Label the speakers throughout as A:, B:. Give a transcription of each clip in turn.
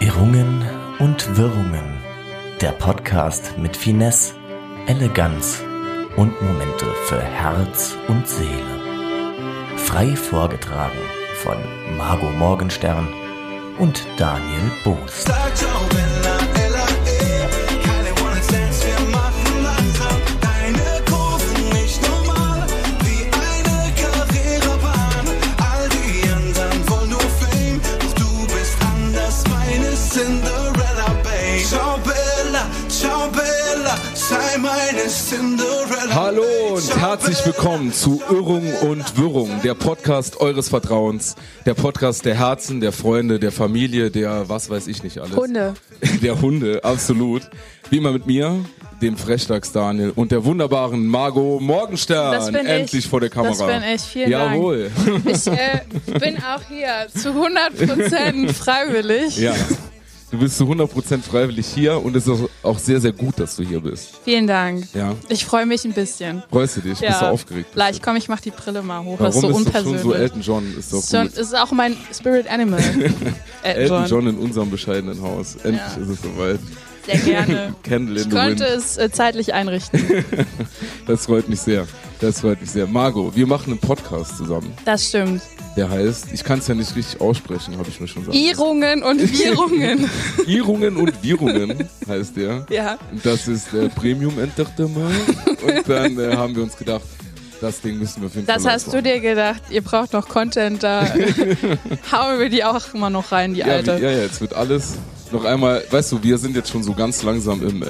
A: Irrungen und Wirrungen. Der Podcast mit Finesse, Eleganz und Momente für Herz und Seele. Frei vorgetragen von Margot Morgenstern und Daniel Boos.
B: Cinderella, babe. Ciao, Bella, ciao, Bella, sei meine Cinderella.
C: Hallo
B: babe.
C: und
B: Ciao,
C: herzlich
B: Bella,
C: willkommen zu
B: ciao,
C: Irrung
B: Bella,
C: und Wirrung, der Podcast eures Vertrauens, der Podcast der Herzen, der Freunde, der Familie, der was weiß ich nicht alles.
D: Hunde.
C: Der Hunde, absolut. Wie immer mit mir, dem Frechdachs Daniel und der wunderbaren Margot Morgenstern.
D: Das bin ich.
C: endlich vor der Kamera.
D: Das bin ich. Vielen Dank.
C: Jawohl.
D: Ich äh, bin auch hier zu 100% freiwillig.
C: Ja. Du bist zu 100% freiwillig hier und es ist auch sehr, sehr gut, dass du hier bist.
D: Vielen Dank.
C: Ja.
D: Ich freue mich ein bisschen.
C: Freust du dich?
D: Ja.
C: Bist du aufgeregt?
D: Leicht, komm, ich mach die Brille mal hoch.
C: Warum
D: das ist so
C: ist das schon
D: unpersönlich.
C: so Elton John? Ist doch
D: Ist schon-
C: gut.
D: ist auch mein Spirit Animal.
C: Elton John in unserem bescheidenen Haus. Endlich
D: Ja.
C: ist es soweit.
D: Sehr gerne.
C: Candle in
D: Ich
C: the
D: konnte
C: Wind.
D: es äh, zeitlich einrichten.
C: Das freut mich sehr. Das freut mich sehr. Margot, wir machen einen Podcast zusammen.
D: Das stimmt.
C: Der heißt, ich kann es ja nicht richtig aussprechen, habe ich mir schon gesagt.
D: Irrungen und Wirrungen.
C: Irrungen und Virungen heißt der.
D: ja.
C: Und Das ist äh, Premium Entertainment. Und dann äh, haben wir uns gedacht, das Ding müssen wir finden.
D: Das hast du dir gedacht, ihr braucht noch Content, da hauen wir die auch immer noch rein, die
C: ja, wie,
D: alte.
C: ja, ja, jetzt wird alles noch einmal, weißt du, wir sind jetzt schon so ganz langsam im, äh,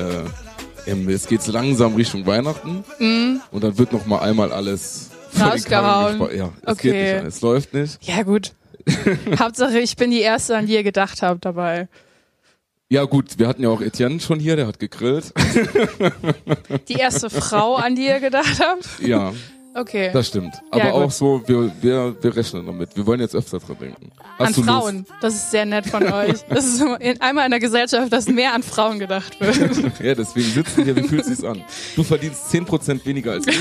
C: im jetzt geht's langsam Richtung Weihnachten. Und dann wird noch mal einmal alles vor den Karren
D: Mhm. Rausgehauen.
C: gespa- Ja, es
D: Okay.
C: geht nicht, an, es läuft nicht.
D: Ja, gut. Hauptsache, ich bin die Erste, an die ihr gedacht habt dabei.
C: Ja gut, wir hatten ja auch Etienne schon hier, der hat gegrillt.
D: Die erste Frau, an die ihr gedacht habt.
C: Ja,
D: Okay.
C: das stimmt. Aber
D: gut.
C: auch so, wir, wir, wir rechnen damit. Wir wollen jetzt öfter dran denken.
D: An
C: Hast du
D: Frauen.
C: Lust?
D: Das ist sehr nett von euch. Das ist so in, einmal in der Gesellschaft, dass mehr an Frauen gedacht wird.
C: Ja, deswegen sitzen wir, wie fühlt sich's an? Du verdienst 10% weniger als ich,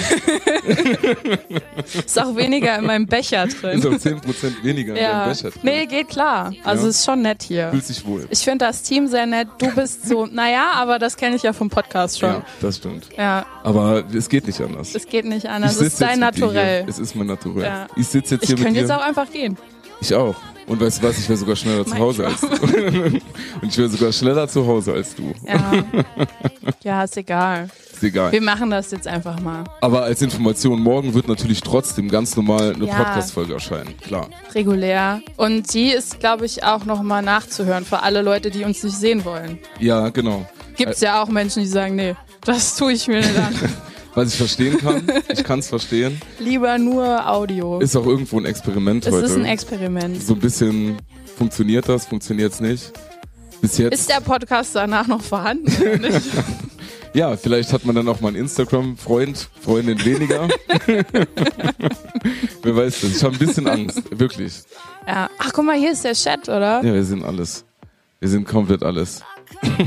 D: Ist auch weniger in meinem Becher
C: ist auch
D: drin.
C: 10% weniger
D: Ja.
C: in deinem Becher drin.
D: Nee, geht klar. Also
C: Ja.
D: ist schon nett hier.
C: Fühlst dich wohl.
D: Ich finde das Team sehr nett. Du bist so, naja, aber das kenne ich ja vom Podcast schon.
C: Ja, das stimmt.
D: Ja,
C: Aber es geht nicht anders.
D: es geht nicht anders. Es
C: sitz
D: ist
C: jetzt
D: dein
C: mit dir
D: Naturell.
C: Hier. Es ist mein Naturell.
D: Ja.
C: Ich sitze jetzt
D: Ich
C: hier mit
D: könnte
C: dir.
D: jetzt auch einfach gehen.
C: ich auch. Und weißt du was, ich wäre sogar schneller zu
D: Mein
C: Hause als du. Und ich wäre sogar schneller zu Hause als du.
D: Ja, ja ist egal.
C: Ist egal.
D: Wir machen das jetzt einfach mal.
C: Aber als Information, morgen wird natürlich trotzdem ganz normal eine
D: Ja.
C: Podcast-Folge erscheinen. Klar.
D: regulär. Und die ist, glaube ich, auch nochmal nachzuhören für alle Leute, die uns nicht sehen wollen.
C: Ja, genau.
D: Gibt es ja auch Menschen, die sagen, nee, das tue ich mir nicht an.
C: Äh, Was ich verstehen kann, ich kann es verstehen,
D: Lieber nur Audio.
C: ist auch irgendwo ein Experiment
D: es
C: heute.
D: ist ein Experiment.
C: so ein bisschen funktioniert das, funktioniert es nicht. Bis jetzt.
D: Ist der Podcast danach noch vorhanden? oder nicht?
C: Ja, vielleicht hat man dann auch mal einen Instagram-Freund, Freundin weniger. Wer weiß das? Ich habe ein bisschen Angst, wirklich.
D: ja. Ach, guck mal, hier ist der Chat, oder?
C: Ja, wir sind alles. Wir sind komplett alles. Wo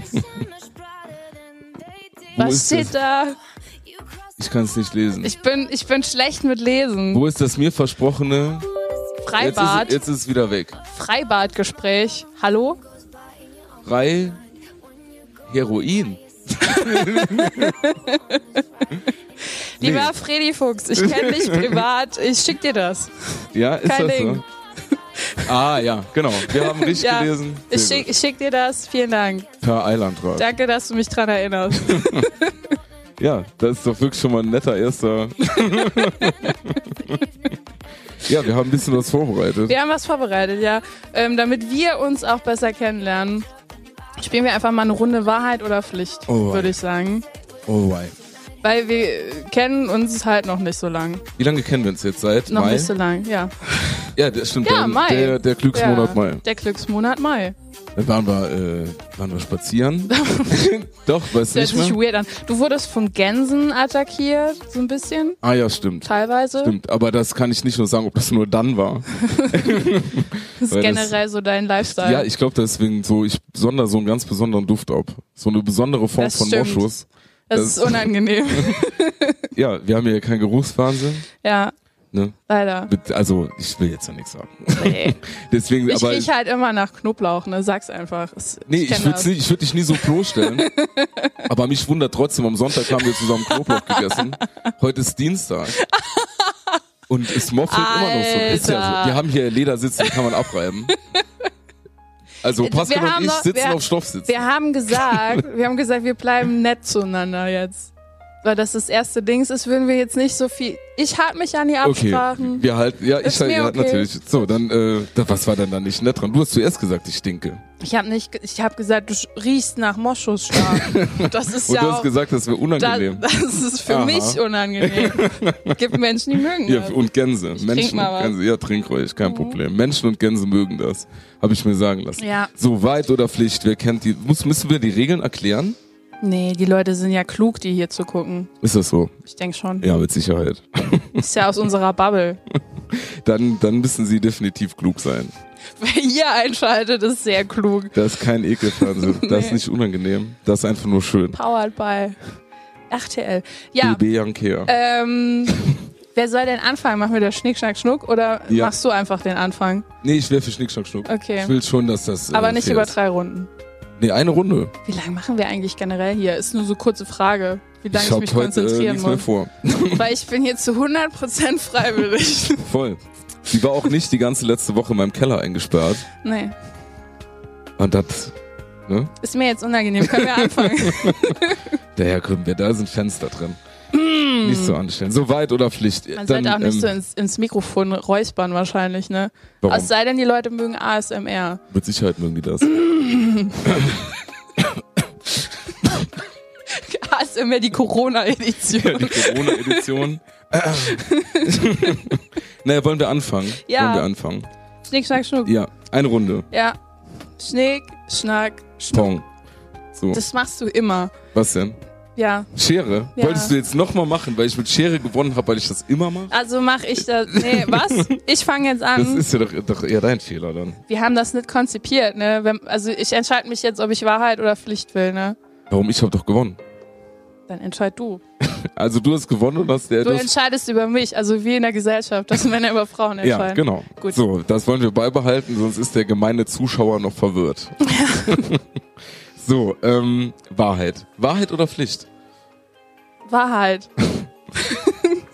D: Was
C: ist
D: steht
C: das?
D: da?
C: Ich kann es nicht lesen.
D: Ich bin, ich bin schlecht mit Lesen.
C: Wo ist das mir versprochene? Jetzt
D: Freibad.
C: ist, jetzt ist es wieder weg.
D: Freibadgespräch. Hallo?
C: Drei Heroin.
D: Lieber Freddy Fuchs, ich kenne dich privat. Ich schick dir das.
C: Ja, ist
D: Kein
C: das
D: Ding.
C: so? Ah ja, genau. Wir haben richtig
D: Ja.
C: gelesen.
D: Ich
C: Sehr
D: schick, ich schick dir das. Vielen Dank.
C: gut. per Eilantrag.
D: Danke, dass du mich dran erinnerst.
C: Ja, das ist doch wirklich schon mal ein netter erster. ja, wir haben ein bisschen was vorbereitet.
D: Wir haben was vorbereitet, ja. Ähm, damit wir uns auch besser kennenlernen, spielen wir einfach mal eine Runde Wahrheit oder Pflicht,
C: Oh,
D: würde
C: wei.
D: ich sagen.
C: Oh, wei.
D: Weil wir äh, kennen uns halt noch nicht so lang.
C: Wie lange kennen wir uns jetzt? Seit
D: Noch
C: Mai?
D: nicht so lang, ja.
C: Ja, das stimmt.
D: Ja,
C: der,
D: Mai.
C: Der, der Glücksmonat
D: ja,
C: Mai.
D: Der Glücksmonat Mai.
C: Dann waren wir, äh, waren wir spazieren. Doch, weißt du nicht
D: Das hört sich
C: mehr?
D: weird an. Du wurdest von Gänsen attackiert, so ein bisschen,
C: Ah ja, stimmt.
D: teilweise.
C: Stimmt, aber das kann ich nicht nur sagen, ob das nur dann war.
D: Das ist
C: weil das-
D: generell so dein Lifestyle.
C: Ja, ich glaube deswegen so, ich sonder so einen ganz besonderen Duft ab. So eine besondere Form
D: Das
C: von
D: stimmt.
C: Moschus.
D: das,
C: das-
D: ist unangenehm.
C: Ja, wir haben hier keinen Geruchswahnsinn.
D: ja.
C: Ne?
D: Leider.
C: Mit- Also, ich will jetzt ja nichts sagen.
D: Nee.
C: Deswegen,
D: Ich
C: aber.
D: riech halt immer nach Knoblauch, ne? Sag's einfach. Es-
C: Nee, ich,
D: kenn
C: würd's
D: das.
C: nie- ich würde dich nie so pro stellen. aber mich wundert trotzdem, am Sonntag haben wir zusammen Knoblauch gegessen. Heute ist Dienstag. Und es moffelt immer noch so. Ist ja
D: Alter.
C: so. Wir haben hier Leder sitzen, die kann man abreiben. Also
D: Wir
C: Pascal und
D: haben
C: ich
D: noch-
C: sitzen
D: wir-
C: auf Stoffsitzen.
D: Wir haben gesagt, wir haben gesagt, wir bleiben nett zueinander jetzt. Weil das das erste Dings ist, würden wir jetzt nicht so viel. Ich halte mich an die
C: Okay,
D: Absprachen.
C: wir halten, ja, ich
D: Ist mir
C: halte, ja,
D: okay.
C: natürlich. So, dann, äh, da- was war denn da nicht nett dran? Du hast zuerst gesagt, ich stinke.
D: Ich habe nicht, ge- ich habe gesagt, du sch- riechst nach Moschusstab. Das ist
C: Und
D: ja
C: du hast
D: auch,
C: gesagt, das wäre
D: da,
C: unangenehm.
D: das ist für
C: Aha.
D: mich unangenehm. Gibt Menschen, die mögen
C: ja,
D: das.
C: und Gänse. Menschen
D: mal
C: und
D: was. Mhm.
C: Gänse. Ja, trink ruhig, kein Problem. Menschen und Gänse mögen das. Habe ich mir sagen lassen.
D: Ja.
C: So, Wahrheit oder Pflicht, wer kennt die? Muss, müssen wir die Regeln erklären?
D: Nee, die Leute sind ja klug, die hier zu gucken.
C: Ist das so?
D: Ich denke schon.
C: Ja, mit Sicherheit.
D: Ist ja aus unserer Bubble.
C: Dann, dann müssen sie definitiv klug sein.
D: Wer hier einschaltet, ist sehr klug.
C: Das ist kein Ekelfernsehen. Das ist
D: Nee.
C: nicht unangenehm. Das ist einfach nur schön.
D: Powered by RTL. Ja,
C: DB Jankea.
D: ähm, wer soll denn anfangen? Machen wir das Schnick, Schnack, Schnuck oder
C: Ja.
D: machst du einfach den Anfang?
C: Nee, ich wäre für Schnick, Schnack, Schnuck.
D: Okay.
C: Ich will schon, dass das. äh,
D: Aber nicht
C: fair
D: über
C: ist.
D: drei Runden.
C: Nee, eine Runde.
D: Wie lange machen wir eigentlich generell hier? Ist nur so kurze Frage, wie lange ich,
C: hab
D: mich
C: heute äh,
D: konzentrieren
C: nichts mehr
D: muss.
C: vor.
D: Weil ich bin hier zu 100% freiwillig.
C: Voll. Die war auch nicht die ganze letzte Woche in meinem Keller eingesperrt.
D: nee,
C: Und das, ne?
D: ist mir jetzt unangenehm. Können wir anfangen?
C: Daher können wir, da sind Fenster drin. Nicht so anstellen. So weit oder Pflicht.
D: Hm. Man
C: Dann,
D: sollte auch nicht
C: ähm,
D: so ins, ins Mikrofon räuspern wahrscheinlich, ne?
C: Warum?
D: Es sei denn, die Leute mögen ASMR.
C: Mit Sicherheit mögen die das.
D: ASMR, die Corona-Edition.
C: Die Corona-Edition. naja, wollen wir anfangen?
D: Ja.
C: Wollen wir anfangen?
D: Schnick, Schnack, Schnuck.
C: Ja, eine Runde.
D: Ja. Schnick, Schnack, Schnuck.
C: Pong. So,
D: Das machst du immer.
C: was denn?
D: Ja.
C: Schere?
D: Ja.
C: Wolltest du jetzt nochmal machen, weil ich mit Schere gewonnen habe, weil ich das immer mache?
D: Also mach ich das. Nee, was? Ich fange jetzt
C: Das
D: an.
C: ist ja doch, doch eher dein Fehler dann.
D: Wir haben das nicht konzipiert, ne? Wenn, also ich entscheide mich jetzt, ob ich Wahrheit oder Pflicht will, ne?
C: Warum? Ich habe doch gewonnen.
D: Dann entscheid du.
C: Also du hast gewonnen und hast der
D: Du
C: das-
D: entscheidest über mich, also wie in der Gesellschaft, dass Männer über Frauen
C: Ja,
D: entscheiden.
C: genau.
D: Gut.
C: So, das wollen wir beibehalten, sonst ist der gemeine Zuschauer noch verwirrt. so, ähm, Wahrheit. Wahrheit oder Pflicht? genau.
D: Wahrheit.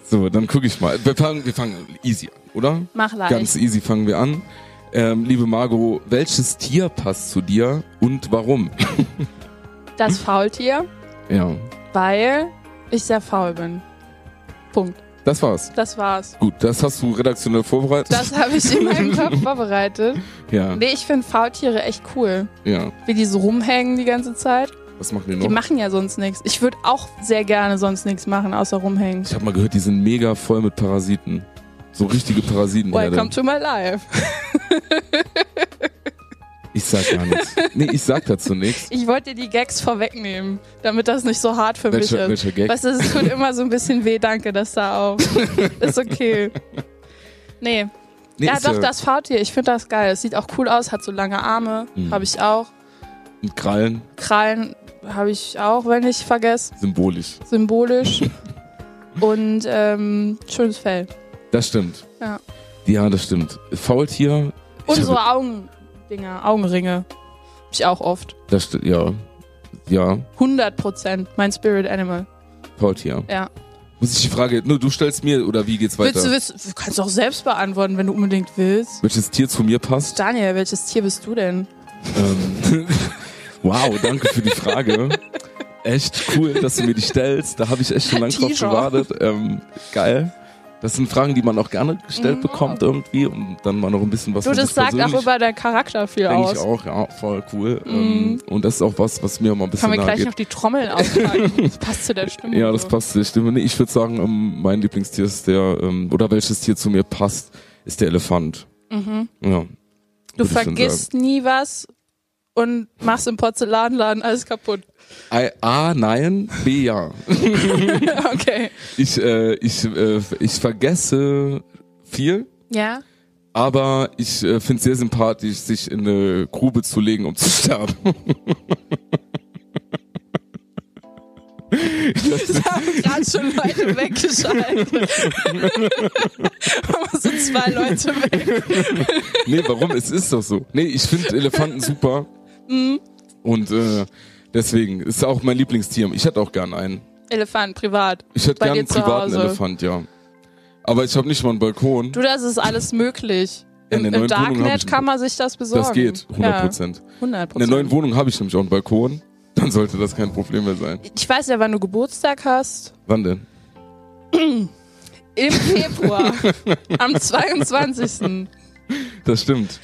C: So, dann gucke ich mal. Wir fangen, wir fangen easy an, oder?
D: Mach leicht.
C: Ganz easy fangen wir an. Ähm, liebe Margot, welches Tier passt zu dir und warum?
D: Das Faultier,
C: ja,
D: weil ich sehr faul bin. Punkt.
C: das war's.
D: Das war's.
C: Gut, das hast du redaktionell vorbereitet.
D: Das habe ich in meinem Kopf vorbereitet.
C: ja,
D: Nee, ich finde Faultiere echt cool.
C: ja.
D: Wie die so rumhängen die ganze Zeit.
C: Was machen die
D: Die
C: noch?
D: machen ja sonst nichts. Ich würde auch sehr gerne sonst nichts machen, außer rumhängen.
C: ich habe mal gehört, die sind mega voll mit Parasiten. So richtige Parasiten.
D: Welcome to my life.
C: Ich sag gar nichts. Nee, ich sag dazu nichts.
D: Ich wollte dir die Gags vorwegnehmen, damit das nicht so hart für
C: Welcher-
D: mich ist.
C: welcher Gag?
D: Weißt du, es tut immer so ein bisschen weh, danke, das da auch. ist okay. Nee.
C: Nee,
D: ja,
C: ist
D: doch, das Faultier. Ich finde das geil. Es sieht auch cool aus, hat so lange Arme.
C: Mhm.
D: Habe ich auch.
C: Mit Krallen,
D: Krallen habe ich auch, wenn ich vergesse.
C: symbolisch.
D: Symbolisch. Und ähm, schönes Fell.
C: Das stimmt.
D: Ja.
C: Ja, das stimmt. Faultier. ich
D: Und so
C: hab-
D: Augendinger, Augenringe. Hab ich auch oft.
C: Das sti- ja. Ja,
D: 100 Prozent mein Spirit Animal.
C: Faultier.
D: Ja.
C: Muss ich die Frage, nur du stellst mir oder wie geht's weiter?
D: Willst du, willst, du kannst auch selbst beantworten, wenn du unbedingt willst.
C: Welches Tier zu mir passt?
D: Daniel, welches Tier bist du denn?
C: ähm. wow, danke für die Frage. Echt cool, dass du mir die stellst. Da habe ich echt schon lange drauf
D: T-Shirt.
C: gewartet. Ähm, geil. Das sind Fragen, die man auch gerne gestellt
D: Mhm.
C: bekommt irgendwie und dann mal noch ein bisschen was
D: Du,
C: über
D: das
C: sich
D: sagt auch
C: persönlich-
D: über deinen Charakter viel
C: Denke
D: aus.
C: ich auch, ja, voll cool. Ähm, und das ist auch was, was mir mal ein bisschen
D: Können
C: nahe
D: wir gleich
C: geht.
D: noch die Trommeln auspacken? Das passt zu der Stimme.
C: Ja, das
D: so.
C: passt zur Stimme. Nee, ich würde sagen, ähm, mein Lieblingstier ist der, ähm, oder welches Tier zu mir passt, ist der Elefant. Mhm. Ja.
D: Du
C: würd ich schon
D: vergisst nie was und machst im Porzellanladen alles kaputt.
C: I, A, nein, B, ja.
D: okay.
C: Ich, äh, ich, äh, ich vergesse viel,
D: Ja?
C: aber ich äh, finde es sehr sympathisch, sich in eine Grube zu legen, um zu sterben.
D: Das haben gerade schon Leute weggeschaltet. Warum sind zwei Leute weg?
C: Nee, warum? es ist doch so. Nee, ich finde Elefanten super.
D: Mhm.
C: Und äh, deswegen ist auch mein Lieblingstier. Ich hätte auch gern einen.
D: Elefant, privat.
C: Ich hätte
D: Bei
C: gern
D: dir
C: einen
D: zu
C: privaten
D: Hause.
C: Elefant, ja. Aber ich habe nicht mal einen Balkon.
D: Du, das ist alles möglich.
C: Ja, in
D: Im,
C: der
D: im
C: neuen Wohnung hab
D: Darknet
C: ich-
D: kann man sich das besorgen.
C: Das geht, 100 Prozent.
D: Ja, 100
C: In der neuen
D: Prozent.
C: Wohnung habe ich nämlich auch einen Balkon. Dann sollte das kein Problem mehr sein.
D: Ich weiß ja, wann du Geburtstag hast.
C: Wann denn?
D: Im Februar. am 22.
C: Das stimmt.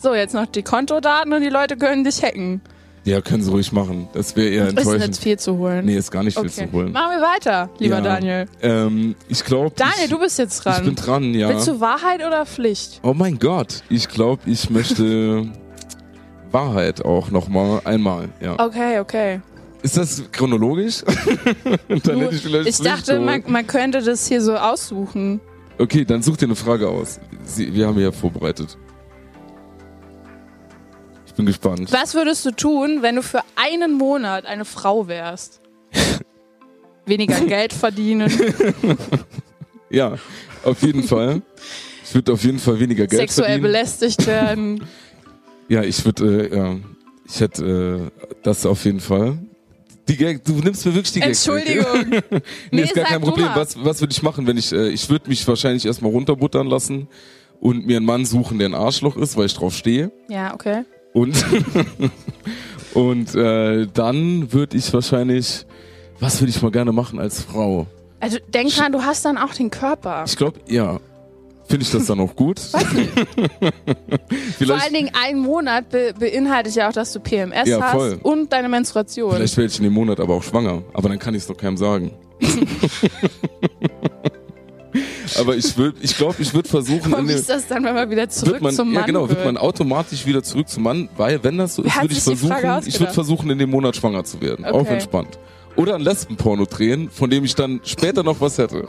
D: So, jetzt noch die Kontodaten und die Leute können dich hacken.
C: Ja, können sie ruhig machen. Das wäre eher
D: Ist denn
C: enttäuschend.
D: jetzt viel zu holen?
C: nee, ist gar nicht viel
D: okay.
C: zu holen.
D: Machen wir weiter, lieber
C: ja.
D: Daniel.
C: Ähm, ich glaube.
D: Daniel,
C: ich,
D: du bist jetzt
C: Ich bin
D: dran.
C: dran, ja.
D: Willst du Wahrheit oder Pflicht?
C: oh mein Gott. Ich glaube, ich möchte Wahrheit auch nochmal einmal. Ja.
D: Okay, okay.
C: Ist das chronologisch? dann hätte ich vielleicht.
D: Ich
C: Pflicht
D: dachte, man,
C: geholt.
D: man könnte das hier so aussuchen.
C: Okay, dann such dir eine Frage aus. Sie, wir haben ja vorbereitet. Ich bin gespannt.
D: Was würdest du tun, wenn du für einen Monat eine Frau wärst? Weniger Geld verdienen,
C: Ja, auf jeden Fall. Ich würde auf jeden Fall weniger Geld
D: sexuell
C: verdienen.
D: belästigt werden.
C: Ja, ich würde, äh, ja, ich hätte äh, das auf jeden Fall. Die Gag, du nimmst mir wirklich die Gag.
D: Entschuldigung.
C: Nee,
D: Nee, halt
C: ist gar
D: sag
C: kein
D: du
C: Problem.
D: mal.
C: Was, was würde ich machen, wenn ich, äh, ich würde mich wahrscheinlich erstmal runterbuttern lassen und mir einen Mann suchen, der ein Arschloch ist, weil ich drauf stehe.
D: Ja, okay.
C: Und, und äh, dann würde ich wahrscheinlich, was würde ich mal gerne machen als Frau?
D: Also denk dran, du hast dann auch den Körper.
C: Ich glaube, ja. Finde ich das dann auch gut?
D: Vor
C: Vielleicht
D: allen Dingen ein Monat be beinhaltet ja auch, dass du PMS
C: Ja,
D: hast
C: voll.
D: und deine Menstruation.
C: Vielleicht werde ich in dem Monat aber auch schwanger, aber dann kann ich es doch keinem sagen. aber ich würde, ich glaube, ich würde versuchen,
D: Und
C: in
D: wie
C: der-
D: ist das dann, wenn man wieder zurück
C: wird man,
D: zum Mann
C: ja genau, wird
D: wird?
C: man automatisch wieder zurück zum Mann, weil wenn das so ist,
D: hat
C: würde ich
D: sich die
C: versuchen, ich
D: Frage
C: würde
D: ausgedacht?
C: versuchen, in dem Monat schwanger zu werden, auch
D: Okay.
C: entspannt. Oder ein Lesbenporno drehen, von dem ich dann später noch was hätte.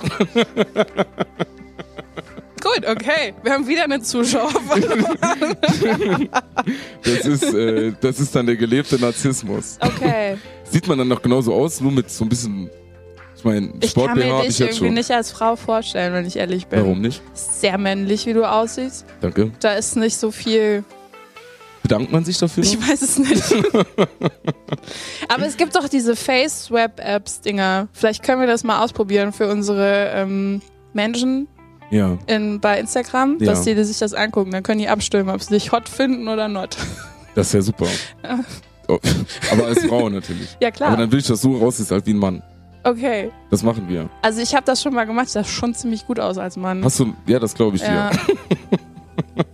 D: Gut, okay. Wir haben wieder eine Zuschauer.
C: Das ist, äh, das ist dann der gelebte Narzissmus.
D: Okay.
C: Sieht man dann noch genauso aus, nur mit so ein bisschen, ich meine,
D: Ich
C: Sport
D: kann
C: BH
D: mir
C: habe ich
D: dich
C: jetzt
D: irgendwie
C: schon.
D: nicht als Frau vorstellen, wenn ich ehrlich bin.
C: Warum nicht?
D: Sehr männlich, wie du aussiehst.
C: Danke.
D: Da ist nicht so viel.
C: Bedankt man sich dafür?
D: Ich weiß es nicht. Aber es gibt doch diese Face-Swap-Apps-Dinger. Vielleicht können wir das mal ausprobieren für unsere ähm, Menschen
C: ja.
D: in, bei Instagram,
C: Ja.
D: dass die sich das angucken. Dann können die abstimmen, ob sie dich hot finden oder not.
C: Das ist ja super. Oh, aber als Frau natürlich.
D: Ja, klar.
C: Aber dann will ich, dass du raussiehst halt wie ein Mann.
D: Okay.
C: Das machen wir.
D: Also ich habe das schon mal gemacht. Das sah schon ziemlich gut aus als Mann.
C: Hast du, ja, das glaube ich
D: ja.
C: dir.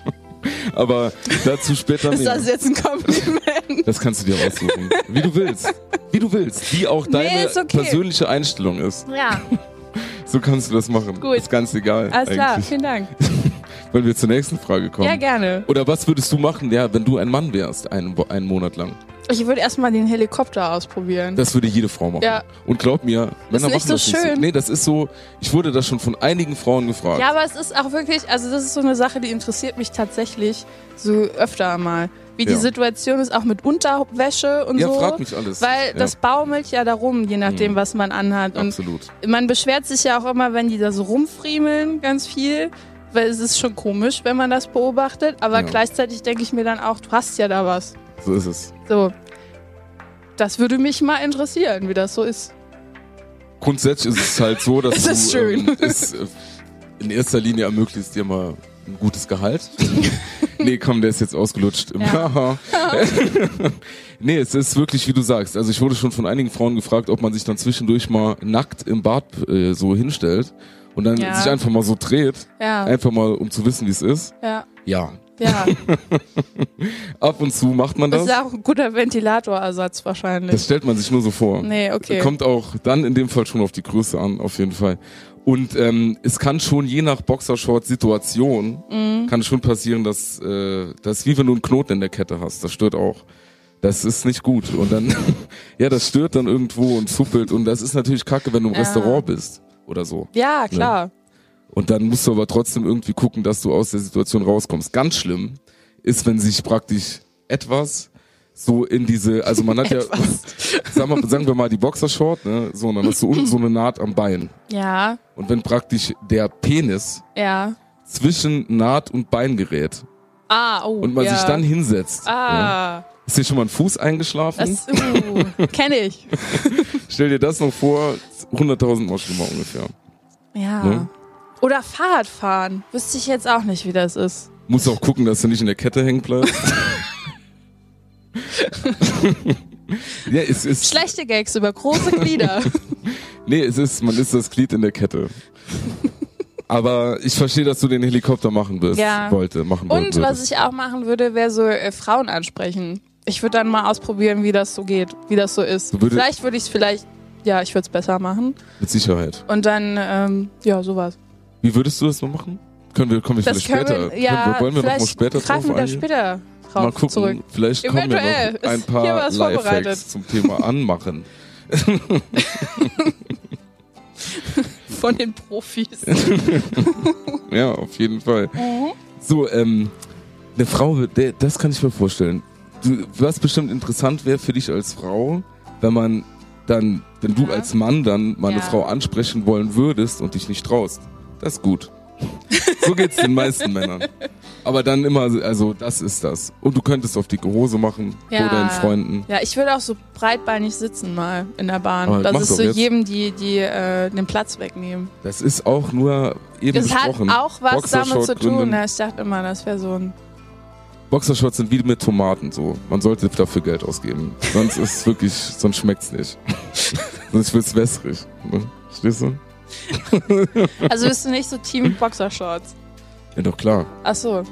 C: Aber dazu später
D: Ist
C: mehr.
D: das jetzt ein Kompliment?
C: Das kannst du dir raussuchen. Wie du willst. Wie du willst. Wie auch deine
D: ist okay.
C: persönliche Einstellung ist.
D: Ja.
C: So kannst du das machen.
D: Gut.
C: Ist ganz egal.
D: Alles klar,
C: eigentlich.
D: vielen Dank.
C: Wenn wir zur nächsten Frage kommen.
D: Ja, gerne.
C: Oder was würdest du machen, ja, wenn du ein Mann wärst, einen, Wo- einen Monat lang?
D: Ich würde erstmal den Helikopter ausprobieren.
C: Das würde jede Frau machen.
D: Ja.
C: Und glaub mir, Männer
D: nicht
C: machen
D: so
C: das nicht
D: schön.
C: so. Nee, das ist so, ich wurde das schon von einigen Frauen gefragt.
D: ja, aber es ist auch wirklich, also das ist so eine Sache, die interessiert mich tatsächlich so öfter mal. Wie die
C: Ja.
D: Situation ist, auch mit Unterwäsche und
C: Ja,
D: so.
C: frag mich alles.
D: Weil
C: ja, Mhm.
D: das baumelt ja darum, je nachdem, was man anhat. Und
C: absolut.
D: man beschwert sich ja auch immer, wenn die da so rumfriemeln, ganz viel. Weil es ist schon komisch, wenn man das beobachtet. Aber
C: Ja.
D: gleichzeitig denke ich mir dann auch, du hast ja da was.
C: So ist es.
D: So. Das würde mich mal interessieren, wie das so ist.
C: Grundsätzlich ist es halt so, dass
D: Es
C: du
D: ist schön.
C: Ähm, es, äh, in erster Linie ermöglichst dir mal ein gutes Gehalt. nee, komm, der ist jetzt ausgelutscht.
D: Ja.
C: nee, es ist wirklich, wie du sagst. Also ich wurde schon von einigen Frauen gefragt, ob man sich dann zwischendurch mal nackt im Bad äh, so hinstellt und dann
D: Ja.
C: sich einfach mal so dreht,
D: Ja,
C: einfach mal, um zu wissen, wie es ist.
D: ja,
C: Ja.
D: ja.
C: Ab und zu macht man
D: Das
C: das.
D: ist auch ein guter Ventilatorersatz
C: Das
D: wahrscheinlich.
C: stellt man sich nur so vor.
D: Nee, okay.
C: Kommt auch dann in dem Fall schon auf die Größe an, auf jeden Fall. Und ähm, es kann schon je nach Boxershort-Situation,
D: Mhm.
C: kann schon passieren, dass äh, das ist wie wenn du einen Knoten in der Kette hast. Das stört auch. Das ist nicht gut. Und dann, ja, das stört dann irgendwo und zuppelt. Und das ist natürlich kacke, wenn du im
D: Ja.
C: Restaurant bist oder so.
D: Ja, klar.
C: Und dann musst du aber trotzdem irgendwie gucken, dass du aus der Situation rauskommst. Ganz schlimm ist, wenn sich praktisch etwas so in diese, also man hat ja,
D: Etwas.
C: sagen wir, sagen wir mal die Boxershort, ne? So, und dann hast du unten so eine Naht am Bein.
D: Ja,
C: Und wenn praktisch der Penis
D: ja.
C: zwischen Naht und Bein gerät
D: Ah, oh.
C: und man
D: ja.
C: sich dann hinsetzt, ne?
D: Ah,
C: ist dir schon mal ein Fuß eingeschlafen?
D: das uh, kenne ich.
C: Stell dir das noch vor, 100.000 Mal schlimmer ungefähr.
D: Ja.
C: Ne?
D: Oder Fahrradfahren. Wüsste ich jetzt auch nicht, wie das ist.
C: Muss auch gucken, dass du nicht in der Kette hängen bleibst. ja, es ist,
D: Schlechte Gags über große Glieder.
C: nee, es ist, man ist das Glied in der Kette. Aber ich verstehe, dass du den Helikopter machen wirst,
D: Ja.
C: wollte, machen
D: Und
C: wolltest.
D: was ich auch machen würde, wäre so äh, Frauen ansprechen. Ich würde dann mal ausprobieren, wie das so geht, wie das so ist.
C: Du würdest-
D: vielleicht würde ich es vielleicht, ja, ich würde es besser machen.
C: Mit Sicherheit.
D: Und dann, ähm, ja, sowas.
C: Wie würdest du das noch machen? Können wir, kommen wir
D: Das
C: vielleicht
D: können
C: später.
D: wir, ja,
C: können wir, wollen wir
D: vielleicht
C: nochmal später drauf
D: greifen wir da
C: eingehen?
D: später drauf
C: Mal gucken,
D: zurück.
C: vielleicht kommen wir
D: Eventuell
C: noch
D: ist
C: ein
D: hier
C: paar
D: was
C: Lifehacks
D: vorbereitet.
C: zum Thema Anmachen.
D: Von den Profis.
C: Ja, auf jeden Fall.
D: Mhm.
C: So, ähm, eine Frau, wird- der- das kann ich mir vorstellen. Du, was bestimmt interessant wäre für dich als Frau, wenn man dann, wenn du
D: Ja.
C: als Mann dann mal eine
D: Ja.
C: Frau ansprechen wollen würdest und dich nicht traust. Das ist gut. So geht's den meisten Männern. Aber dann immer, also das ist das. Und du könntest auf dicke Hose machen
D: Ja.
C: oder in Freunden.
D: ja, ich würde auch so breitbeinig sitzen mal in der Bahn.
C: Aber mach
D: das ist
C: doch
D: so
C: jetzt.
D: jedem, die, die äh, den Platz wegnehmen.
C: Das ist auch nur eben
D: Das hat
C: besprochen.
D: auch was damit zu tun.
C: Boxershortgründen.
D: Ja, ich dachte immer, das wäre so ein...
C: Boxershorts sind wie mit Tomaten so. Man sollte dafür Geld ausgeben. Sonst ist wirklich, sonst schmeckt's nicht. sonst wird's wässrig. Ne? Stehst du?
D: Also bist du nicht so Team Boxershorts?
C: Ja, doch klar.
D: Ach so.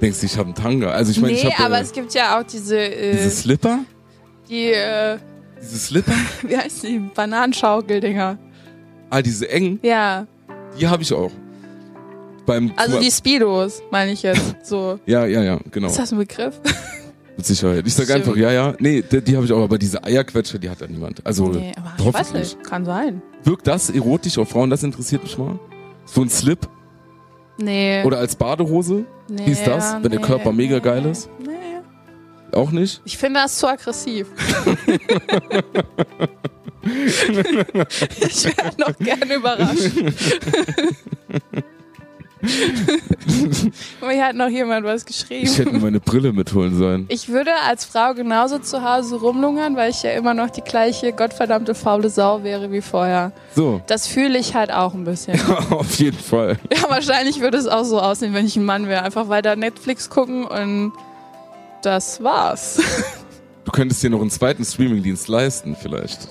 C: Denkst du, ich habe einen Tanga. Also ich meine,
D: nee,
C: ich habe
D: aber
C: äh,
D: es gibt ja auch diese, äh,
C: diese Slipper.
D: die, äh,
C: Diese Slipper?
D: wie heißt die, Bananenschaukeldinger.
C: Ah, diese engen,
D: Ja,
C: die habe ich auch. Beim
D: also
C: Tour-
D: die Speedos, meine ich jetzt. So,
C: Ja, ja, ja, genau.
D: ist das ein Begriff?
C: Mit Sicherheit. Ich sag
D: Stimmt.
C: einfach, ja, ja. Nee, die, die habe ich auch, aber diese Eierquetscher, die hat ja niemand. Also
D: Nee, aber ich
C: hoffentlich.
D: weiß nicht, kann sein.
C: Wirkt das erotisch auf Frauen? Das interessiert mich mal. So ein Slip
D: Nee.
C: oder als Badehose?
D: nee,
C: Wie ist das, wenn der Körper mega geil ist?
D: Nee.
C: Auch nicht?
D: Ich finde das zu aggressiv. ich wäre noch gerne überrascht. Mir hat noch jemand was geschrieben.
C: Ich hätte mir meine Brille mitholen sollen.
D: Ich würde als Frau genauso zu Hause rumlungern, weil ich ja immer noch die gleiche gottverdammte faule Sau wäre wie vorher.
C: So,
D: Das fühle ich halt auch ein bisschen.
C: auf jeden Fall.
D: ja, wahrscheinlich würde es auch so aussehen, wenn ich ein Mann wäre. Einfach weiter Netflix gucken und das war's.
C: Du könntest dir noch einen zweiten Streamingdienst leisten, vielleicht.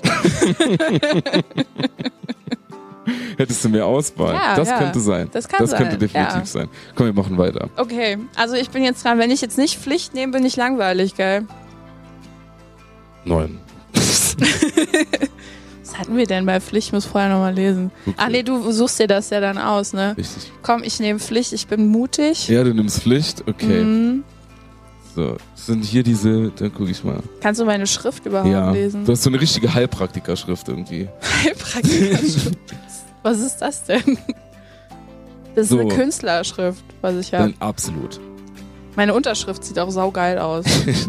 C: Hättest du mehr Auswahl.
D: Ja,
C: das
D: ja.
C: könnte sein.
D: Das kann
C: Das könnte
D: sein,
C: definitiv
D: ja.
C: sein. Komm, wir machen weiter.
D: Okay, also ich bin jetzt dran. Wenn ich jetzt nicht Pflicht nehme, bin ich langweilig, gell?
C: Neun.
D: Was hatten wir denn bei Pflicht? Ich muss vorher nochmal lesen. Ach nee, du suchst dir das ja dann aus, ne?
C: Richtig.
D: Komm, ich nehme Pflicht, ich bin mutig.
C: Ja, du nimmst Pflicht. Okay.
D: Mhm.
C: So, das sind hier diese, dann gucke ich mal.
D: Kannst du meine Schrift überhaupt
C: Ja.
D: Äh, lesen?
C: Du hast so eine richtige Heilpraktikerschrift irgendwie.
D: Heilpraktikerschrift. Was ist das denn? Das ist
C: So.
D: eine Künstlerschrift, was ich habe.
C: Dann absolut.
D: Meine Unterschrift sieht auch saugeil aus.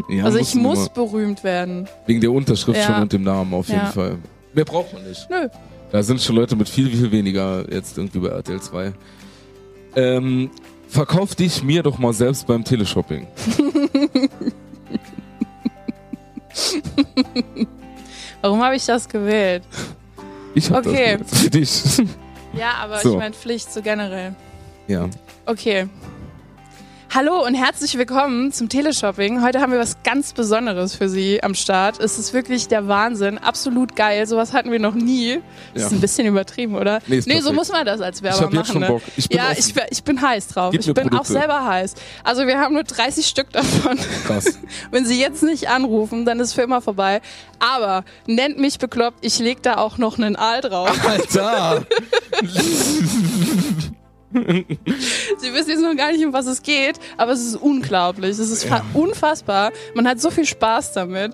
C: Ja,
D: also
C: musst
D: ich
C: du nur
D: muss berühmt werden.
C: mal- Wegen der Unterschrift
D: Ja.
C: schon und dem Namen auf jeden
D: Ja.
C: Fall. Mehr braucht man nicht.
D: Nö.
C: Da sind schon Leute mit viel, viel weniger jetzt irgendwie bei RTL 2. Ähm, verkauf dich mir doch mal selbst beim Teleshopping.
D: Warum habe ich das gewählt?
C: Ich hab
D: Okay.
C: das jetzt für dich.
D: Ja, aber
C: So.
D: ich meine Pflicht so generell.
C: ja.
D: Okay. Hallo und herzlich willkommen zum Teleshopping. Heute haben wir was ganz Besonderes für Sie am Start. Es ist wirklich der Wahnsinn, absolut geil. Sowas hatten wir noch nie.
C: Ja.
D: Ist ein bisschen übertrieben, oder?
C: Nee, ist
D: so
C: perfekt.
D: muss man das als Werber
C: Ich hab
D: machen.
C: jetzt schon
D: ne?
C: Bock. Ich bin
D: ja,
C: offen.
D: ich, wär- ich bin heiß drauf.
C: Gib
D: ich
C: mir
D: bin auch
C: Produkte.
D: selber heiß. Also wir haben nur 30 Stück davon.
C: Krass.
D: Wenn Sie jetzt nicht anrufen, dann ist für immer vorbei. Aber nennt mich bekloppt, ich leg da auch noch einen Aal drauf.
C: Alter!
D: Sie wissen jetzt noch gar nicht, um was es geht, aber es ist unglaublich. Es ist fa- unfassbar. Man hat so viel Spaß damit.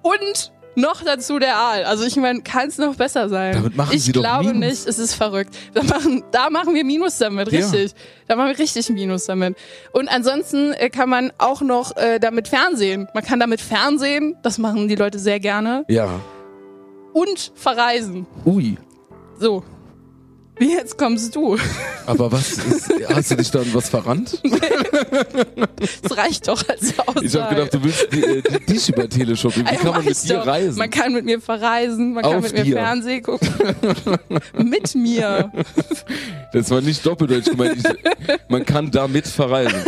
D: Und Noch dazu der Aal. Also ich meine, kann es noch besser sein.
C: Damit machen
D: ich
C: sie doch
D: glaube
C: Minus.
D: nicht, es ist verrückt. Da machen, da machen wir Minus damit,
C: Ja.
D: richtig. Da machen wir richtig Minus damit. Und ansonsten äh, kann man auch noch äh, damit fernsehen. Man kann damit fernsehen, das machen die Leute sehr gerne.
C: Ja.
D: Und verreisen.
C: Ui.
D: So. Wie jetzt kommst du?
C: Aber was ist, hast du dich dann was verrannt?
D: Das reicht doch als Aussage.
C: Ich habe gedacht, du willst die, äh, die, dich über Teleshopping. Wie
D: Ja,
C: kann man
D: mach
C: mit
D: ich
C: dir
D: doch.
C: reisen?
D: Man kann mit mir verreisen, man kann
C: Auf
D: mit mir
C: dir.
D: Fernsehen gucken. mit mir.
C: das war nicht doppeldeutsch gemeint. Ich, man kann damit verreisen.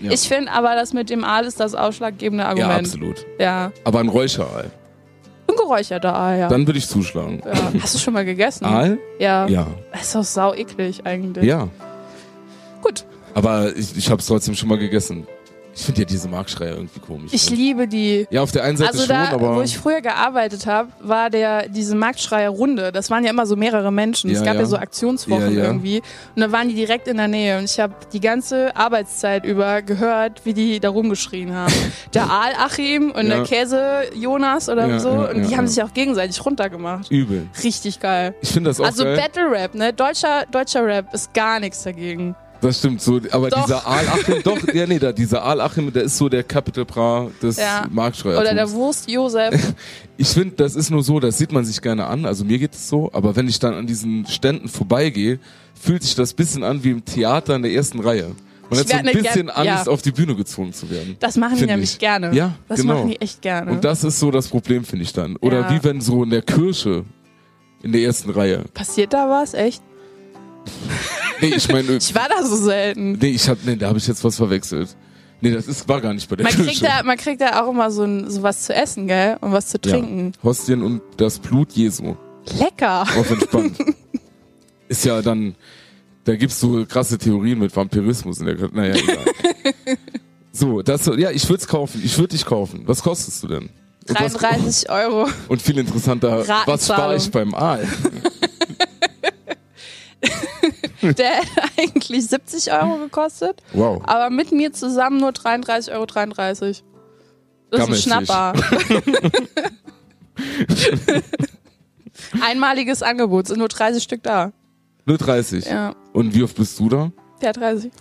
C: Ja.
D: Ich finde aber, das mit dem Aal ist das ausschlaggebende
C: ja,
D: Argument.
C: absolut.
D: Ja.
C: Aber ein Räucherei.
D: Ein geräucherter Aal, ja.
C: Dann würde ich zuschlagen.
D: ja. Hast du schon mal gegessen?
C: Aal?
D: Ja.
C: Ja.
D: Ist doch sau eklig eigentlich.
C: Ja.
D: Gut.
C: Aber ich, ich habe es trotzdem schon mal gegessen. Ich finde ja diese Markschreie irgendwie komisch.
D: Ich
C: ne?
D: liebe die.
C: ja, auf der einen Seite
D: Also
C: schon,
D: da,
C: aber
D: wo ich früher gearbeitet habe, war der diese Marktschreier-Runde. Das waren ja immer so mehrere Menschen. es
C: Ja,
D: gab ja,
C: ja.
D: so Aktionswochen
C: Ja, ja.
D: irgendwie. Und da waren die direkt in der Nähe. Und ich habe die ganze Arbeitszeit über gehört, wie die da rumgeschrien haben. der Aal Achim und
C: Ja.
D: der Käse Jonas oder
C: Ja,
D: so.
C: ja,
D: und die
C: ja,
D: haben
C: ja.
D: sich auch gegenseitig runtergemacht.
C: übel.
D: Richtig geil.
C: Ich finde das auch
D: Also
C: geil.
D: Battle Rap, ne? Deutscher, deutscher Rap ist gar nichts dagegen.
C: Das stimmt so, aber
D: Doch.
C: dieser Aal Achim, doch, ja, nee, da, dieser Aal Achim, der ist so der Capital Bra des
D: Ja.
C: Marktschreiers.
D: Oder der Wurst Josef.
C: Ich finde, das ist nur so, das sieht man sich gerne an, also mir geht es so, aber wenn ich dann an diesen Ständen vorbeigehe, fühlt sich das bisschen an wie im Theater in der ersten Reihe. Man
D: Ich
C: hat so
D: werd
C: ein
D: nicht
C: bisschen
D: gern- ja.
C: Angst, auf die Bühne gezogen zu werden.
D: Das machen die
C: Find
D: nämlich
C: ich.
D: gerne.
C: Ja,
D: das
C: genau.
D: machen die echt gerne.
C: Und das ist so das Problem, finde ich dann. Oder
D: Ja.
C: wie wenn so in der Kirche in der ersten Reihe.
D: Passiert da was? Echt?
C: Nee, ich meine,
D: Ich war da so selten.
C: nee, ich hab, nee, da habe ich jetzt was verwechselt. Nee, das ist, war gar nicht bei der
D: Man
C: Kirche.
D: kriegt, da, man kriegt da auch immer so, ein, so was zu essen, gell? Und was zu trinken.
C: Ja. Hostien und das Blut Jesu.
D: Lecker.
C: Auf entspannt. ist ja dann, da gibt's so krasse Theorien mit Vampirismus in der Kirche. Naja, egal. so, das, ja, ich würd's kaufen. Ich würde dich kaufen. Was kostest du denn? Und, was,
D: 33 Euro.
C: und viel interessanter, was spare
D: Ratenzahlung.
C: ich beim Aal?
D: Der hätte eigentlich 70 Euro gekostet,
C: Wow.
D: aber mit mir zusammen nur 33,33 Euro. 33. Das ist ein
C: Gammelfisch.
D: Schnapper. Einmaliges Angebot, sind nur 30 Stück da.
C: Nur 30.
D: Ja,
C: Und wie oft bist du da?
D: der 30.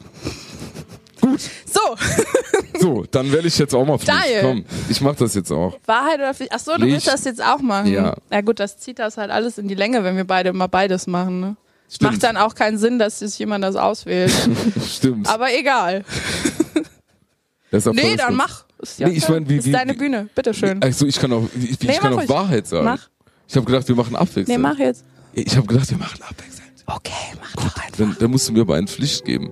D: Gut. So,
C: So, dann werde ich jetzt auch mal fliegen.
D: Daniel.
C: Komm, ich mach das jetzt auch.
D: Wahrheit oder Pflicht? Ach so, du
C: Pflicht.
D: willst das jetzt auch machen.
C: Ja.
D: Na gut, das zieht das halt alles in die Länge, wenn wir beide immer beides machen. Ne?
C: Stimmt.
D: Macht dann auch keinen Sinn, dass sich jemand das auswählt.
C: Stimmt.
D: Aber egal.
C: Das ist
D: Nee,
C: erfolgslos.
D: dann mach. Ist,
C: Nee, ich mein, wie-
D: ist
C: wie-
D: deine
C: wie-
D: Bühne, bitteschön.
C: Ach so, ich kann auch, ich, ich
D: Nee,
C: kann
D: mach
C: auch
D: ruhig.
C: Wahrheit sagen.
D: Mach.
C: Ich habe gedacht, wir machen abwechselnd.
D: Nee, mach jetzt.
C: Ich habe gedacht, wir machen abwechselnd.
D: Okay, mach doch einfach.
C: Dann, dann musst du mir aber eine Pflicht geben.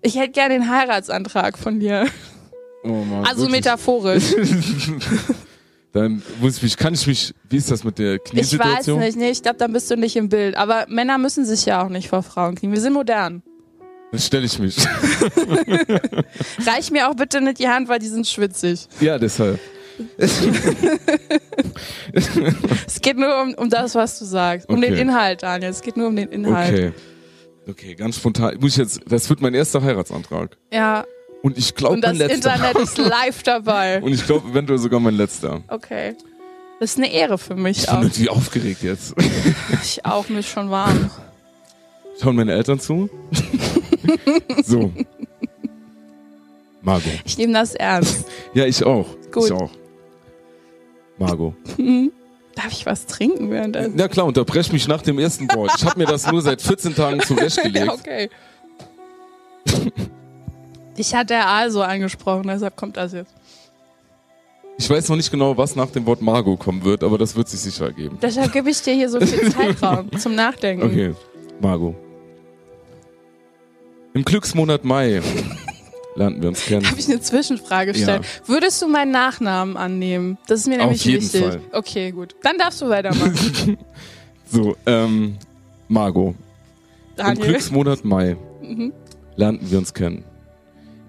D: Ich hätte gerne den Heiratsantrag von dir.
C: Oh Mann,
D: Also
C: wirklich.
D: metaphorisch.
C: Dann muss ich mich, kann ich mich, wie ist das mit der
D: Ich weiß
C: Kniesituation?
D: nicht, nee, ich glaube, dann bist du nicht im Bild. Aber Männer müssen sich ja auch nicht vor Frauen knien. Wir sind modern.
C: Dann stelle ich mich.
D: Reich mir auch bitte nicht die Hand, weil die sind schwitzig.
C: ja, deshalb.
D: Es geht nur um, um das, was du sagst. Um
C: Okay.
D: den Inhalt, Daniel. Es geht nur um den Inhalt.
C: Okay. Okay, ganz spontan. Muss ich jetzt, das wird mein erster Heiratsantrag.
D: Ja,
C: Und ich glaube,
D: und
C: mein
D: das
C: letzter.
D: Internet ist live dabei.
C: Und ich glaube, eventuell sogar mein letzter.
D: Okay. Das ist eine Ehre für mich
C: Ich bin
D: auch.
C: irgendwie aufgeregt jetzt.
D: Ich auch, mir ist schon warm.
C: Schauen meine Eltern zu? so. Margot.
D: Ich nehme das ernst.
C: Ja, ich auch.
D: Gut.
C: Ich auch. Margot.
D: Darf ich was trinken währenddessen?
C: Äh, Na klar, unterbrech mich nach dem ersten Wort. Ich habe mir das nur seit 14 Tagen
D: Ja,
C: zurechtgelegt.
D: okay. Ich hatte der Aal so angesprochen, deshalb kommt das jetzt.
C: Ich weiß noch nicht genau, was nach dem Wort Margot kommen wird, aber das wird sich sicher ergeben.
D: Deshalb gebe ich dir hier so viel Zeitraum zum Nachdenken.
C: Okay, Margot. Im Glücksmonat Mai lernten wir uns kennen.
D: Darf ich eine Zwischenfrage stellen? Würdest du meinen Nachnamen annehmen? Das ist mir
C: Auf
D: nämlich
C: jeden
D: wichtig.
C: Fall.
D: Okay, gut. Dann darfst du weitermachen,
C: So, ähm, Margot. Im
D: Daniel. Mhm.
C: Glücksmonat Mai lernten wir uns kennen.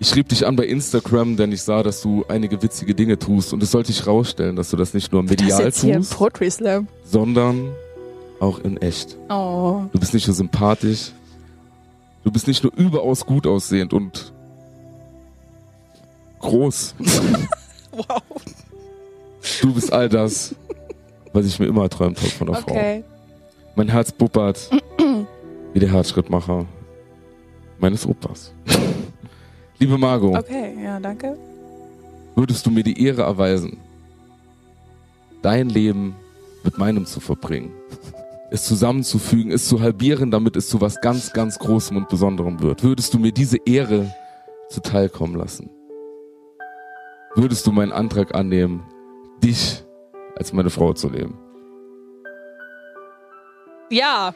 C: Ich schrieb dich an bei Instagram, denn ich sah, dass du einige witzige Dinge tust und es sollte ich rausstellen, dass du das nicht nur
D: Das ist
C: medial
D: jetzt hier ein
C: tust,
D: Poetry Slam.
C: sondern auch in echt.
D: Oh.
C: Du bist nicht nur sympathisch, du bist nicht nur überaus gut aussehend und groß.
D: Wow.
C: Du bist all das, was ich mir immer erträumt habe von einer
D: Okay.
C: Frau. Mein Herz buppert wie der Herzschrittmacher meines Opas. Liebe Margot,
D: Okay, ja, danke.
C: würdest du mir die Ehre erweisen, dein Leben mit meinem zu verbringen, es zusammenzufügen, es zu halbieren, damit es zu was ganz, ganz Großem und Besonderem wird. Würdest du mir diese Ehre zuteilkommen lassen? Würdest du meinen Antrag annehmen, dich als meine Frau zu nehmen?
D: Ja.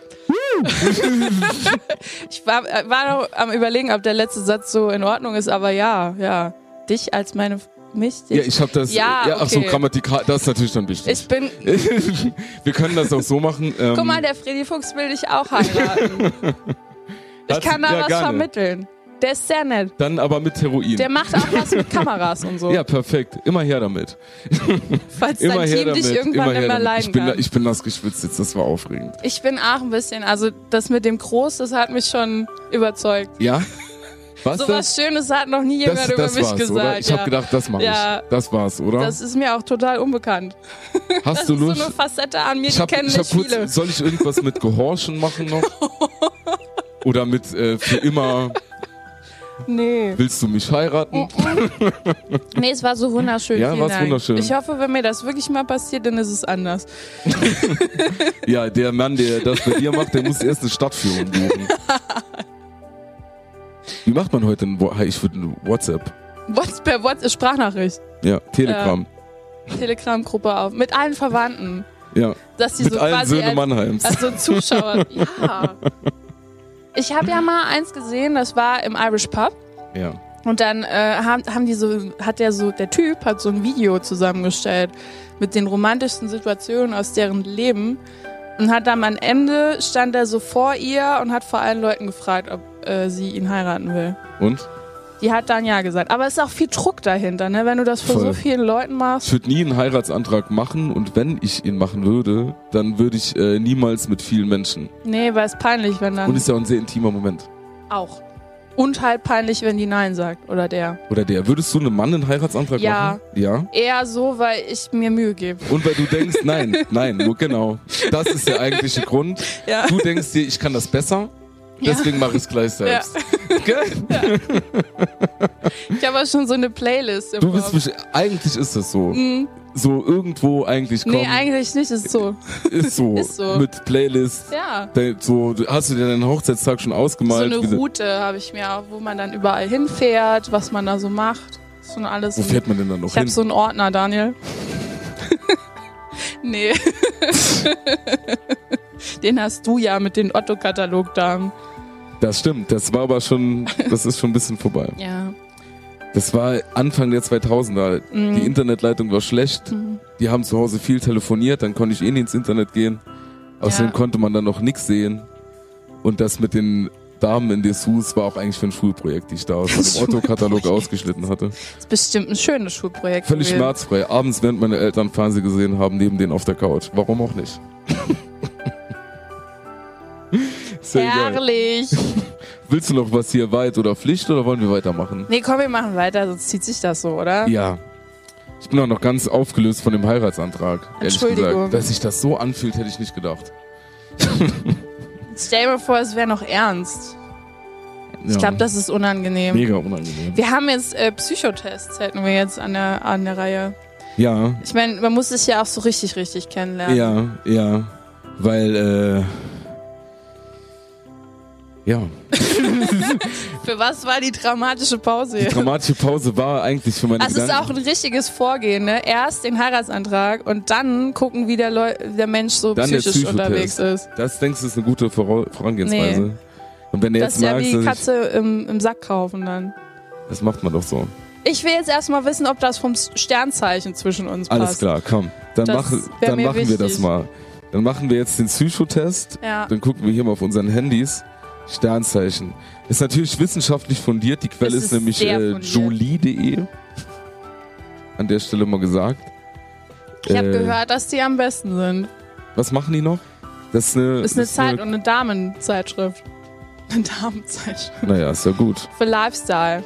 D: ich war, äh, war noch am überlegen, ob der letzte Satz so in Ordnung ist, aber ja, ja. Dich als meine mich. Dich.
C: Ja, ich habe das.
D: Ja,
C: ach so,
D: okay.
C: grammatikal. Das ist natürlich dann wichtig.
D: ich bin.
C: Wir können das auch so machen. Ähm,
D: Guck mal, der Freddy Fuchs will dich auch heiraten. ich
C: hat-
D: kann da
C: ja,
D: was
C: gerne.
D: vermitteln. Der ist sehr nett.
C: Dann aber mit Heroin.
D: Der macht auch was mit Kameras und so.
C: ja, perfekt. Immer her damit.
D: falls dein
C: Immer her
D: Team
C: damit.
D: dich
C: immer
D: irgendwann nicht
C: her
D: mehr
C: damit.
D: leiden
C: ich bin,
D: kann.
C: Ich bin nass geschwitzt jetzt. Das war aufregend.
D: Ich bin auch ein bisschen, also das mit dem Groß, das hat mich schon überzeugt.
C: Ja? Was
D: So was Schönes hat noch nie jemand
C: das,
D: über
C: das
D: mich
C: war's,
D: gesagt.
C: oder? Ich
D: ja.
C: habe gedacht, ne? das mache
D: Ja.
C: ich. Das war's, oder?
D: das ist mir auch total unbekannt.
C: Hast du
D: So
C: Lust?
D: eine Facette an mir,
C: ich hab,
D: die kennen
C: ich hab
D: nicht viele.
C: kurz, soll ich irgendwas mit Gehorchen machen noch? Oder mit äh, für immer
D: Nee.
C: willst du mich heiraten?
D: Nee, es war so wunderschön.
C: Ja,
D: vielen
C: war's
D: Dank.
C: wunderschön.
D: Ich hoffe, wenn mir das wirklich mal passiert, dann ist es anders.
C: Ja, der Mann, der das bei dir macht, der muss erst eine Stadtführung buchen. Wie macht man heute ein, Wo- ich würde ein WhatsApp?
D: What's per WhatsApp, Sprachnachricht.
C: Ja, Telegram.
D: Telegram-Gruppe auf. Mit allen Verwandten.
C: Ja,
D: Dass die
C: mit
D: so
C: allen
D: quasi
C: Söhnen
D: als-
C: Mannheims.
D: Also Zuschauer, ja. Ich habe ja mal eins gesehen, das war im Irish Pub.
C: ja.
D: Und dann äh, haben, haben die so, hat der so, der Typ hat so ein Video zusammengestellt mit den romantischsten Situationen aus deren Leben. Und hat dann am Ende stand er so vor ihr und hat vor allen Leuten gefragt, ob äh, sie ihn heiraten will.
C: Und?
D: Die hat dann ja gesagt. Aber es ist auch viel Druck dahinter, ne? Wenn du das vor
C: Voll.
D: so vielen Leuten machst.
C: Ich würde nie einen Heiratsantrag machen und wenn ich ihn machen würde, dann würde ich äh, niemals mit vielen Menschen.
D: Nee, weil es peinlich, wenn dann
C: Und ist ja auch ein sehr intimer Moment.
D: auch. Und halt peinlich, wenn die Nein sagt oder der.
C: Oder der. Würdest du einem Mann einen Heiratsantrag
D: Ja.
C: machen? Ja.
D: Eher so, weil ich mir Mühe gebe.
C: Und weil du denkst, nein, nein, nur genau. Das ist der eigentliche Grund.
D: Ja.
C: Du denkst dir, ich kann das besser, deswegen mache ich es gleich selbst. Gell?
D: Ich habe auch schon so eine Playlist im
C: Du bist
D: Kopf.
C: mich, eigentlich ist das so. So irgendwo eigentlich komm,
D: Mhm. Nee, eigentlich nicht, ist so.
C: ist, so.
D: ist so.
C: Mit Playlist.
D: Ja.
C: De- So, du- hast du dir deinen Hochzeitstag schon
D: So
C: ausgemalt?
D: eine
C: wie du-
D: Route habe ich mir auch, wo man dann überall hinfährt, was man da so macht. Ist Schon alles
C: Wo
D: im-
C: fährt man denn dann noch
D: ich habe
C: hin?
D: so einen Ordner, Daniel. nee. Den hast du ja mit den Otto-Katalog da.
C: das stimmt, das war aber schon, das ist schon ein bisschen vorbei.
D: Ja.
C: Das war Anfang der 2000er.
D: Mhm.
C: Die Internetleitung war schlecht. Die haben zu Hause viel telefoniert. Dann konnte ich eh nicht ins Internet gehen. Außerdem
D: Ja.
C: konnte man dann noch nix sehen. Und das mit den Damen in Dessous war auch eigentlich für ein Schulprojekt, die ich da aus dem Otto-Katalog ausgeschnitten hatte.
D: Ist bestimmt ein schönes Schulprojekt.
C: Völlig
D: gewesen.
C: schmerzfrei. Abends, während meine Eltern Fernsehen gesehen haben, neben denen auf der Couch. Warum auch nicht? Ist ja egal.
D: Herrlich.
C: Willst du noch was hier weit oder Pflicht oder wollen wir weitermachen?
D: Nee, komm, wir machen weiter, sonst zieht sich das so, oder?
C: Ja. Ich bin auch noch ganz aufgelöst von dem Heiratsantrag. Ehrlich
D: Entschuldigung.
C: gesagt. Dass sich das so anfühlt, hätte ich nicht gedacht.
D: Stell mir vor, es wäre noch ernst.
C: Ja.
D: Ich glaube, das ist unangenehm.
C: Mega unangenehm.
D: Wir haben jetzt äh, Psychotests, hätten wir jetzt an der, an der Reihe.
C: Ja,
D: Ich meine, man muss sich ja auch so richtig, richtig kennenlernen.
C: ja, ja. Weil, äh. Ja,
D: Für was war die dramatische Pause?
C: die dramatische Pause war eigentlich für meine
D: Das ist auch
C: Gedanken.
D: ein richtiges Vorgehen, ne? Erst den Heiratsantrag und dann gucken, wie der, Leu der Mensch so
C: Dann der
D: psychisch
C: Psychotest.
D: unterwegs ist.
C: Das denkst du ist eine gute Vora- Vorangehensweise.
D: Nee.
C: Und wenn du
D: Das
C: jetzt
D: ist ja
C: merkst,
D: wie
C: dass ich,
D: Katze im, im Sack kaufen dann.
C: das macht man doch so.
D: Ich will jetzt erstmal wissen, ob das vom Sternzeichen zwischen uns
C: Alles
D: passt.
C: klar, komm. Dann, mach,
D: Das wär
C: dann
D: mir
C: machen wir das
D: wichtig.
C: mal. Dann machen wir jetzt den Psychotest.
D: Ja.
C: Dann gucken wir hier mal auf unseren Handys. Sternzeichen. Ist natürlich wissenschaftlich fundiert. Die Quelle ist,
D: Es ist
C: nämlich
D: sehr
C: äh,
D: fundiert.
C: jolie.de. An der Stelle mal gesagt.
D: Ich habe
C: Äh,
D: gehört, dass die am besten sind.
C: Was machen die noch? Das ist eine,
D: Ist eine
C: das
D: Zeit- und eine Damenzeitschrift. Eine Damenzeitschrift.
C: Naja, ist ja gut.
D: Für Lifestyle.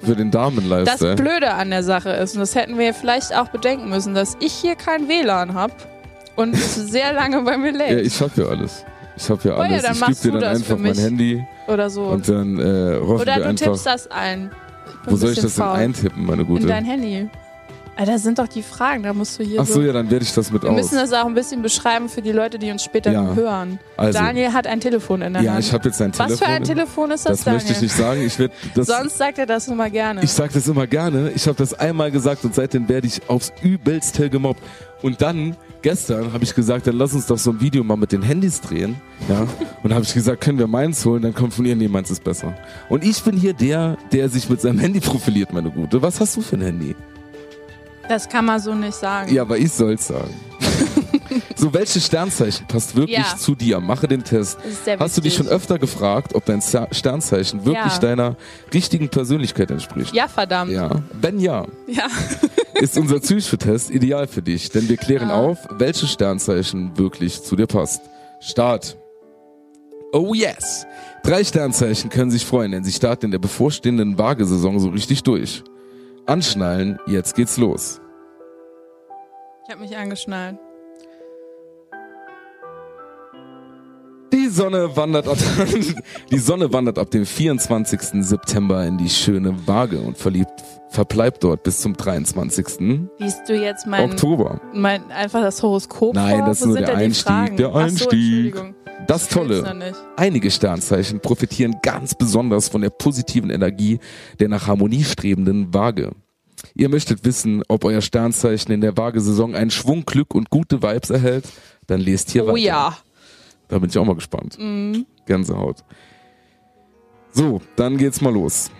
C: Für den
D: Das
C: Damenleister.
D: Blöde an der Sache ist, und das hätten wir vielleicht auch bedenken müssen, dass ich hier kein WLAN habe und es sehr lange bei mir
C: Ja,
D: lädt
C: ich hab ja alles. Ich hab ja
D: Oh ja,
C: alles.
D: dann
C: ich geb
D: machst
C: dir
D: du
C: dann
D: das für
C: einfach mein
D: mich.
C: Handy
D: oder so.
C: und dann äh, roffen
D: oder
C: wir
D: du
C: einfach.
D: tippst das ein.
C: Wo soll ich das denn
D: ein?
C: eintippen, meine Gute?
D: In dein Handy. Ah, das sind doch die Fragen, da musst du hier
C: Ach
D: so.
C: so, ja, dann werde ich das mit
D: Wir
C: aus.
D: müssen das auch ein bisschen beschreiben für die Leute, die uns später
C: Ja,
D: hören.
C: also-
D: Daniel hat ein Telefon in der
C: ja,
D: Hand.
C: ich habe jetzt dein Telefon.
D: Was für ein Telefon ist das,
C: Das
D: Daniel?
C: möchte ich nicht sagen. Ich werde das.
D: Sonst sagt er das nun mal gerne.
C: ich sag das immer gerne. Ich habe das einmal gesagt und seitdem werde ich aufs übelste gemobbt. Und dann gestern habe ich gesagt, dann lass uns doch so ein Video mal mit den Handys drehen, ja? Und habe ich gesagt, können wir meins holen? Dann kommt von ihr, nee, meins ist besser. Und ich bin hier der, der sich mit seinem Handy profiliert, meine Gute. Was hast du für ein Handy?
D: das kann man so nicht sagen.
C: Ja, aber ich soll's sagen. so, welches Sternzeichen passt wirklich
D: Ja.
C: zu dir? Mache den Test.
D: Das ist sehr
C: Hast du dich
D: wichtig.
C: schon öfter gefragt, ob dein Zer- Sternzeichen wirklich
D: Ja.
C: deiner richtigen Persönlichkeit entspricht?
D: Ja, verdammt.
C: Ja. Wenn ja,
D: Ja.
C: ist unser Psychotest ideal für dich, denn wir klären auf, welches Sternzeichen wirklich zu dir passt. Start. Oh yes! Drei Sternzeichen können sich freuen, denn sie starten in der bevorstehenden Waagesaison so richtig durch. Anschnallen, jetzt geht's los.
D: Ich habe mich angeschnallt.
C: Die Sonne wandert ab, die Sonne wandert ab dem 24. September in die schöne Waage und verliebt, verbleibt dort bis zum 23.
D: Liest du jetzt mein,
C: Oktober.
D: mein einfach das Horoskop
C: Nein,
D: vor?
C: das ist
D: Wo
C: nur
D: sind
C: der
D: denn die
C: Einstieg,
D: Fragen?
C: der
D: Ach so,
C: Einstieg.
D: Entschuldigung.
C: Das
D: Ich will's
C: Tolle.
D: noch nicht.
C: Einige Sternzeichen profitieren ganz besonders von der positiven Energie der nach Harmonie strebenden Waage. Ihr möchtet wissen, ob euer Sternzeichen in der Waage-Saison einen Schwung, Glück und gute Vibes erhält? Dann lest hier
D: Oh
C: weiter.
D: ja.
C: Da bin ich auch mal gespannt.
D: Mhm.
C: Gänsehaut. So, dann geht's mal los.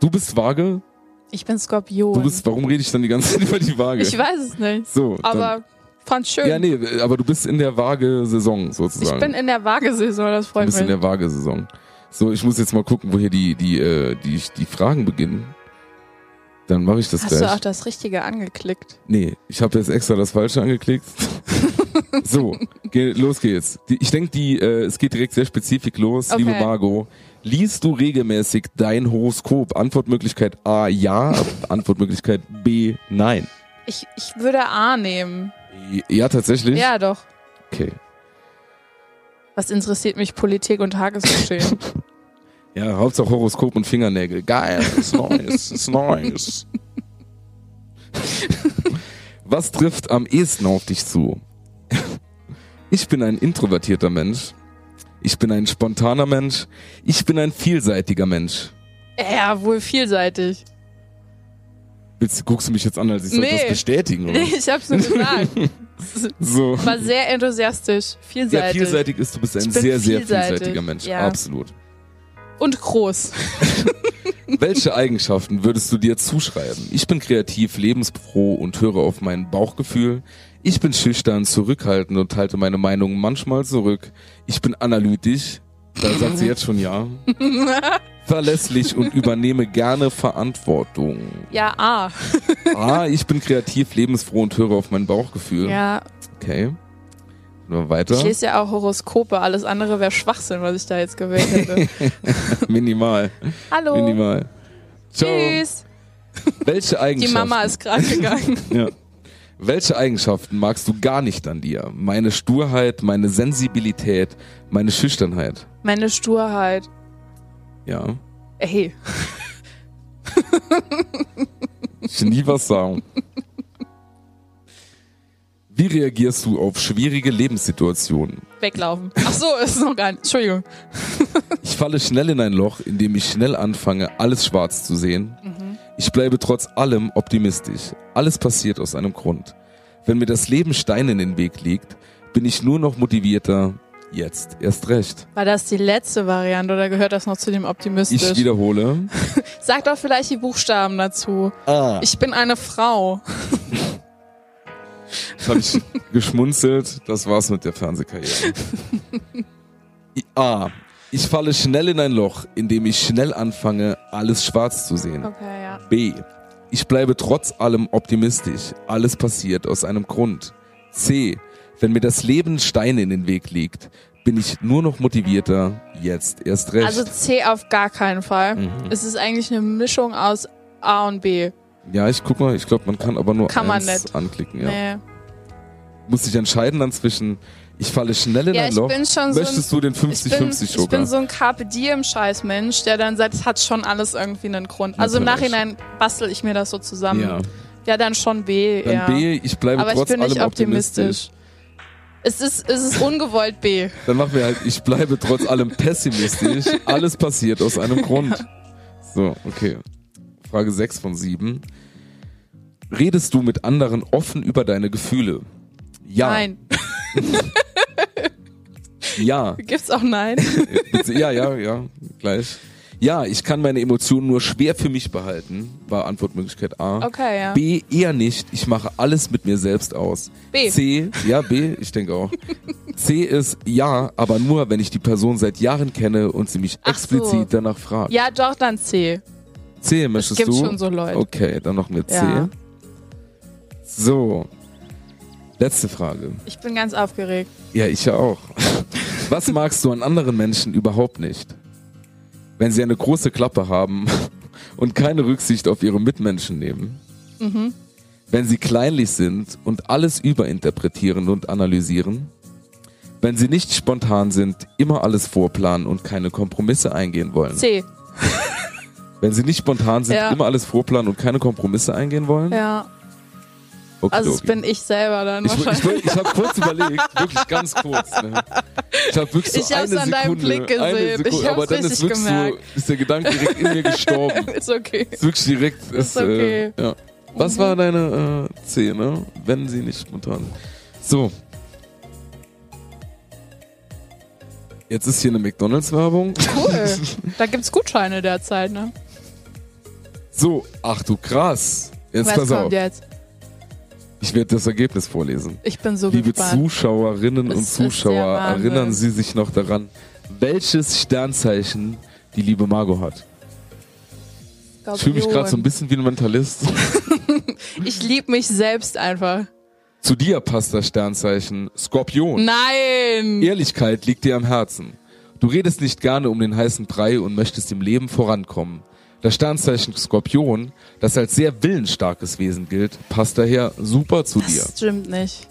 C: Du bist Waage.
D: Ich bin Skorpion.
C: Du bist, warum rede ich dann die ganze Zeit über die Waage?
D: ich weiß es nicht.
C: so,
D: Aber fand's schön.
C: Dann, ja, nee, aber du bist in der Waage-Saison sozusagen.
D: ich bin in der Waagesaison, das
C: Du
D: freut
C: bist in
D: mich.
C: der Waagesaison. So, ich muss jetzt mal gucken, wo hier die, die, äh, die, die Fragen beginnen. Dann mache ich das
D: Hast du
C: gleich.
D: auch das Richtige angeklickt?
C: nee, ich habe jetzt extra das Falsche angeklickt. so, geh, los geht's. Die, ich denke, die, äh, es geht direkt sehr spezifisch los,
D: Okay.
C: liebe Margot. Liest du regelmäßig dein Horoskop? Antwortmöglichkeit A, ja. Antwortmöglichkeit B, nein.
D: Ich, ich würde A nehmen.
C: Ja, tatsächlich?
D: Ja, doch.
C: Okay.
D: Was interessiert mich Politik und Tagesgeschehen?
C: Ja, Hauptsache Horoskop und Fingernägel. Geil, ist nice, ist nice. Was trifft am ehesten auf dich zu? Ich bin ein introvertierter Mensch. Ich bin ein spontaner Mensch. Ich bin ein vielseitiger Mensch.
D: ja, wohl vielseitig.
C: Willst, guckst du mich jetzt an, als ich soll
D: Nee.
C: das bestätigen? Oder?
D: Nee, ich hab's nur gesagt.
C: So.
D: War sehr enthusiastisch,
C: Ja,
D: vielseitig
C: vielseitig ist, du bist ein
D: Ich bin
C: sehr, sehr
D: vielseitig,
C: vielseitiger Mensch.
D: ja.
C: Absolut.
D: und groß.
C: Welche Eigenschaften würdest du dir zuschreiben? Ich bin kreativ, lebensfroh und höre auf mein Bauchgefühl. Ich bin schüchtern, zurückhaltend und halte meine Meinung manchmal zurück. Ich bin analytisch, da sagt sie jetzt schon ja. Verlässlich und übernehme gerne Verantwortung.
D: Ja, A.
C: Ah, ich bin kreativ, lebensfroh und höre auf mein Bauchgefühl.
D: Ja,
C: Okay. Nur weiter.
D: ich lese ja auch Horoskope. Alles andere wäre Schwachsinn, was ich da jetzt gewählt hätte.
C: Minimal.
D: Hallo.
C: Minimal. Ciao.
D: Tschüss.
C: Welche
D: Die
C: Eigenschaften?
D: Mama ist gerade gegangen.
C: Ja. Welche Eigenschaften magst du gar nicht an dir? Meine Sturheit, meine Sensibilität, meine Schüchternheit.
D: Meine Sturheit.
C: Ja.
D: Hey,
C: Ich will nie was sagen. Wie reagierst du auf schwierige Lebenssituationen?
D: weglaufen. Ach so, ist noch gar nicht. Entschuldigung.
C: Ich falle schnell in ein Loch, in dem ich schnell anfange, alles schwarz zu sehen. Ich bleibe trotz allem optimistisch. Alles passiert aus einem Grund. Wenn mir das Leben Steine in den Weg legt, bin ich nur noch motivierter. Jetzt erst recht.
D: War das die letzte Variante oder gehört das noch zu dem
C: Ich
D: optimistisch?
C: wiederhole.
D: Sag doch vielleicht die Buchstaben dazu.
C: Ah.
D: Ich bin eine Frau.
C: Das habe ich geschmunzelt. Das war's mit der Fernsehkarriere. I- A. Ich falle schnell in ein Loch, in dem ich schnell anfange, alles schwarz zu sehen.
D: Okay, ja.
C: B. Ich bleibe trotz allem optimistisch. Alles passiert aus einem Grund. C. Wenn mir das Leben Steine in den Weg legt, bin ich nur noch motivierter, jetzt erst recht.
D: Also C auf gar keinen Fall.
C: Mhm.
D: Es ist eigentlich eine Mischung aus A und B.
C: ja, ich guck mal, ich glaube, man kann aber nur
D: Kann man
C: eins
D: nicht.
C: anklicken. Ja.
D: Nee.
C: Muss ich entscheiden dann zwischen, ich falle schnell in
D: Ja,
C: ein
D: ich
C: Loch,
D: bin schon so
C: möchtest du den
D: Ich bin,
C: 50-50
D: ich bin
C: Joker?
D: so ein Carpe Diem Scheißmensch, der dann sagt, es hat schon alles irgendwie einen Grund. Also im
C: Natürlich.
D: Nachhinein bastel ich mir das so zusammen.
C: ja.
D: Ja, dann schon B.
C: Dann
D: Ähm, ja.
C: B, ich bleibe
D: Aber ich
C: trotz
D: bin nicht
C: allem optimistisch.
D: optimistisch. Es ist, es ist ungewollt B.
C: Dann machen wir halt, ich bleibe trotz allem pessimistisch. Alles passiert aus einem Grund. So, okay. Frage 6 von 7. Redest du mit anderen offen über deine Gefühle? Ja.
D: Nein.
C: Ja.
D: Gibt's auch Nein?
C: Ja, ja, ja. Gleich. Ja, ich kann meine Emotionen nur schwer für mich behalten, war Antwortmöglichkeit A.
D: Okay, ja.
C: B eher nicht. Ich mache alles mit mir selbst aus.
D: B.
C: C, ja, B, ich denke auch. C ist ja, aber nur, wenn ich die Person seit Jahren kenne und sie mich
D: Ach
C: explizit
D: so.
C: danach fragt.
D: Ja, doch, dann C.
C: C möchtest
D: Gibt
C: du?
D: schon so Leute.
C: Okay, dann noch mit C.
D: Ja.
C: So. Letzte Frage.
D: Ich bin ganz aufgeregt.
C: Ja, ich ja auch. Was magst du an anderen Menschen überhaupt nicht? Wenn sie eine große Klappe haben und keine Rücksicht auf ihre Mitmenschen nehmen.
D: Mhm.
C: Wenn sie kleinlich sind und alles überinterpretieren und analysieren. Wenn sie nicht spontan sind, immer alles vorplanen und keine Kompromisse eingehen wollen.
D: C.
C: Wenn sie nicht spontan sind,
D: Ja.
C: immer alles vorplanen und keine Kompromisse eingehen wollen.
D: Ja.
C: Okay,
D: Also es bin ich selber dann
C: Ich, ich,
D: wahrscheinlich.
C: ich, ich habe kurz überlegt, wirklich ganz kurz. Ne? Ich habe wirklich so
D: Ich hab's
C: eine
D: an
C: Sekunde,
D: deinem Blick
C: eine
D: gesehen.
C: Sekunde,
D: Ich hab's
C: aber dann ist
D: richtig
C: wirklich
D: gemerkt.
C: so, ist der Gedanke direkt in mir gestorben.
D: ist okay.
C: Ist wirklich direkt. Ist,
D: okay.
C: äh, ja. Was war deine äh, C, ne? Wenn sie nicht spontan. So. Jetzt ist hier eine McDonalds-Werbung.
D: Cool. Da gibt's Gutscheine derzeit, ne?
C: So, ach du krass. Jetzt
D: Was
C: pass
D: kommt
C: auf.
D: jetzt?
C: Ich werde das Ergebnis vorlesen.
D: Ich bin so
C: Liebe
D: gespannt.
C: Zuschauerinnen
D: Es
C: und
D: ist der
C: Zuschauer,
D: Wahnsinn.
C: erinnern Sie sich noch daran, welches Sternzeichen die liebe Margot hat? Ich fühle mich gerade so ein bisschen wie ein Mentalist.
D: Ich lieb mich selbst einfach.
C: Zu dir passt das Sternzeichen Skorpion.
D: Nein!
C: Ehrlichkeit liegt dir am Herzen. Du redest nicht gerne um den heißen Brei und möchtest im Leben vorankommen. Das Sternzeichen Skorpion, das als sehr willensstarkes Wesen gilt, passt daher super zu dir.
D: Das stimmt nicht.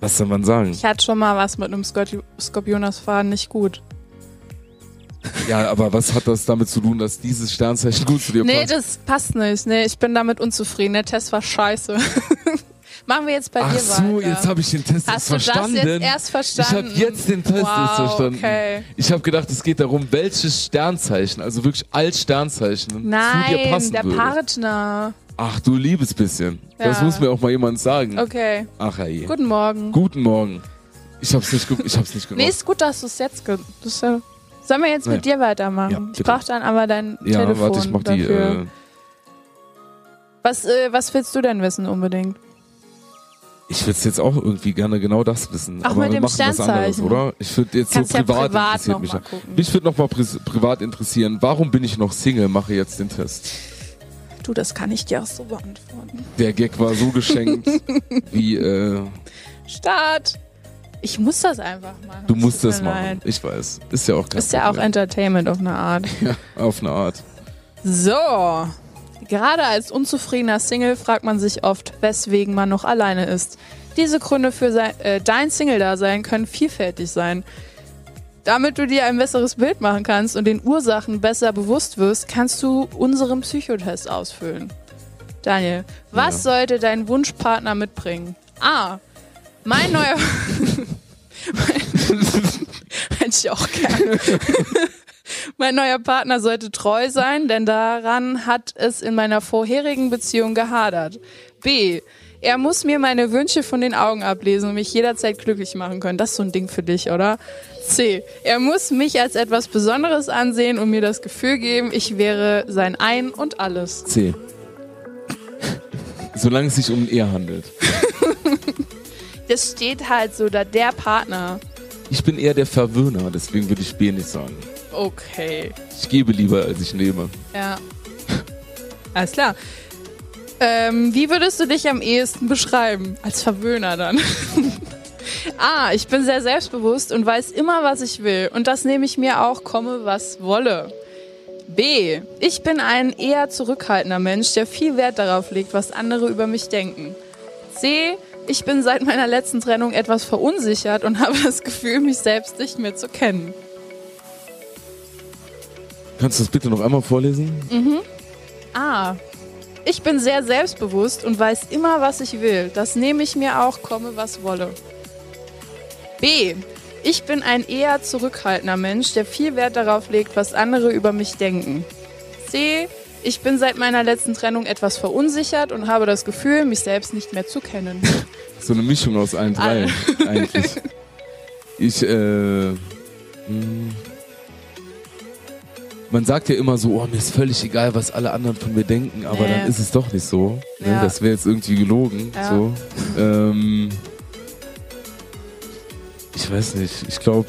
C: Was soll man sagen?
D: Ich hatte schon mal was mit einem Skorpi- Skorpion, das war nicht gut.
C: Ja, aber was hat das damit zu tun, dass dieses Sternzeichen gut zu dir
D: Nee,
C: passt?
D: das passt nicht. Nee, ich bin damit unzufrieden. Der Test war scheiße. Machen wir jetzt bei
C: Ach
D: dir
C: so,
D: weiter.
C: jetzt habe ich den Test
D: Hast du
C: jetzt verstanden.
D: das jetzt erst verstanden?
C: Ich habe jetzt den Test
D: Wow,
C: erst verstanden.
D: okay.
C: Ich habe gedacht, es geht darum, welches Sternzeichen, also wirklich als Sternzeichen, zu dir
D: Nein,
C: passen
D: der
C: würde.
D: Partner.
C: Ach du liebes bisschen. Das
D: Ja.
C: muss mir auch mal jemand sagen.
D: Okay.
C: Ach je.
D: Guten Morgen.
C: Guten Morgen. Ich hab's nicht, ge ich hab's nicht gerafft.
D: Nee, ist gut, dass du es jetzt. Ge das ist ja Sollen wir jetzt mit dir weitermachen?
C: Ja, bitte.
D: ich brauche dann aber dein
C: ja,
D: Telefon
C: warte, ich mach die.
D: dafür.
C: Äh,
D: was, äh, was willst du denn wissen unbedingt?
C: ich würde jetzt auch irgendwie gerne genau das wissen.
D: Ach,
C: aber
D: mit
C: wir
D: dem
C: machen was anderes,
D: Sternzeichen.
C: oder? Ich würde jetzt
D: Kannst
C: so
D: ja
C: privat,
D: privat
C: interessiert
D: noch
C: mich.
D: mal
C: ja.
D: gucken.
C: Mich würde noch mal pri privat interessieren. Warum bin ich noch Single? Mache jetzt den Test.
D: Du, das kann ich dir auch so beantworten.
C: Der Gag war so geschenkt, wie äh,
D: Start! Ich muss das einfach machen.
C: du musst
D: Tut
C: das
D: mir
C: machen.
D: leid.
C: Ich weiß. Ist ja auch kein
D: Ist ja auch
C: Problem.
D: Entertainment auf eine Art.
C: auf eine Art.
D: So. Gerade als unzufriedener Single fragt man sich oft, weswegen man noch alleine ist. Diese Gründe für sei- äh, dein Single-Dasein können vielfältig sein. Damit du dir ein besseres Bild machen kannst und den Ursachen besser bewusst wirst, kannst du unseren Psychotest ausfüllen. Daniel, was sollte dein Wunschpartner mitbringen? A. Mein neuer. Hätte ich auch gerne. mein neuer Partner sollte treu sein, denn daran hat es in meiner vorherigen Beziehung gehadert. B. Er muss mir meine Wünsche von den Augen ablesen und mich jederzeit glücklich machen können. Das ist so ein Ding für dich, oder? C. Er muss mich als etwas Besonderes ansehen und mir das Gefühl geben, ich wäre sein Ein und alles.
C: C. Solange es sich um ein Ehe handelt.
D: Das steht halt so, da der Partner.
C: Ich bin eher der Verwöhner, deswegen würde ich B nicht sagen.
D: Okay.
C: Ich gebe lieber, als ich nehme.
D: Ja. Alles klar. Ähm, wie würdest du dich am ehesten beschreiben? Als Verwöhner dann. Ah, ich bin sehr selbstbewusst und weiß immer, was ich will. Und das nehme ich mir auch, komme, was wolle. B. Ich bin ein eher zurückhaltender Mensch, der viel Wert darauf legt, was andere über mich denken. C. Ich bin seit meiner letzten Trennung etwas verunsichert und habe das Gefühl, mich selbst nicht mehr zu kennen.
C: Kannst du das bitte noch einmal vorlesen?
D: A. Ah, Ich bin sehr selbstbewusst und weiß immer, was ich will. Das nehme ich mir auch, komme, was wolle. B. Ich bin ein eher zurückhaltender Mensch, der viel Wert darauf legt, was andere über mich denken. C. Ich bin seit meiner letzten Trennung etwas verunsichert und habe das Gefühl, mich selbst nicht mehr zu kennen.
C: So eine Mischung aus allen drei eigentlich. Ich, äh. mh. Man sagt ja immer so, oh, mir ist völlig egal, was alle anderen von mir denken, aber
D: Ja.
C: dann ist es doch nicht so. Ne?
D: Ja.
C: Das wäre jetzt irgendwie gelogen.
D: Ja.
C: So. Ähm, ich weiß nicht. Ich glaube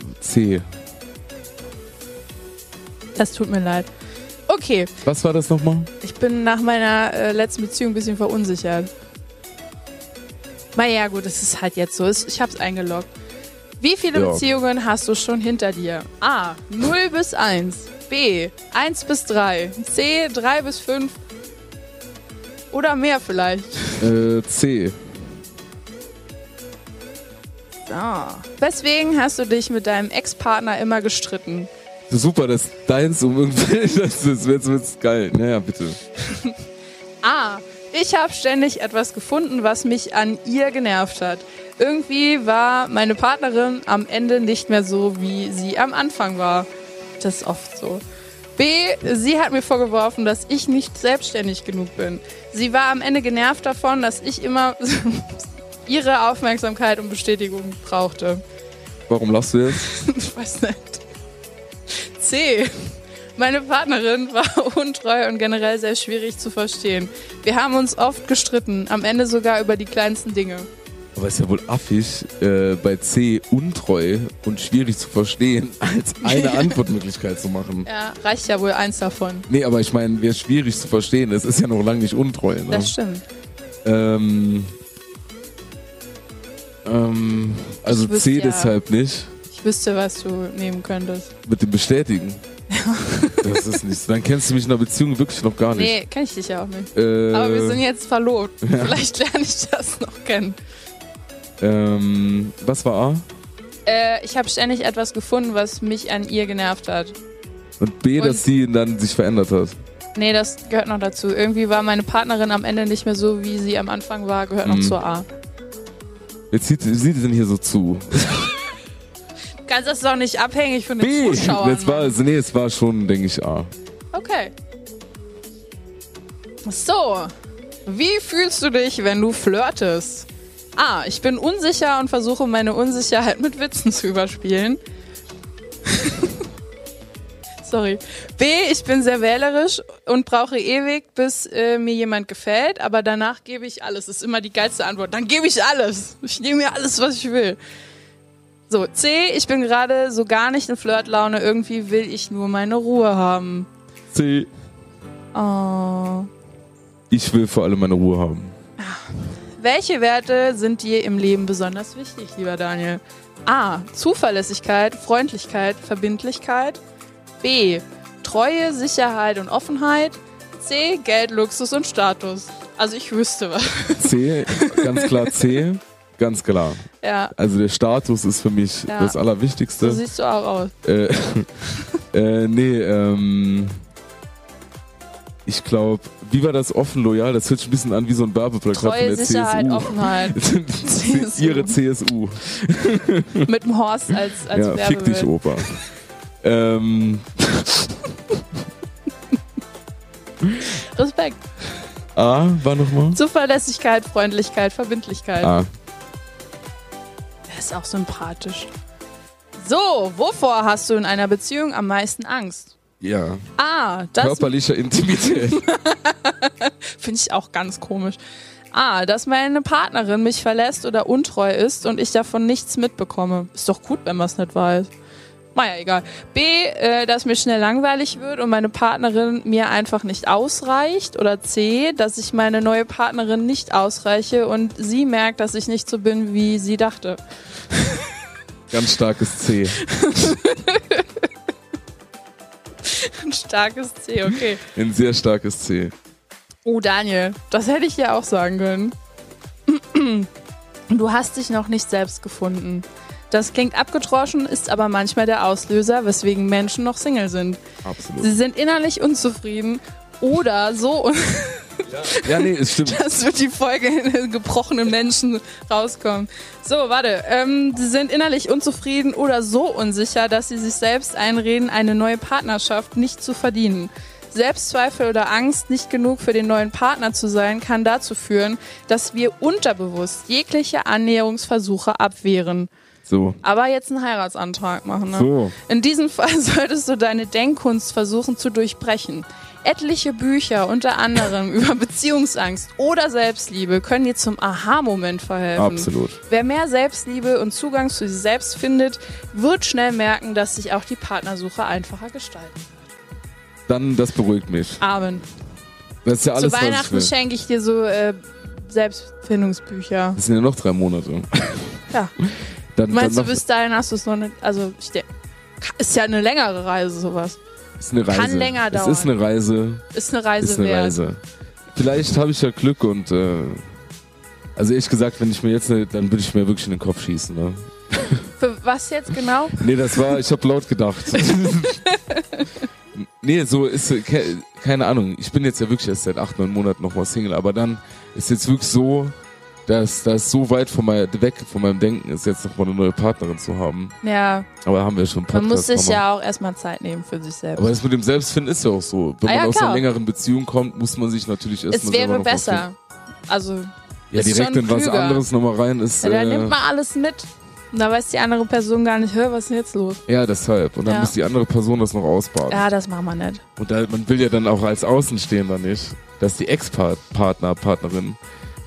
C: äh, C.
D: Das tut mir leid. Okay,
C: Was war das nochmal?
D: ich bin nach meiner äh, letzten Beziehung ein bisschen verunsichert. Naja, gut, es ist halt jetzt so. Es- Ich hab's eingeloggt. Wie viele
C: Ja.
D: Beziehungen hast du schon hinter dir? A. 0 bis 1. B. 1 bis 3. C. 3 bis 5. Oder mehr vielleicht.
C: Äh, C.
D: Ah. Weswegen hast du dich mit deinem Ex-Partner immer gestritten?
C: Super, dass deins um irgendwie. Das ist jetzt wird's geil. Naja, bitte.
D: A. Ich habe ständig etwas gefunden, was mich an ihr genervt hat. Irgendwie war meine Partnerin am Ende nicht mehr so, wie sie am Anfang war. Das ist oft so. B. Sie hat mir vorgeworfen, dass ich nicht selbstständig genug bin. Sie war am Ende genervt davon, dass ich immer ihre Aufmerksamkeit und Bestätigung brauchte.
C: Warum lachst du jetzt?
D: Ich weiß nicht. C. Meine Partnerin war untreu und generell sehr schwierig zu verstehen. Wir haben uns oft gestritten, am Ende sogar über die kleinsten Dinge.
C: Aber ist ja wohl affig, äh, bei C untreu und schwierig zu verstehen, als eine Antwortmöglichkeit zu machen.
D: Ja, reicht ja wohl eins davon.
C: Nee, aber ich meine, wäre schwierig zu verstehen. Es ist ja noch lange nicht untreu. Ne?
D: Das stimmt.
C: Ähm, ähm, also
D: Ich wüsste
C: C
D: ja-
C: deshalb nicht.
D: Ich wüsste, was du nehmen könntest.
C: Mit dem Bestätigen. das ist nichts. Dann kennst du mich in einer Beziehung wirklich noch gar nicht.
D: Nee, kenn ich dich ja auch nicht.
C: Äh,
D: Aber wir sind jetzt verlobt. Vielleicht lerne ich das noch kennen.
C: ähm, was war A?
D: Äh, ich habe ständig etwas gefunden, was mich an ihr genervt hat.
C: Und B,
D: Und-
C: dass sie dann sich verändert hat.
D: Nee, das gehört noch dazu. Irgendwie war meine Partnerin am Ende nicht mehr so, wie sie am Anfang war, gehört noch
C: Mhm.
D: zur A.
C: Jetzt sieht, sieht sie denn hier so zu.
D: Kannst das doch nicht abhängig von den
C: B!
D: Zuschauern
C: Jetzt war,
D: machen.
C: es- nee, es war schon, denke ich, A.
D: Okay. So, wie fühlst du dich, wenn du flirtest? A, ich bin unsicher und versuche meine Unsicherheit mit Witzen zu überspielen. Sorry. B, ich bin sehr wählerisch und brauche ewig, bis äh, mir jemand gefällt, aber danach gebe ich alles. Das ist immer die geilste Antwort. Dann gebe ich alles. Ich nehme mir alles, was ich will. So, C, ich bin gerade so gar nicht in Flirtlaune. Irgendwie will ich nur meine Ruhe haben.
C: C.
D: Oh.
C: Ich will vor allem meine Ruhe haben.
D: Welche Werte sind dir im Leben besonders wichtig, lieber Daniel? A. Zuverlässigkeit, Freundlichkeit, Verbindlichkeit. B. Treue, Sicherheit und Offenheit. C. Geld, Luxus und Status. Also ich wüsste was.
C: C, ganz klar C, ganz klar.
D: Ja,
C: Also der Status ist für mich
D: Ja.
C: das
D: so
C: Allerwichtigste.
D: siehst du auch aus.
C: äh, äh, nee, ähm, ich glaube, wie war das offen loyal? Das hört sich ein bisschen an wie so ein Werbeplakat von
D: Treue,
C: der
D: Sicherheit,
C: CSU.
D: Offenheit.
C: C- Ihre CSU.
D: Mit dem Horst als, als
C: ja, fick
D: Werbebild.
C: dich, Opa. ähm, oh.
D: Respekt.
C: A war nochmal?
D: Zuverlässigkeit, Freundlichkeit, Verbindlichkeit.
C: A.
D: Er ist auch sympathisch. So, wovor hast du in einer Beziehung am meisten Angst?
C: Ja,
D: A. Ah, Das
C: körperlicher Intimität.
D: finde ich auch ganz komisch. A. Dass meine Partnerin mich verlässt oder untreu ist und ich davon nichts mitbekomme. Ist doch gut, wenn man es nicht weiß. Naja, egal. B, äh, dass mir schnell langweilig wird und meine Partnerin mir einfach nicht ausreicht. Oder C, dass ich meine neue Partnerin nicht ausreiche und sie merkt, dass ich nicht so bin, wie sie dachte.
C: Ganz starkes C.
D: Ein starkes C, okay.
C: Ein sehr starkes C.
D: Oh, Daniel, das hätte ich ja auch sagen können. Du hast dich noch nicht selbst gefunden. Das klingt abgetroschen, ist aber manchmal der Auslöser, weswegen Menschen noch Single sind. Sie
C: Absolut.
D: sind innerlich unzufrieden oder so,
C: Ja, nee, es stimmt.
D: das wird die Folge in gebrochenen Menschen rauskommen. So, warte. Ähm, sie sind innerlich unzufrieden oder so unsicher, dass sie sich selbst einreden, eine neue Partnerschaft nicht zu verdienen. Selbstzweifel oder Angst, nicht genug für den neuen Partner zu sein, kann dazu führen, dass wir unterbewusst jegliche Annäherungsversuche abwehren.
C: So.
D: Aber jetzt einen Heiratsantrag machen. Ne?
C: So.
D: In diesem Fall solltest du deine Denkkunst versuchen zu durchbrechen. Etliche Bücher, unter anderem über Beziehungsangst oder Selbstliebe, können dir zum Aha-Moment verhelfen.
C: Absolut.
D: Wer mehr Selbstliebe und Zugang zu sich selbst findet, wird schnell merken, dass sich auch die Partnersuche einfacher gestalten.
C: Dann, das beruhigt mich.
D: Amen.
C: Das ist ja alles,
D: zu Weihnachten
C: was ich will.
D: schenke ich dir so äh, Selbstfindungsbücher.
C: Das sind ja noch drei Monate.
D: Ja.
C: Dann,
D: Meinst du,
C: dann noch,
D: bis dahin hast du es noch nicht. Also, ich, denk- ist ja eine längere Reise, sowas.
C: ist eine Reise.
D: kann länger
C: Es ist eine Reise.
D: Ist eine Reise
C: ist eine
D: wert.
C: Reise. Vielleicht habe ich ja Glück und äh, also ehrlich gesagt, wenn ich mir jetzt eine, dann würde ich mir wirklich in den Kopf schießen. Ne?
D: Für was jetzt genau?
C: Nee, das war, ich habe laut gedacht. nee, so ist äh, ke keine Ahnung. Ich bin jetzt ja wirklich erst seit acht, neun Monaten nochmal Single, aber dann ist jetzt wirklich so, dass das so weit von mein, weg von meinem Denken ist, jetzt nochmal eine neue Partnerin zu haben.
D: Ja,
C: Aber haben wir schon einen
D: man
C: Podcast
D: muss sich
C: nochmal.
D: ja auch erstmal Zeit nehmen für sich selbst.
C: Aber das mit dem Selbstfinden ist ja auch so. Wenn
D: Ah, ja,
C: man aus
D: klar.
C: einer längeren Beziehung kommt, muss man sich natürlich erstmal
D: es
C: selber
D: wäre
C: noch mal finden.
D: besser. Also,
C: Ja,
D: Ist
C: direkt
D: schon
C: in was
D: klüger.
C: anderes nochmal rein ist.
D: ja, da
C: äh,
D: nimmt man alles mit. Und da weiß die andere Person gar nicht, hör, was ist denn jetzt los?
C: ja, deshalb. Und dann
D: Ja.
C: muss die andere Person das noch ausbaden.
D: Ja, das machen wir nicht.
C: Und da, man will ja dann auch als Außenstehender nicht, dass die Ex-Partner, Partnerin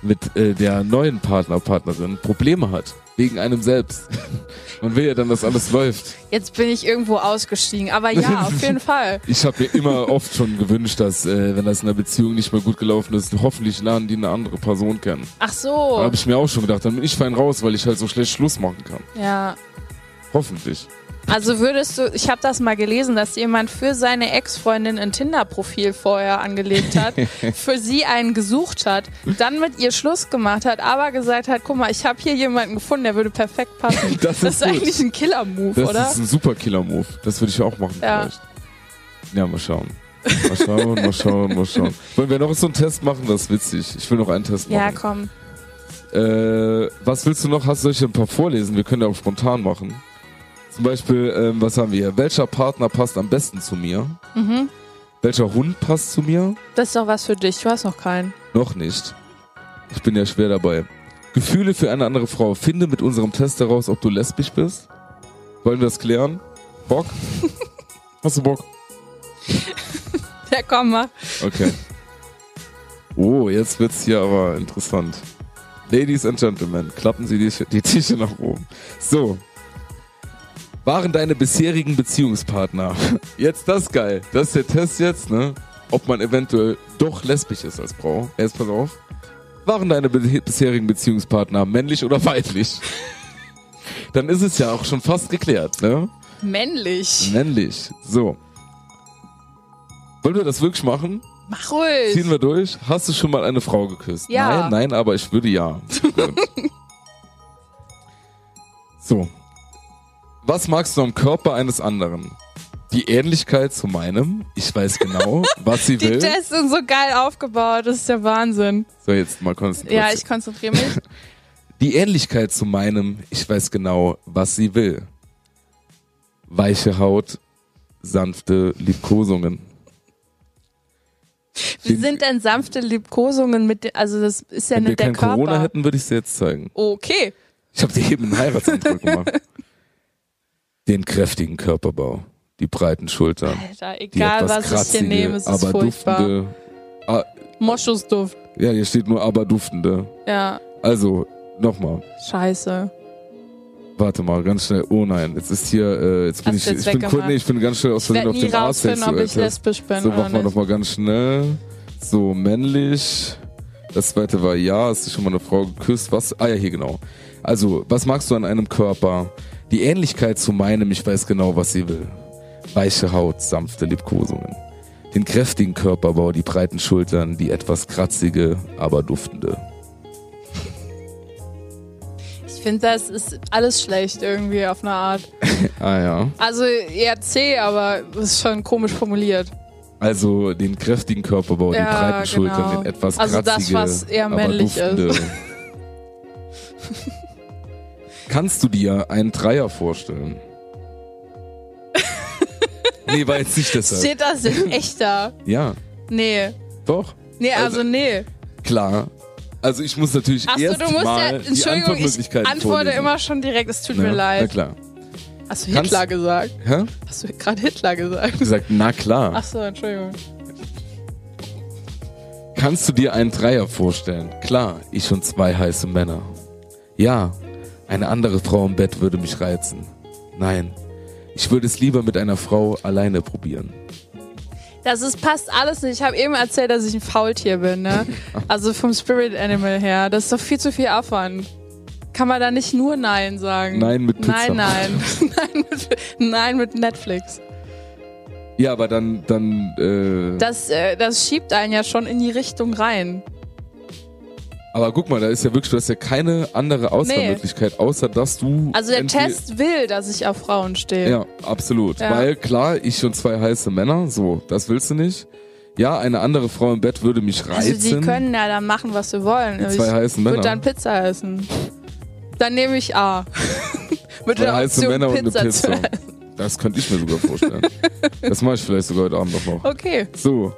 C: mit äh, der neuen Partner, Partnerin Probleme hat. Wegen einem selbst. man will ja dann, dass alles läuft.
D: Jetzt bin ich irgendwo ausgestiegen. Aber ja, auf jeden Fall.
C: Ich habe mir immer oft schon gewünscht, dass, äh, wenn das in der Beziehung nicht mehr gut gelaufen ist, hoffentlich lernen die eine andere Person kennen.
D: Ach
C: Da
D: so.
C: habe ich mir auch schon gedacht, dann bin ich fein raus, weil ich halt so schlecht Schluss machen kann.
D: Ja.
C: Hoffentlich.
D: Also würdest du, ich habe das mal gelesen, dass jemand für seine Ex-Freundin ein Tinder-Profil vorher angelegt hat, für sie einen gesucht hat, dann mit ihr Schluss gemacht hat, aber gesagt hat, guck mal, ich habe hier jemanden gefunden, der würde perfekt passen.
C: Das ist gut.
D: eigentlich ein Killer-Move,
C: Das
D: oder?
C: ist ein super Killer-Move. Das würde ich auch machen
D: Ja.
C: vielleicht. Ja, mal schauen. Mal schauen, mal schauen, mal schauen. Wollen wir noch so einen Test machen? Das ist witzig. Ich will noch einen Test
D: Ja,
C: machen.
D: komm.
C: Äh, was willst du noch? Hast du euch ein paar vorlesen? Wir können ja auch spontan machen. Zum Beispiel, ähm, was haben wir hier? Welcher Partner passt am besten zu mir?
D: Mhm.
C: Welcher Hund passt zu mir?
D: Das ist doch was für dich. Du hast noch keinen.
C: Noch nicht. Ich bin ja schwer dabei. Gefühle für eine andere Frau. Finde mit unserem Test heraus, ob du lesbisch bist. Wollen wir das klären? Bock? Hast du Bock?
D: Ja, komm mal.
C: Okay. Oh, jetzt wird's hier aber interessant. Ladies and Gentlemen, klappen Sie die, die Tische nach oben. So. Waren deine bisherigen Beziehungspartner? Jetzt das geil. Das ist der Test jetzt, ne? Ob man eventuell doch lesbisch ist als Frau. Erst pass auf. Waren deine be bisherigen Beziehungspartner männlich oder weiblich? Dann ist es ja auch schon fast geklärt, ne? Hm.
D: Männlich.
C: Männlich. So. Wollen wir das wirklich machen?
D: Mach ruhig.
C: Ziehen wir durch. Hast du schon mal eine Frau geküsst?
D: Ja.
C: Nein, nein, aber ich würde ja. Gut. so. Was magst du am Körper eines anderen? Die Ähnlichkeit zu meinem. Ich weiß genau, was sie
D: die
C: will.
D: Tests sind so geil aufgebaut. Das ist der Wahnsinn.
C: So, jetzt mal konzentrieren.
D: Ja, ich konzentriere mich.
C: Die Ähnlichkeit zu meinem. Ich weiß genau, was sie will. Weiche Haut, sanfte Liebkosungen.
D: Wie sind denn sanfte Liebkosungen mit dem, also das ist ja
C: Wenn wir
D: nicht der
C: kein
D: Körper.
C: Corona hätten, würde ich sie jetzt zeigen.
D: Okay.
C: Ich habe dir eben einen Heiratsantrag gemacht. Den kräftigen Körperbau, die breiten Schultern,
D: Alter,
C: die
D: egal
C: etwas
D: was ich
C: kratzige,
D: hier nehme, es ist
C: aber
D: furchtbar.
C: duftende.
D: Moschusduft.
C: Ja, hier steht nur aber duftende.
D: Ja,
C: Also nochmal.
D: scheiße.
C: Warte mal, ganz schnell. Oh nein, jetzt ist hier, äh, jetzt bin
D: Hast du
C: ich,
D: jetzt
C: ich bin, kurz,
D: weggemacht?
C: nee, ich bin ganz schnell aus
D: Ich
C: Versehen
D: werde
C: auf
D: nie
C: dem
D: rausfinden, ob ich
C: Arzt. äh,
D: lesbisch bin
C: So,
D: oder
C: machen wir
D: nicht.
C: nochmal ganz schnell. So, männlich. Das zweite war ja, hast du schon mal eine Frau geküsst? Was? Ah ja, hier genau. Also, was magst du an einem Körper? Die Ähnlichkeit zu meinem, ich weiß genau, was sie will. Weiche Haut, sanfte Liebkosungen. Den kräftigen Körperbau, die breiten Schultern, die etwas kratzige, aber duftende.
D: Ich finde, das ist alles schlecht irgendwie auf eine Art.
C: Ah ja.
D: Also eher zäh, aber es ist schon komisch formuliert.
C: Also den kräftigen Körperbau, die
D: Ja,
C: breiten
D: genau.
C: Schultern, den etwas
D: Also das,
C: kratzige,
D: was eher
C: aber
D: männlich
C: duftende.
D: ist.
C: Kannst du dir einen Dreier vorstellen? nee, war jetzt nicht deshalb.
D: Steht das in echter?
C: Ja,
D: Nee.
C: doch,
D: Nee,
C: Also-
D: also nee.
C: klar. Also ich muss natürlich
D: Achso,
C: erst
D: du musst ja,
C: mal die
D: Entschuldigung, ich
C: Antwortmöglichkeiten
D: antworte
C: vorlesen.
D: immer schon direkt, es tut
C: Na,
D: mir
C: Na
D: leid.
C: klar.
D: Hast du
C: Kannst-
D: Hitler gesagt?
C: Hä?
D: Hast du gerade Hitler gesagt?
C: Gesagt, na klar.
D: Achso, Entschuldigung.
C: Kannst du dir einen Dreier vorstellen? Klar, ich und zwei heiße Männer. Ja, eine andere Frau im Bett würde mich reizen. Nein, ich würde es lieber mit einer Frau alleine probieren.
D: Das ist, passt alles nicht. Ich habe eben erzählt, dass ich ein Faultier bin, ne? Also vom Spirit Animal her. Das ist doch viel zu viel Aufwand. Kann man da nicht nur Nein sagen?
C: Nein mit Pizza.
D: Nein, nein. nein, mit, nein mit Netflix.
C: Ja, aber dann, dann, äh,
D: Das, äh, das schiebt einen ja schon in die Richtung rein.
C: aber guck mal, da ist ja wirklich, du hast ja keine andere Auswahlmöglichkeit, außer dass du.
D: Also der
C: entweder-
D: Test will, dass ich auf Frauen stehe.
C: Ja, absolut.
D: Ja.
C: Weil klar, ich und zwei heiße Männer, so, das willst du nicht. Ja, eine andere Frau im Bett würde mich reizen.
D: Also die können ja dann machen, was sie wollen.
C: zwei heißen Männer.
D: Würde dann Pizza essen. Dann nehme ich A. Mit
C: Zwei
D: der
C: heiße
D: Option
C: Männer und
D: Pizza
C: eine
D: zu
C: Pizza.
D: essen.
C: Das könnte ich mir sogar vorstellen. das mache ich vielleicht sogar heute Abend nochmal.
D: Okay.
C: So.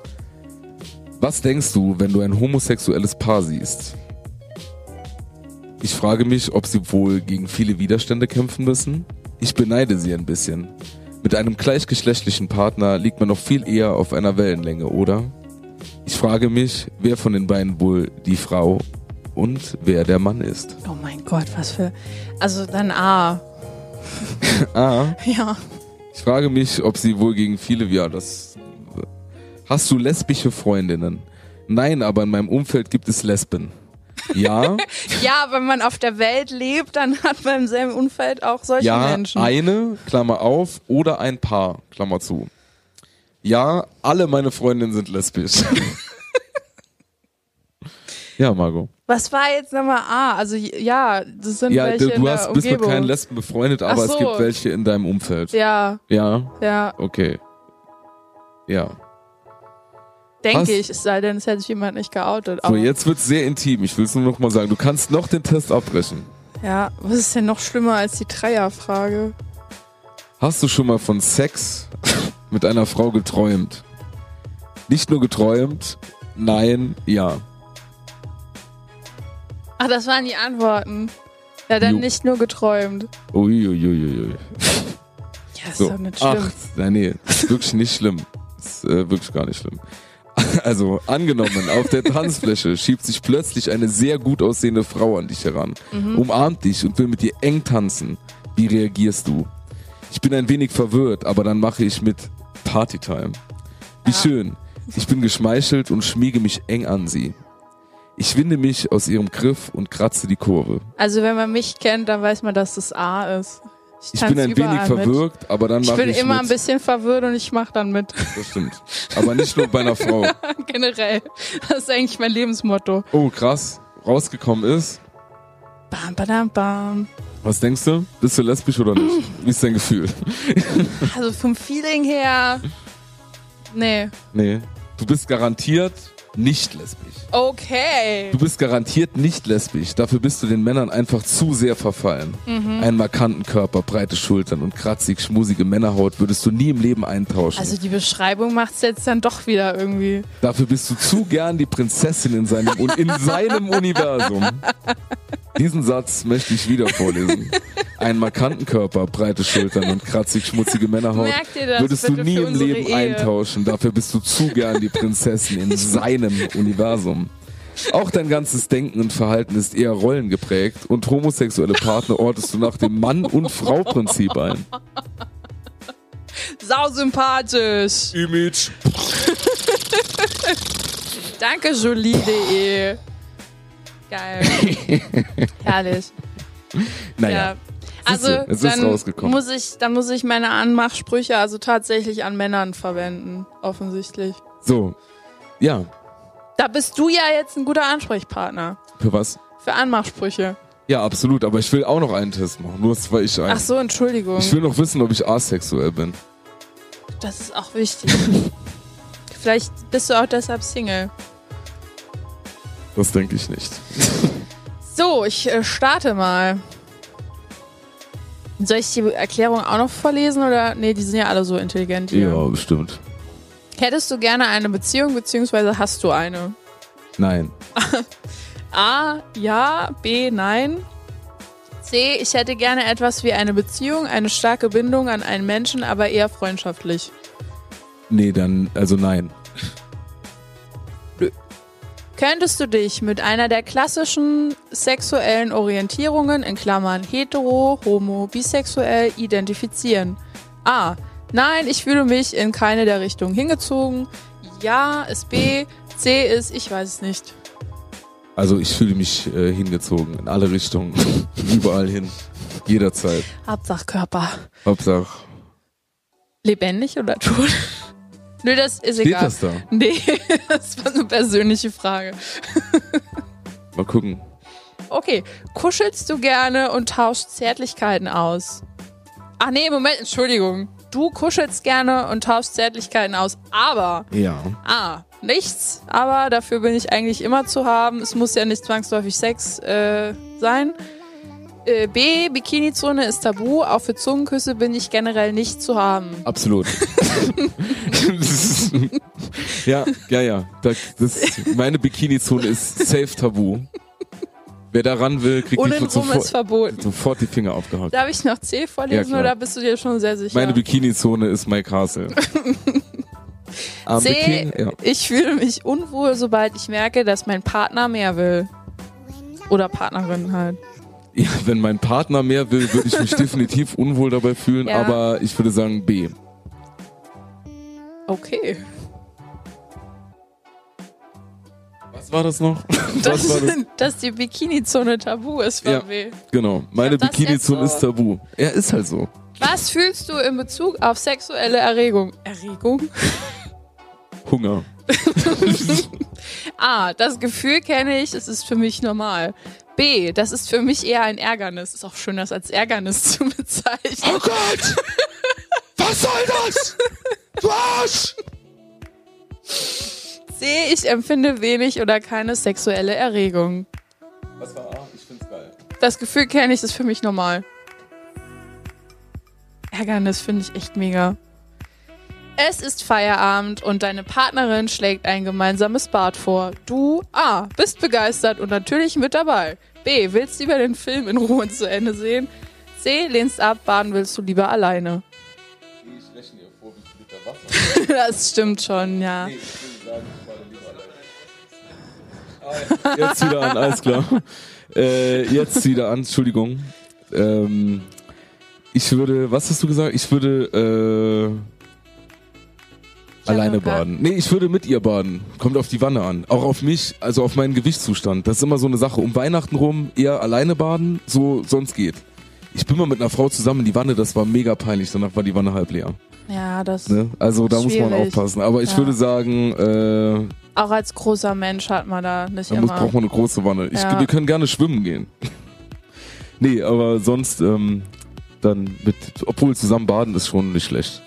C: Was denkst du, wenn du ein homosexuelles Paar siehst? Ich frage mich, ob sie wohl gegen viele Widerstände kämpfen müssen. Ich beneide sie ein bisschen. Mit einem gleichgeschlechtlichen Partner liegt man noch viel eher auf einer Wellenlänge, oder? Ich frage mich, wer von den beiden wohl die Frau und wer der Mann ist.
D: Oh mein Gott, was für. Also dann A.
C: Ah,
D: Ja.
C: Ich frage mich, ob sie wohl gegen viele, ja, das. Hast du lesbische Freundinnen? Nein, aber in meinem Umfeld gibt es Lesben. Ja,
D: Ja, wenn man auf der Welt lebt, dann hat man im selben Umfeld auch solche
C: ja,
D: Menschen.
C: eine, Klammer auf, oder ein Paar, Klammer zu. Ja, alle meine Freundinnen sind lesbisch. ja, Margot.
D: Was war jetzt nochmal A? Also ja, das sind
C: Ja,
D: welche
C: du,
D: in
C: du
D: der
C: hast, bist
D: Umgebung.
C: mit keinen Lesben befreundet, aber es
D: so.
C: gibt welche in deinem Umfeld.
D: ja,
C: Ja,
D: ja,
C: okay. Ja. Was?
D: denke ich. Es sei denn, es hätte sich jemand nicht geoutet.
C: So,
D: aber-
C: jetzt wird's sehr intim. Ich will's nur noch mal sagen. Du kannst noch den Test abbrechen.
D: Ja, was ist denn noch schlimmer als die Dreierfrage?
C: Hast du schon mal von Sex mit einer Frau geträumt? Nicht nur geträumt, nein, ja.
D: Ach, Ah, das waren die Antworten. Ja, dann
C: Jo.
D: nicht nur geträumt.
C: Uiuiuiui.
D: Ja, ist
C: So,
D: doch nicht schlimm.
C: acht. Nein, nee, ist wirklich nicht schlimm. Ist äh, wirklich gar nicht schlimm. Also, angenommen, auf der Tanzfläche schiebt sich plötzlich eine sehr gut aussehende Frau an dich heran,
D: Mhm.
C: umarmt dich und will mit dir eng tanzen. Wie reagierst du? Ich bin ein wenig verwirrt, aber dann mache ich mit Partytime. Wie schön. Ich bin geschmeichelt und schmiege mich eng an sie. Ich winde mich aus ihrem Griff und kratze die Kurve.
D: Also wenn man mich kennt, dann weiß man, dass das A ist.
C: Ich
D: tanz
C: bin ein
D: überall
C: wenig
D: mit.
C: verwirrt, aber dann
D: Ich
C: mache
D: bin
C: ich
D: immer
C: mit.
D: ein bisschen verwirrt und ich mache dann mit.
C: Das stimmt. Aber nicht nur bei einer Frau.
D: Generell. Das ist eigentlich mein Lebensmotto.
C: Oh, krass. Rausgekommen ist.
D: Bam, badam, bam.
C: Was denkst du? Bist du lesbisch oder nicht? Wie ist dein Gefühl?
D: Also vom Feeling her. Nee.
C: Nee. Du bist garantiert nicht lesbisch.
D: Okay.
C: Du bist garantiert nicht lesbisch. Dafür bist du den Männern einfach zu sehr verfallen. Einen markanten Körper, breite Schultern und kratzig schmusige Männerhaut würdest du nie im Leben eintauschen.
D: Also die Beschreibung macht's jetzt dann doch wieder irgendwie.
C: Dafür bist du zu gern die Prinzessin in seinem, und in seinem Universum. Diesen Satz möchte ich wieder vorlesen. Einen markanten Körper, breite Schultern und kratzig schmutzige Männerhaut
D: Merkt ihr das
C: würdest du
D: bitte
C: nie
D: für
C: im
D: unsere
C: Leben
D: Ehe?
C: eintauschen. Dafür bist du zu gern die Prinzessin in seinem Universum. Auch dein ganzes Denken und Verhalten ist eher rollengeprägt und homosexuelle Partner ortest du nach dem Mann- und Frau-Prinzip ein.
D: Sau sympathisch.
C: Image.
D: Danke, Jolie.de. Geil. Herrlich.
C: Naja,
D: Ja.
C: Siehste,
D: Also
C: es ist
D: dann
C: rausgekommen.
D: muss ich, dann muss ich meine Anmachsprüche also tatsächlich an Männern verwenden, offensichtlich.
C: so. Ja,
D: Da bist du ja jetzt ein guter Ansprechpartner
C: für was?
D: für Anmachsprüche.
C: Ja, absolut, aber ich will auch noch einen Test machen. Nur zwei ich ein.
D: Ach so, Entschuldigung.
C: Ich will noch wissen, ob ich asexuell bin.
D: Das ist auch wichtig. Vielleicht bist du auch deshalb Single.
C: Das denke ich nicht.
D: So, ich äh, starte mal. Soll ich die Erklärung auch noch vorlesen oder? Nee, die sind ja alle so intelligent hier.
C: bestimmt.
D: Hättest du gerne eine Beziehung, beziehungsweise hast du eine?
C: Nein.
D: A, ja, B, nein. C, ich hätte gerne etwas wie eine Beziehung, eine starke Bindung an einen Menschen, aber eher freundschaftlich.
C: Nee, dann, also nein.
D: Könntest du dich mit einer der klassischen sexuellen Orientierungen in Klammern hetero, homo, bisexuell identifizieren? A. Nein, ich fühle mich in keine der Richtungen hingezogen. Ja ist B. C ist, ich weiß es nicht.
C: Also ich fühle mich äh, hingezogen in alle Richtungen, überall hin, jederzeit.
D: Hauptsache Körper.
C: Hauptsache,
D: Lebendig oder tot? Nö, das ist
C: steht
D: egal.
C: das da?
D: Nee, das war eine persönliche Frage.
C: Mal gucken.
D: Okay, kuschelst du gerne und tauscht Zärtlichkeiten aus? Ach nee, Moment, Entschuldigung. Du kuschelst gerne und tauscht Zärtlichkeiten aus, aber
C: Ja.
D: A, nichts, aber dafür bin ich eigentlich immer zu haben. Es muss ja nicht zwangsläufig Sex äh, sein. Äh, B, Bikini-Zone ist tabu, auch für Zungenküsse bin ich generell nicht zu haben.
C: Absolut. ja, ja, ja. Das, das, meine Bikini-Zone ist safe tabu. Wer daran will, kriegt die
D: Ohne
C: sofort,
D: Rum ist verboten.
C: sofort die Finger abgehakt.
D: Darf ich noch C
C: Ja,
D: vorlesen
C: klar.
D: oder bist du dir schon sehr sicher?
C: Meine Bikini-Zone ist my castle. Am
D: C.
C: Bikini- ja.
D: Ich fühle mich unwohl, sobald ich merke, dass mein Partner mehr will. Oder Partnerin halt.
C: ja, wenn mein Partner mehr will, würde ich mich definitiv unwohl dabei fühlen,
D: Ja.
C: aber ich würde sagen B.
D: Okay.
C: Was war das noch? Was
D: Das,
C: war das?
D: dass die Bikini-Zone tabu ist, war
C: Ja.
D: weh.
C: Genau, meine
D: das
C: Bikini-Zone
D: jetzt
C: ist
D: so-
C: tabu. Er ja, ist halt so.
D: Was fühlst du in Bezug auf sexuelle Erregung? Erregung?
C: Hunger.
D: A. Das Gefühl kenne ich, es ist für mich normal. B. Das ist für mich eher ein Ärgernis. Ist auch schön, das als Ärgernis zu bezeichnen.
C: Oh Gott! Was soll das? Du Arsch!
D: C. Ich empfinde wenig oder keine sexuelle Erregung.
C: Was war A? Ich find's geil.
D: Das Gefühl kenne ich, ist für mich normal. Ärgernis finde ich echt mega. Es ist Feierabend und deine Partnerin schlägt ein gemeinsames Bad vor. Du A. Bist begeistert und natürlich mit dabei. B. Willst lieber den Film in Ruhe zu Ende sehen. C. Lehnst ab, baden willst du lieber alleine.
C: Ich rechne ihr vor, wie viel Liter Wasser.
D: Das stimmt schon, ja.
C: Jetzt wieder an, alles klar. Äh, jetzt wieder an, Entschuldigung. Ähm, ich würde, was hast du gesagt? Ich würde äh,
D: hab
C: alleine
D: noch gar-
C: baden. Nee, ich würde mit ihr baden. Kommt auf die Wanne an. Auch auf mich, also auf meinen Gewichtszustand. Das ist immer so eine Sache. Um Weihnachten rum eher alleine baden, so sonst geht. Ich bin mal mit einer Frau zusammen in die Wanne, das war mega peinlich. Danach war die Wanne halb leer.
D: Ja, das.
C: Ne? Also da muss man
D: Schwierig.
C: aufpassen. Aber ich
D: Ja.
C: würde sagen, äh,
D: Auch als großer Mensch hat man da nicht
C: da muss,
D: immer.
C: braucht man eine große Wanne. Ich,
D: Ja.
C: Wir können gerne schwimmen gehen. nee, aber sonst ähm, dann mit, obwohl zusammen baden ist schon nicht schlecht.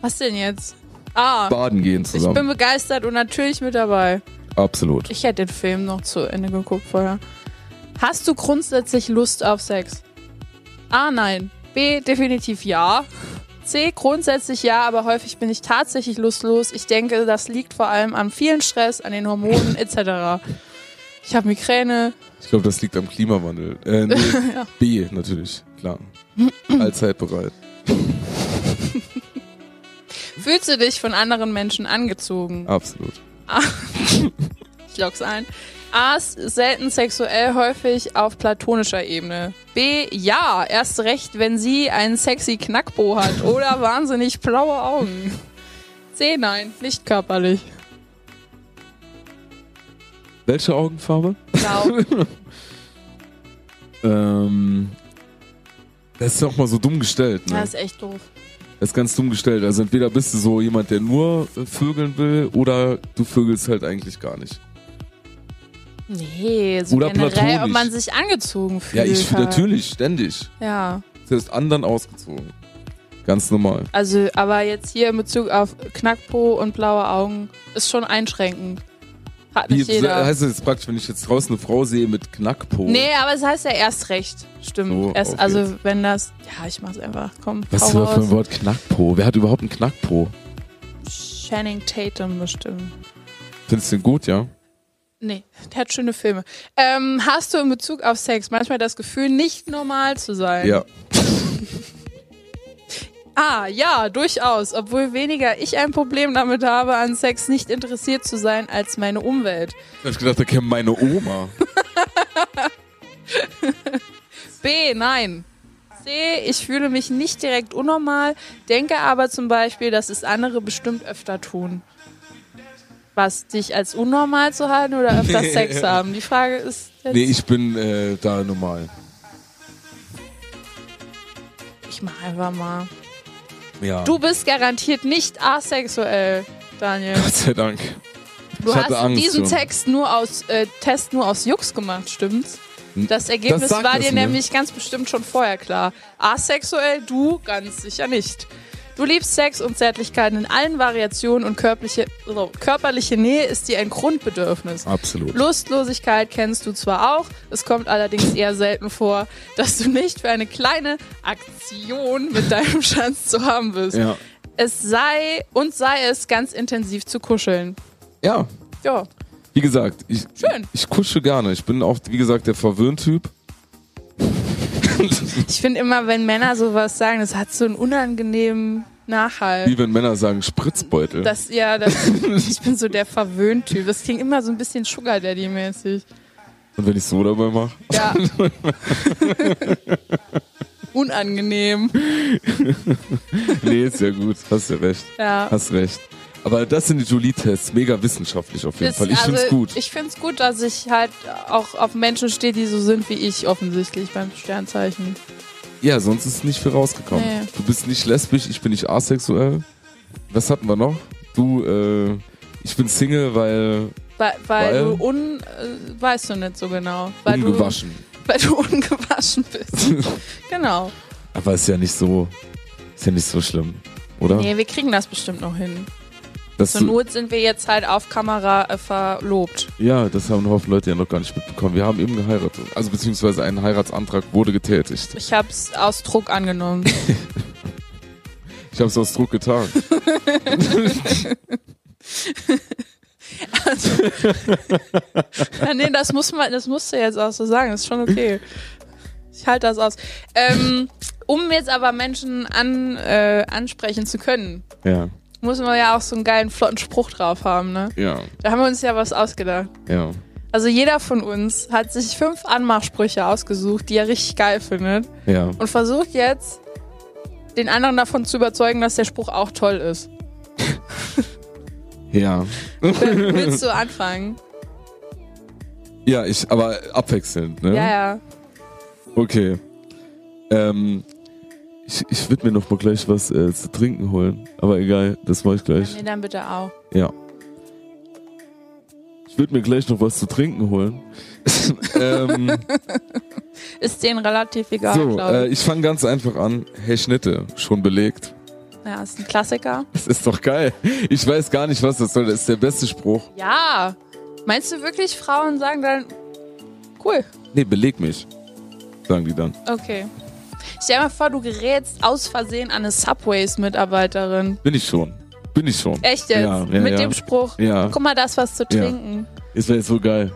D: Was denn jetzt? A.
C: Baden gehen
D: Ich bin
C: zusammen.
D: begeistert und natürlich mit dabei.
C: Absolut.
D: Ich hätte den Film noch zu Ende geguckt vorher. Hast du grundsätzlich Lust auf Sex? A, nein. B, definitiv ja. C, grundsätzlich ja, aber häufig bin ich tatsächlich lustlos. Ich denke, das liegt vor allem an vielen Stress, an den Hormonen etc. Ich habe Migräne.
C: Ich glaube, das liegt am Klimawandel. Äh, nee, B natürlich, klar. Allzeit bereit.
D: Fühlst du dich von anderen Menschen angezogen?
C: Absolut.
D: Ich Fluffjocks ein. A. ist Selten sexuell, häufig auf platonischer Ebene. B. Ja, erst recht, wenn sie einen sexy Knackbo hat oder wahnsinnig blaue Augen. C. Nein, nicht körperlich.
C: Welche Augenfarbe?
D: Blau.
C: Ähm, das ist auch mal so dumm gestellt. Ne?
D: Das ist echt doof.
C: Das ist ganz dumm gestellt. Also entweder bist du so jemand, der nur äh, vögeln will, oder du vögelst halt eigentlich gar nicht.
D: Nee, so
C: Oder
D: generell, ob
C: platonisch.
D: man sich angezogen fühlt.
C: Ja, ich
D: halt.
C: natürlich, ständig.
D: Ja,
C: Selbst anderen ausgezogen. Ganz normal.
D: also, aber jetzt hier in Bezug auf Knackpo und blaue Augen ist schon einschränkend. Hat
C: Wie
D: nicht
C: jetzt,
D: jeder.
C: heißt das jetzt praktisch, wenn ich jetzt draußen eine Frau sehe mit Knackpo?
D: Nee, aber es heißt ja erst recht. Stimmt.
C: Oh. So,
D: erst,
C: auf
D: also, wenn das. Ja, ich mach's einfach. Komm,
C: Was ist
D: hau
C: das für ein
D: raus.
C: Wort Knackpo? Wer hat überhaupt einen Knackpo?
D: Channing Tatum bestimmt.
C: Findest du den gut, ja?
D: Nee, der hat schöne Filme. Ähm, hast du in Bezug auf Sex manchmal das Gefühl, nicht normal zu sein?
C: Ja.
D: Ah, ja, durchaus. Obwohl weniger ich ein Problem damit habe, an Sex nicht interessiert zu sein, als meine Umwelt.
C: Ich hab gedacht, da käme meine Oma.
D: B, nein. C, ich fühle mich nicht direkt unnormal, denke aber zum Beispiel, dass es andere bestimmt öfter tun. Was, dich als unnormal zu halten oder öfter Sex haben? Die Frage ist jetzt,
C: Nee, ich bin äh, da normal.
D: ich mach einfach mal.
C: Ja.
D: Du bist garantiert nicht asexuell, Daniel.
C: Gott sei Dank.
D: Du
C: Ich
D: hast
C: hatte Angst,
D: diesen
C: ja.
D: Text nur aus, äh, Test nur aus Jux gemacht, stimmt's? Das Ergebnis
C: sagt
D: war
C: es
D: dir
C: mir.
D: nämlich ganz bestimmt schon vorher klar. Asexuell, du ganz sicher nicht. Du liebst Sex und Zärtlichkeiten in allen Variationen und körperliche, also körperliche Nähe ist dir ein Grundbedürfnis.
C: Absolut.
D: Lustlosigkeit kennst du zwar auch, es kommt allerdings eher selten vor, dass du nicht für eine kleine Aktion mit deinem Schatz zu haben bist.
C: Ja.
D: Es sei und sei es ganz intensiv zu kuscheln.
C: Ja.
D: Ja.
C: Wie gesagt, ich,
D: Schön.
C: ich kusche gerne. Ich bin auch, wie gesagt, der Verwöhntyp.
D: Ich finde immer, wenn Männer sowas sagen, das hat so einen unangenehmen Nachhall.
C: Wie wenn Männer sagen, Spritzbeutel.
D: Das, ja, das, ich bin so der Verwöhntyp. Das klingt immer so ein bisschen Sugar Daddy-mäßig.
C: Und wenn ich so dabei mache.
D: Ja. Unangenehm.
C: Nee, ist ja gut. Hast ja recht.
D: Ja.
C: Hast recht. Aber das sind die Jolie-Tests. Mega wissenschaftlich auf jeden
D: Das-
C: Fall. Ich
D: also,
C: find's gut.
D: Ich find's gut, dass ich halt auch auf Menschen stehe, die so sind wie ich, offensichtlich beim Sternzeichen.
C: ja, sonst ist nicht viel rausgekommen.
D: Nee.
C: Du bist nicht lesbisch, ich bin nicht asexuell. Was hatten wir noch? Du, äh, ich bin Single, weil
D: Weil, weil,
C: Weil?
D: du un. Äh, weißt du nicht so genau. Weil
C: ungewaschen.
D: Du, weil du ungewaschen bist. genau.
C: Aber ist ja nicht so, ist ja nicht so schlimm, oder?
D: Nee, wir kriegen das bestimmt noch hin.
C: Dass
D: Zur
C: du,
D: Not sind wir jetzt halt auf Kamera äh, verlobt.
C: ja, das haben ein Haufen Leute ja noch gar nicht mitbekommen. Wir haben eben geheiratet. Also beziehungsweise ein Heiratsantrag wurde getätigt.
D: Ich hab's aus Druck angenommen.
C: Ich habe es aus Druck getan.
D: Ja, nee, das muss man, das musst du jetzt auch so sagen. Das ist schon okay. Ich halte das aus. Ähm, um jetzt aber Menschen an, äh, ansprechen zu können,
C: ja,
D: muss man ja auch so einen geilen, flotten Spruch drauf haben, ne?
C: ja,
D: Da haben wir uns ja was ausgedacht.
C: ja.
D: Also jeder von uns hat sich fünf Anmachsprüche ausgesucht, die er richtig geil findet
C: Ja,
D: und versucht jetzt, den anderen davon zu überzeugen, dass der Spruch auch toll ist.
C: ja.
D: Willst du anfangen?
C: Ja, ich, aber abwechselnd, ne?
D: Ja, ja.
C: Okay. Ähm, ich, ich würd mir noch mal gleich was äh, zu trinken holen. Aber egal, das mache ich gleich.
D: Nee, dann bitte auch.
C: Ja. Ich würd mir gleich noch was zu trinken holen. ähm,
D: Ist denen relativ egal,
C: so,
D: glaube
C: äh,
D: ich.
C: ich fange ganz einfach an. Hey Schnitte, schon belegt.
D: ja, ist ein Klassiker.
C: Das ist doch geil. Ich weiß gar nicht, was das soll. Das ist der beste Spruch.
D: Ja. Meinst du wirklich, Frauen sagen dann, cool,
C: Nee, beleg mich. Sagen die dann.
D: okay. Stell dir mal vor, du gerätst aus Versehen an eine Subways-Mitarbeiterin.
C: Bin ich schon. Bin ich schon.
D: Echt jetzt?
C: Ja, ja,
D: Mit
C: ja.
D: dem Spruch,
C: Ja.
D: guck mal, das was zu
C: Ja.
D: trinken.
C: Das wäre so geil.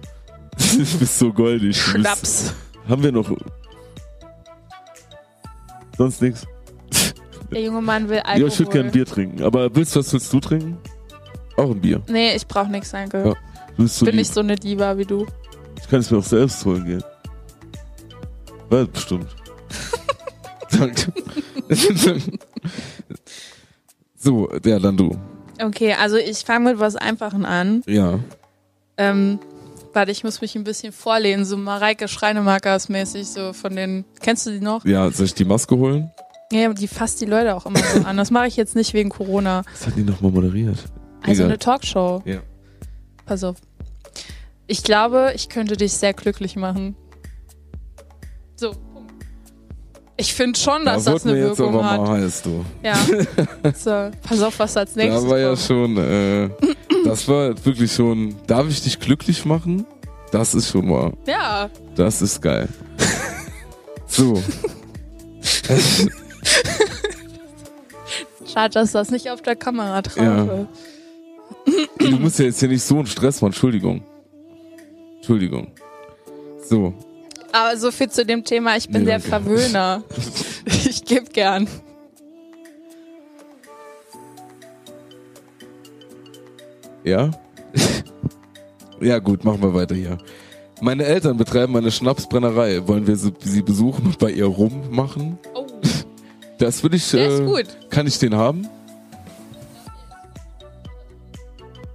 C: Du bist so goldig. Du bist-
D: Schnaps.
C: Haben wir noch. Sonst nichts?
D: Der junge Mann will Alkohol.
C: Ja, ich würde gerne Bier trinken. Aber willst du was willst du trinken? Auch ein Bier.
D: Nee, ich brauch nichts, danke.
C: Ja.
E: Du bist so
D: Bin
E: lieb.
D: nicht so eine Diva wie du.
E: Ich kann es mir auch selbst holen gehen. Ja, bestimmt.
C: Danke. so, ja, dann du.
D: Okay, also ich fange mit was Einfachen an.
C: Ja.
D: Ähm, warte, ich muss mich ein bisschen vorlehnen, so Mareike Schreinemakers mäßig, so von den. Kennst du die noch?
C: Ja, soll ich die Maske holen?
D: Ja, die fasst die Leute auch immer so an. Das mache ich jetzt nicht wegen Corona.
E: Was hat die nochmal moderiert?
D: Also
E: Egal.
D: eine Talkshow.
C: Ja.
D: Pass auf. Ich glaube, ich könnte dich sehr glücklich machen. So. Punkt. Ich finde schon, dass
C: da
D: das
C: wurde
D: eine
C: mir jetzt
D: Wirkung
C: aber
D: hat.
C: mal heiß, du.
D: Ja. So, pass auf, was als nächstes
C: Da war ja
D: kommt.
C: schon, äh, das war wirklich schon, darf ich dich glücklich machen? Das ist schon mal,
D: Ja.
C: das ist geil. so,
D: Schade, dass das nicht auf der Kamera drauf
C: Ja.
D: ist.
C: du musst ja jetzt hier nicht so einen Stress machen, Entschuldigung. Entschuldigung. So,
D: Aber so viel zu dem Thema, ich bin
C: Nee,
D: der
C: danke.
D: Verwöhner. ich gebe gern.
C: ja? ja gut, machen wir weiter hier. Meine Eltern betreiben eine Schnapsbrennerei. Wollen wir sie, sie besuchen und bei ihr rummachen?
D: Oh,
C: Das würde ich,
D: der ist
C: äh,
D: gut.
C: kann ich den haben?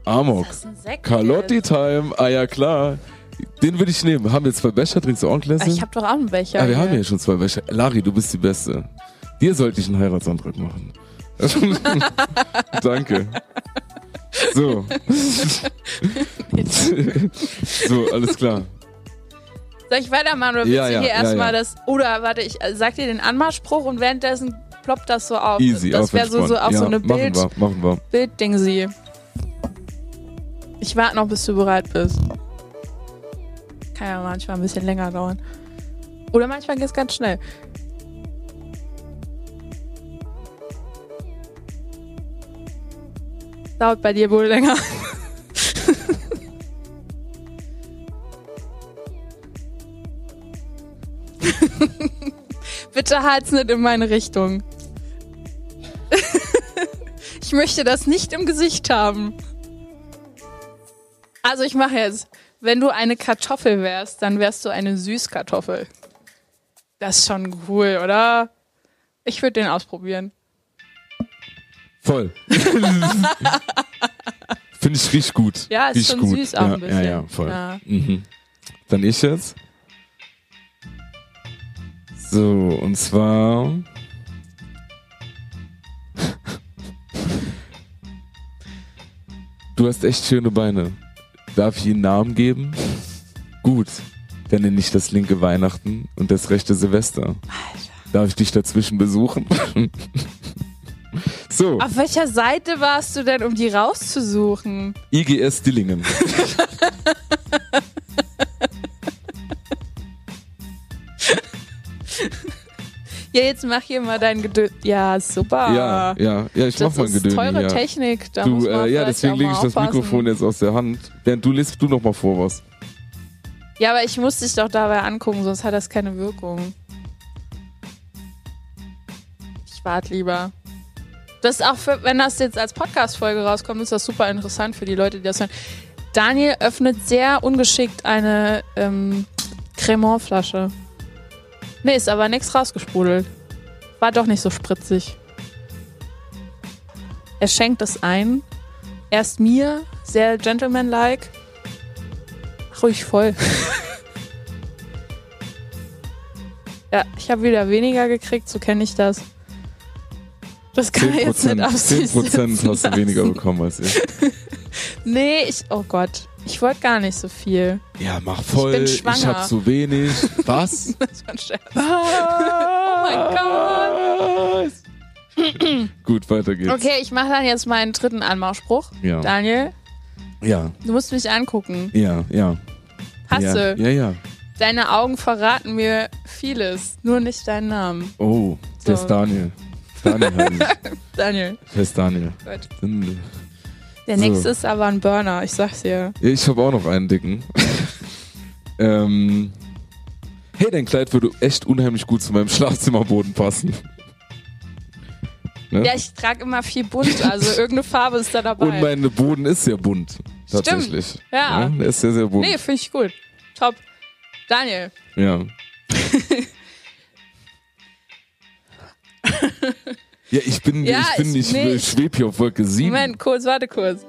C: Amok.
D: Das ist ein Sekt.
C: Carlotti Time, ah ja klar. Den würde ich nehmen. Haben wir zwei Becher, trinkst du auch einen Gläser?
D: Ah, Ich habe doch auch einen Becher.
C: ah, wir haben
D: hier.
C: ja schon zwei Becher. Lari, du bist die Beste. Dir sollte ich einen Heiratsantrag machen. Danke. So. so, alles klar.
D: Soll ich weitermachen oder willst
C: Ja,
D: du
C: ja,
D: hier
C: ja,
D: erstmal
C: ja.
D: das. Oder warte, ich äh, sag dir den Anmachspruch und währenddessen ploppt das so auf.
C: Easy.
D: das wäre so, so
C: aufentspannt.
D: auch
C: ja,
D: so eine
C: machen
D: Bild,
C: wir, machen wir.
D: Bildding sie. Ich warte noch, bis du bereit bist. Kann ja manchmal ein bisschen länger dauern. Oder manchmal geht's ganz schnell. Dauert bei dir wohl länger. Bitte halt's nicht in meine Richtung. Ich möchte das nicht im Gesicht haben. Also ich mache jetzt, wenn du eine Kartoffel wärst, dann wärst du eine Süßkartoffel. Das ist schon cool, oder? Ich würde den ausprobieren.
C: Voll. Finde ich richtig gut.
D: Ja, ist
C: Riecht
D: schon
C: gut.
D: süß auch
C: ja,
D: ein bisschen.
C: Ja, ja, voll.
D: Ja.
C: Mhm. Dann ich jetzt. So, und zwar. Du hast echt schöne Beine. Darf ich ihnen Namen geben? Gut. Dann nenne ich das linke Weihnachten und das rechte Silvester. Darf ich dich dazwischen besuchen? so.
D: Auf welcher Seite warst du denn, um die rauszusuchen?
C: IGS Dillingen.
D: Ja, jetzt mach hier mal dein Geduld. Ja, super.
C: Ja, ja, ja, ich mach
D: Ah. das
C: mal ein
D: ist
C: Gedöns.
D: teure
C: ja.
D: Technik. Da muss
C: Du, äh,
D: man
C: ja,
D: vielleicht auch
C: deswegen lege
D: mal
C: ich das
D: aufpassen.
C: Mikrofon jetzt aus der Hand. Während du liest, du noch mal vor was.
D: Ja, aber ich muss dich doch dabei angucken, sonst hat das keine Wirkung. Ich warte lieber. Das ist auch, für, wenn das jetzt als Podcast-Folge rauskommt, ist das super interessant für die Leute, die das hören. Daniel öffnet sehr ungeschickt eine ähm, Cremant-Flasche. Nee, ist aber nichts rausgesprudelt. War doch nicht so spritzig. Er schenkt es ein. Erst mir, sehr gentlemanlike. Ruhig voll. ja, ich habe wieder weniger gekriegt, so kenne ich das. Das kann er jetzt nicht auf sich
C: 10%
D: sitzen
C: hast du
D: lassen.
C: weniger bekommen als ich.
D: Nee, ich. Oh Gott. Ich wollte gar nicht so viel.
C: Ja, mach voll.
D: bin
C: Ich,
D: schwanger.
C: hab zu wenig. Was?
D: Das war ein Scherz. oh mein Gott.
C: Gut, weiter geht's.
D: Okay, ich mache dann jetzt meinen dritten Anmachspruch.
C: Ja.
D: Daniel,
C: Ja,
D: du musst mich angucken.
C: ja, ja.
D: Hast
C: ja.
D: du?
C: Ja, ja.
D: Deine Augen verraten mir vieles, nur nicht deinen Namen.
C: Oh, der
D: So.
C: ist Daniel. Daniel heißt ich.
D: Daniel.
C: Der ist Daniel.
D: Gut.
C: Hm.
D: Der
C: So.
D: nächste ist aber ein Burner, ich sag's dir.
C: Ja, Ich habe auch noch einen dicken. ähm, hey, dein Kleid würde echt unheimlich gut zu meinem Schlafzimmerboden passen. Ne?
D: Ja, ich trage immer viel bunt, also irgendeine Farbe ist da dabei.
C: Und mein Boden ist sehr bunt.
D: Stimmt,
C: Tatsächlich.
D: ja.
C: Der ist sehr, sehr bunt.
D: nee, finde ich gut. Top. Daniel,
C: Ja. ja, ich bin,
D: Ja,
C: ich bin,
D: ich-
C: ich,
D: nee,
C: ich schweb hier auf Wolke 7.
D: Moment, kurz, warte kurz.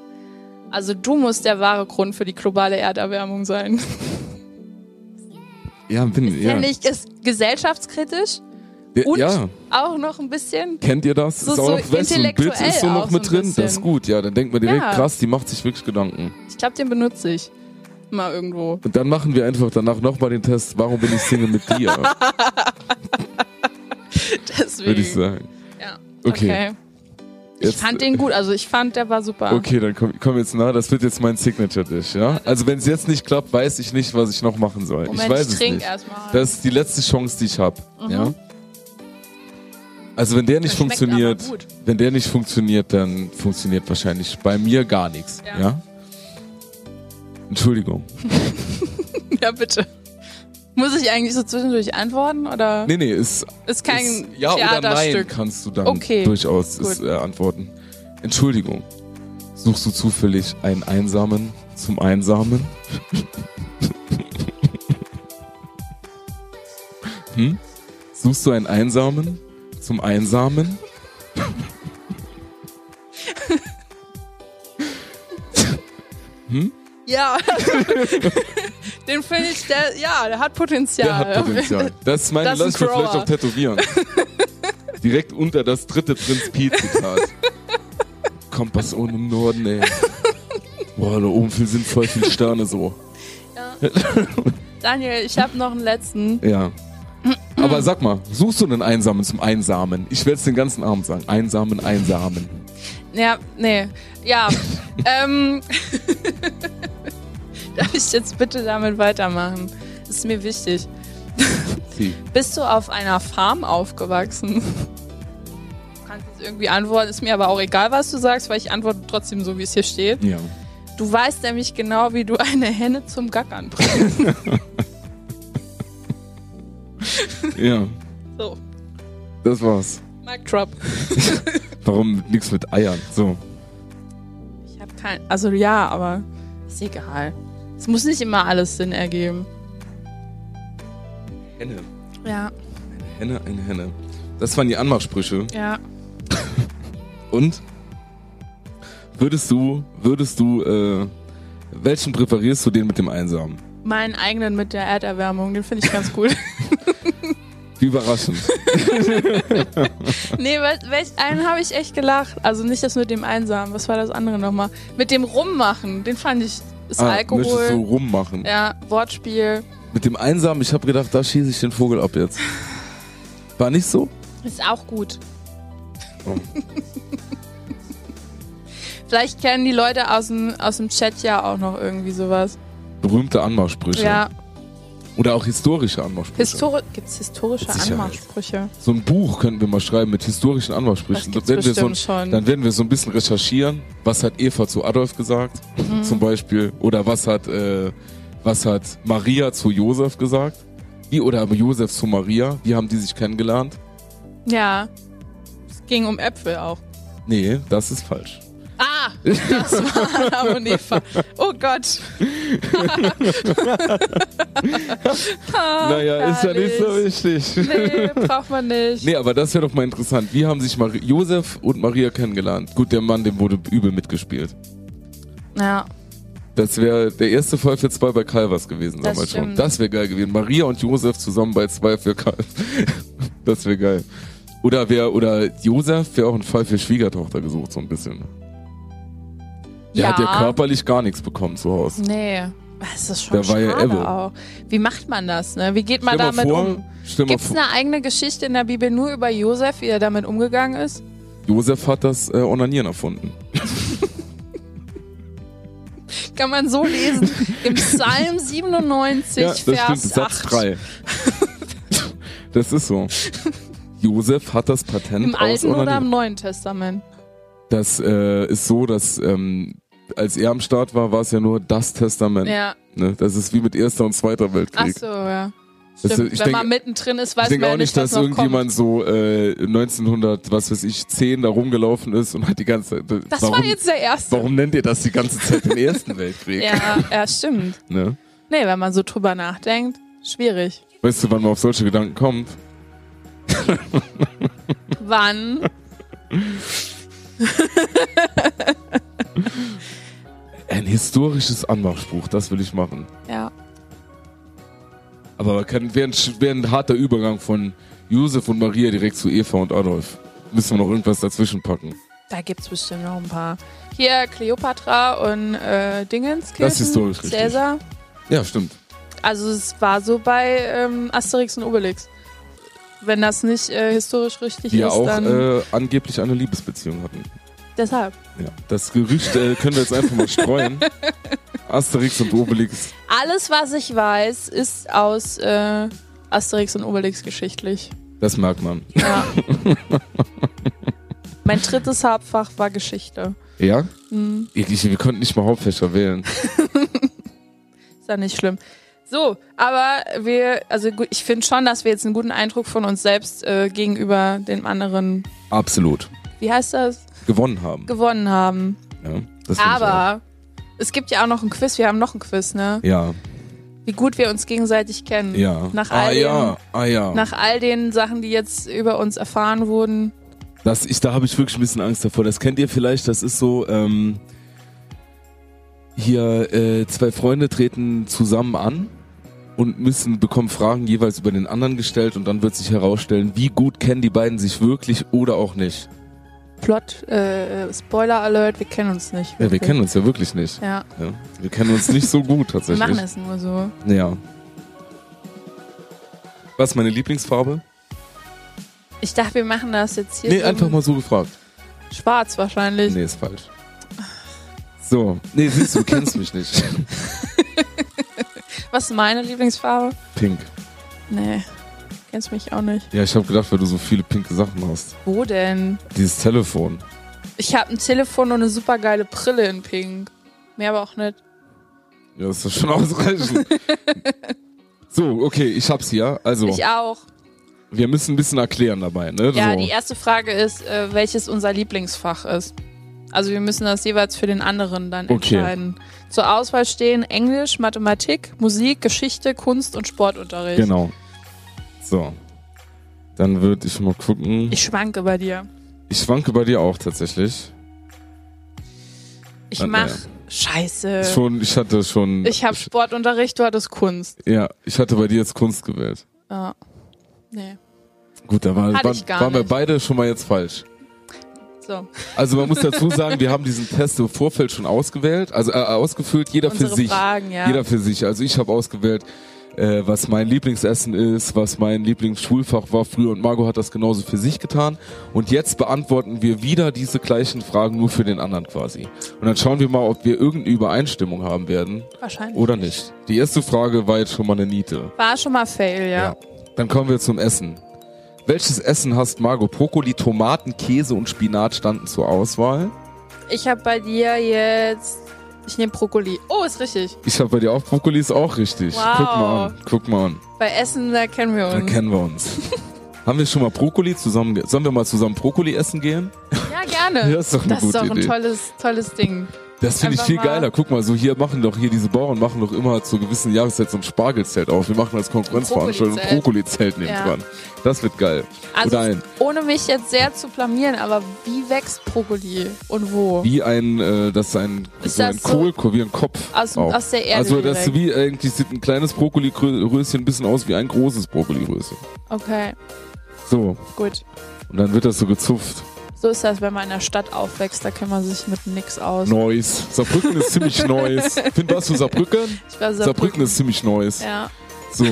D: Also du musst der wahre Grund für die globale Erderwärmung sein.
C: Ja, bin, ja.
D: Ja. Nicht ist gesellschaftskritisch
C: Der-
D: und
C: ja.
D: auch noch ein bisschen.
C: Kennt ihr das?
D: So-
C: ist auch
D: so
C: noch West und Blitz
D: intellektuell
C: ist so
D: auch
C: noch mit
D: so ein
C: drin. Das ist
D: bisschen.
C: gut, ja. Dann denkt man direkt,
D: Ja.
C: krass, die macht sich wirklich Gedanken.
D: Ich glaube, den benutze ich mal irgendwo.
C: Und dann machen wir einfach danach nochmal den Test, warum bin ich Single mit dir,
D: Deswegen.
C: würde ich sagen.
D: Ja.
C: Okay.
D: Okay. Ich fand den gut, also ich fand, der war super.
C: äh, Okay, dann komm, komm jetzt nah, das wird jetzt mein Signature-Dish, ja? Also wenn es jetzt nicht klappt, weiß ich nicht, was ich noch machen soll.
D: Moment,
C: ich weiß
D: ich
C: es
D: trink
C: nicht.
D: erstmal.
C: Das ist die letzte Chance, die ich habe, ja? Also wenn der nicht
D: Das schmeckt
C: funktioniert,
D: aber gut.
C: wenn der nicht funktioniert, dann funktioniert wahrscheinlich bei mir gar nichts,
D: Ja.
C: ja? Entschuldigung.
D: Ja, bitte. Muss ich eigentlich so zwischendurch antworten oder
C: Nee, nee, ist
D: ist kein
C: ist, ja oder nein
D: Theaterstück?
C: kannst du dann
D: Okay,
C: durchaus
D: gut.
C: ist, äh, antworten. Entschuldigung. Suchst du zufällig einen Einsamen zum Einsamen? hm? Suchst du einen Einsamen zum Einsamen?
D: ja. Den finde ich, der, ja, der hat Potenzial.
C: Der hat Potenzial. Das ist meine,
D: Das ist
C: lass ich mir
D: ein
C: vielleicht auch tätowieren. Direkt unter das dritte Prinz Piet Zitat. Kompass ohne im Norden, ey. Boah, da oben viel sind voll viele Sterne so.
D: Daniel, ich habe noch einen letzten.
C: Ja. Aber sag mal, suchst du einen Einsamen zum Einsamen? Ich werde es den ganzen Abend sagen. Einsamen, Einsamen.
D: Ja, nee. Ja. ähm, darf ich jetzt bitte damit weitermachen? Ist mir wichtig.
C: Sie.
D: Bist du auf einer Farm aufgewachsen? Du kannst jetzt irgendwie antworten, ist mir aber auch egal, was du sagst, weil ich antworte trotzdem so, wie es hier steht.
C: Ja.
D: Du weißt nämlich genau, wie du eine Henne zum Gackern bringst.
C: Ja,
D: So,
C: das war's.
D: Mic drop.
C: Warum nichts mit Eiern? So.
D: Ich habe kein... Also ja, aber ist egal. Es muss nicht immer alles Sinn ergeben.
C: Henne.
D: Ja,
C: Henne, eine Henne. Das waren die Anmachsprüche.
D: ja.
C: Und würdest du, würdest du, äh, welchen präferierst du den mit dem Einsamen?
D: Meinen eigenen mit der Erderwärmung, den finde ich ganz cool.
C: Wie überraschend.
D: nee, wel- welch einen habe ich echt gelacht. Also nicht das mit dem Einsamen, was war das andere nochmal? Mit dem Rummachen, den fand ich... Ist Alkohol.
C: Ah, Möchtest du rummachen?
D: Ja, Wortspiel.
C: Mit dem Einsamen, ich habe gedacht, da schieße ich den Vogel ab jetzt. War nicht so?
D: Ist auch gut.
C: Oh.
D: Vielleicht kennen die Leute aus dem, aus dem Chat ja auch noch irgendwie sowas.
C: Berühmte Anmachsprüche.
D: Ja,
C: Oder auch historische Anmachsprüche.
D: Histori gibt's historische
C: Mit Sicherheit.
D: Anmachsprüche?
C: so ein Buch könnten wir mal schreiben mit historischen
D: Das
C: Anmachsprüchen.
D: gibt's
C: Dann werden wir so ein,
D: bestimmt schon.
C: Dann werden wir so ein bisschen recherchieren. Was hat Eva zu Adolf gesagt?
D: Mhm.
C: Zum Beispiel. Oder was hat, äh, was hat Maria zu Josef gesagt? Wie, oder Josef zu Maria? Wie haben die sich kennengelernt?
D: Ja. Es ging um Äpfel auch.
C: Nee, das ist falsch.
D: Ah, das war Adam und Eva. Oh Gott. Ah,
C: naja, ist ja nicht so
D: herrlich.
C: wichtig.
D: Nee, braucht man nicht.
C: Nee, aber das wäre doch mal interessant. Wie haben sich Mari Josef und Maria kennengelernt? Gut, der Mann, dem wurde übel mitgespielt.
D: Ja,
C: Das wäre der erste Fall für zwei bei Calvers gewesen
D: Das
C: damals schon.
D: stimmt.
C: Das wäre geil gewesen. Maria und Josef zusammen bei zwei für Calvers. Das wäre geil. Oder wer oder Josef wäre auch ein Fall für Schwiegertochter gesucht so ein bisschen. Der
D: Ja.
C: hat ja körperlich gar nichts bekommen zu Hause.
D: nee. Das ist schon
C: Der war ja
D: schade
C: Ebbe.
D: auch. Wie macht man das, ne? Wie geht man
C: Stell mal
D: damit
C: vor,
D: um?
C: stell mal
D: Gibt's
C: vor
D: eine eigene Geschichte in der Bibel nur über Josef, wie er damit umgegangen ist?
C: Josef hat das äh, Onanieren erfunden.
D: Kann man so lesen. Im Psalm 97, Vers
C: Satz
D: 8.
C: 3. das ist so. Josef hat das Patent
D: Im
C: aus
D: Alten oder im
C: Onanieren.
D: Neuen Testament?
C: Das äh, ist so, dass ähm, als er am Start war, war es ja nur das Testament.
D: Ja.
C: Ne? Das ist wie mit Erster und Zweiter
D: Ach
C: Weltkrieg.
D: so, ja.
C: Das,
D: Stimmt.
C: Also ich
D: Wenn
C: denk-
D: man mittendrin ist,
C: Ich
D: weiß man
C: denke
D: ja
C: auch nicht, dass
D: was noch kommt.
C: irgendjemand so äh, 1900, was weiß ich, 10 da rumgelaufen ist und hat die ganze Zeit. äh,
D: Das
C: warum,
D: war jetzt der erste.
C: warum nennt ihr das die ganze Zeit den Ersten Weltkrieg?
D: Ja, ja, stimmt.
C: Ne?
D: Nee, wenn man so drüber nachdenkt, schwierig.
C: Weißt du, wann man auf solche Gedanken kommt?
D: Wann?
C: Ein historisches Anmachspruch, das will ich machen.
D: Ja.
C: Aber kann- wäre ein, sch- wäre ein harter Übergang von Josef und Maria direkt zu Eva und Adolf. Müssen wir noch irgendwas dazwischen packen.
D: Da gibt's bestimmt noch ein paar. Hier Cleopatra und äh, Dingens.
C: Das ist historisch richtig.
D: Cäsar.
C: Ja, stimmt.
D: Also es war so bei ähm, Asterix und Obelix. Wenn das nicht äh, historisch richtig
C: Die ja
D: ist,
C: auch
D: dann
C: äh, angeblich eine Liebesbeziehung hatten.
D: deshalb.
C: Ja. Das Gerücht äh, können wir jetzt einfach mal streuen. Asterix und Obelix.
D: Alles, was ich weiß, ist aus äh, Asterix und Obelix geschichtlich.
C: Das merkt man.
D: Ja. mein drittes Hauptfach war Geschichte.
C: Ja?
D: Hm,
C: Ich, ich, wir konnten nicht mal Hauptfächer wählen.
D: ist ja nicht schlimm. So, aber wir, also gu- ich finde schon, dass wir jetzt einen guten Eindruck von uns selbst äh, gegenüber dem anderen,
C: Absolut.
D: wie heißt das,
C: Gewonnen haben.
D: gewonnen haben.
C: ja, das find ich auch.
D: Aber es gibt ja auch noch ein Quiz. Wir haben noch ein Quiz, ne?
C: Ja,
D: Wie gut wir uns gegenseitig kennen.
C: ja.
D: Mhm. Nach all,
C: ah,
D: den,
C: ja. Ah, ja.
D: nach all den Sachen, die jetzt über uns erfahren wurden.
E: Das, ich, da habe ich wirklich ein bisschen Angst davor. Das kennt ihr vielleicht, das ist so, ähm,
C: Hier, äh, zwei Freunde treten zusammen an und müssen, bekommen Fragen jeweils über den anderen gestellt und dann wird sich herausstellen, wie gut kennen die beiden sich wirklich oder auch nicht.
D: Plot, äh, Spoiler Alert, wir kennen uns nicht.
C: Ja, wir
D: wirklich.
C: kennen uns ja wirklich nicht.
D: Ja,
C: Ja. Wir kennen uns nicht so gut
D: wir
C: tatsächlich.
D: machen es nur so.
C: Ja. Was ist meine Lieblingsfarbe?
D: Ich dachte, wir machen das jetzt hier.
C: Nee,
D: so
C: einfach mal so gefragt.
D: Schwarz wahrscheinlich.
C: Nee, ist falsch. So. Nee, siehst du, du kennst mich nicht.
D: Was ist meine Lieblingsfarbe?
C: Pink.
D: Nee, kennst mich auch nicht.
C: Ja, ich habe gedacht, weil du so viele pinke Sachen hast.
D: Wo denn?
C: Dieses Telefon.
D: Ich habe ein Telefon und eine super geile Brille in Pink. Mehr aber auch nicht.
C: Ja, das ist doch schon ausreichend. so, okay, ich hab's hier. Also,
D: Ich auch.
C: wir müssen ein bisschen erklären dabei, ne?
D: Ja,
C: so.
D: die erste Frage ist, äh, welches unser Lieblingsfach ist. Also wir müssen das jeweils für den anderen dann
C: Okay.
D: entscheiden. Zur Auswahl stehen Englisch, Mathematik, Musik, Geschichte, Kunst und Sportunterricht.
C: Genau. So. Dann würde ich mal gucken.
D: Ich schwanke bei dir.
C: Ich schwanke bei dir auch tatsächlich.
D: Ich
C: Ah,
D: mach
C: ja.
D: Scheiße.
C: Schon, ich hatte schon.
D: Äh. Ich habe Sportunterricht, du hattest Kunst.
C: Ja, ich hatte bei dir jetzt Kunst gewählt.
D: Ja. Nee.
C: Gut, da war,
D: Hatte
C: waren,
D: ich gar
C: waren wir
D: nicht.
C: beide schon mal jetzt falsch.
D: So.
C: Also man muss dazu sagen, wir haben diesen Test im Vorfeld schon ausgewählt, also äh, ausgefüllt, jeder
D: Unsere
C: für sich.
D: Fragen, ja.
C: Jeder für sich. Also ich habe ausgewählt, äh, was mein Lieblingsessen ist, was mein Lieblingsschulfach war früher und Margot hat das genauso für sich getan. Und jetzt beantworten wir wieder diese gleichen Fragen nur für den anderen quasi. Und dann schauen wir mal, ob wir irgendeine Übereinstimmung haben werden
D: Wahrscheinlich.
C: oder nicht. Die erste Frage war jetzt schon mal eine Niete.
D: War schon mal Fail, ja.
C: Ja. Dann kommen wir zum Essen. Welches Essen hast Margot? Brokkoli, Tomaten, Käse und Spinat standen zur Auswahl.
D: Ich habe bei dir jetzt. Ich nehme Brokkoli. Oh, ist richtig.
C: Ich habe bei dir auch Brokkoli, ist auch richtig.
D: Wow.
C: Guck mal an, guck mal an.
D: Bei Essen, da kennen wir
C: Dann
D: uns.
C: kennen wir uns. Haben wir schon mal Brokkoli zusammen? ge- Sollen wir mal zusammen Brokkoli essen gehen?
D: Ja, gerne.
C: Das ist doch eine
D: Das ist
C: gute
D: doch ein
C: Idee.
D: tolles, tolles Ding.
C: Das finde ich
D: Einfach
C: viel
D: mal-
C: geiler. Guck mal, so hier machen doch hier diese Bauern machen doch immer zu gewissen Jahreszeit so ein Spargelzelt auf. Wir machen als Konkurrenzveranstaltung ein
D: Brokkoli-Zelt.
C: Brokkoli-Zelt nebendran. Das wird geil.
D: Also,
C: Oder ein,
D: ohne mich jetzt sehr zu blamieren, aber wie wächst Brokkoli und wo?
C: wie ein, äh, das ist ein,
D: Ist
C: so
D: das
C: ein
D: so-
C: Kohlkopf, wie ein Kopf.
D: Aus,
C: auch.
D: aus der Erde.
C: Also das ist wie
D: direkt.
C: eigentlich sieht ein kleines Brokkoli-Röschen ein bisschen aus wie ein großes Brokkoli-Röschen.
D: Okay,
C: So,
D: gut.
C: und dann wird das so gezupft.
D: So ist das, wenn man in der Stadt aufwächst, da kennt man sich mit nix aus.
C: Neues. Saarbrücken ist ziemlich neues. Finn, warst du Saarbrücken?
D: Ich war
C: Saarbrücken ist ziemlich neues.
D: Ja.
C: So,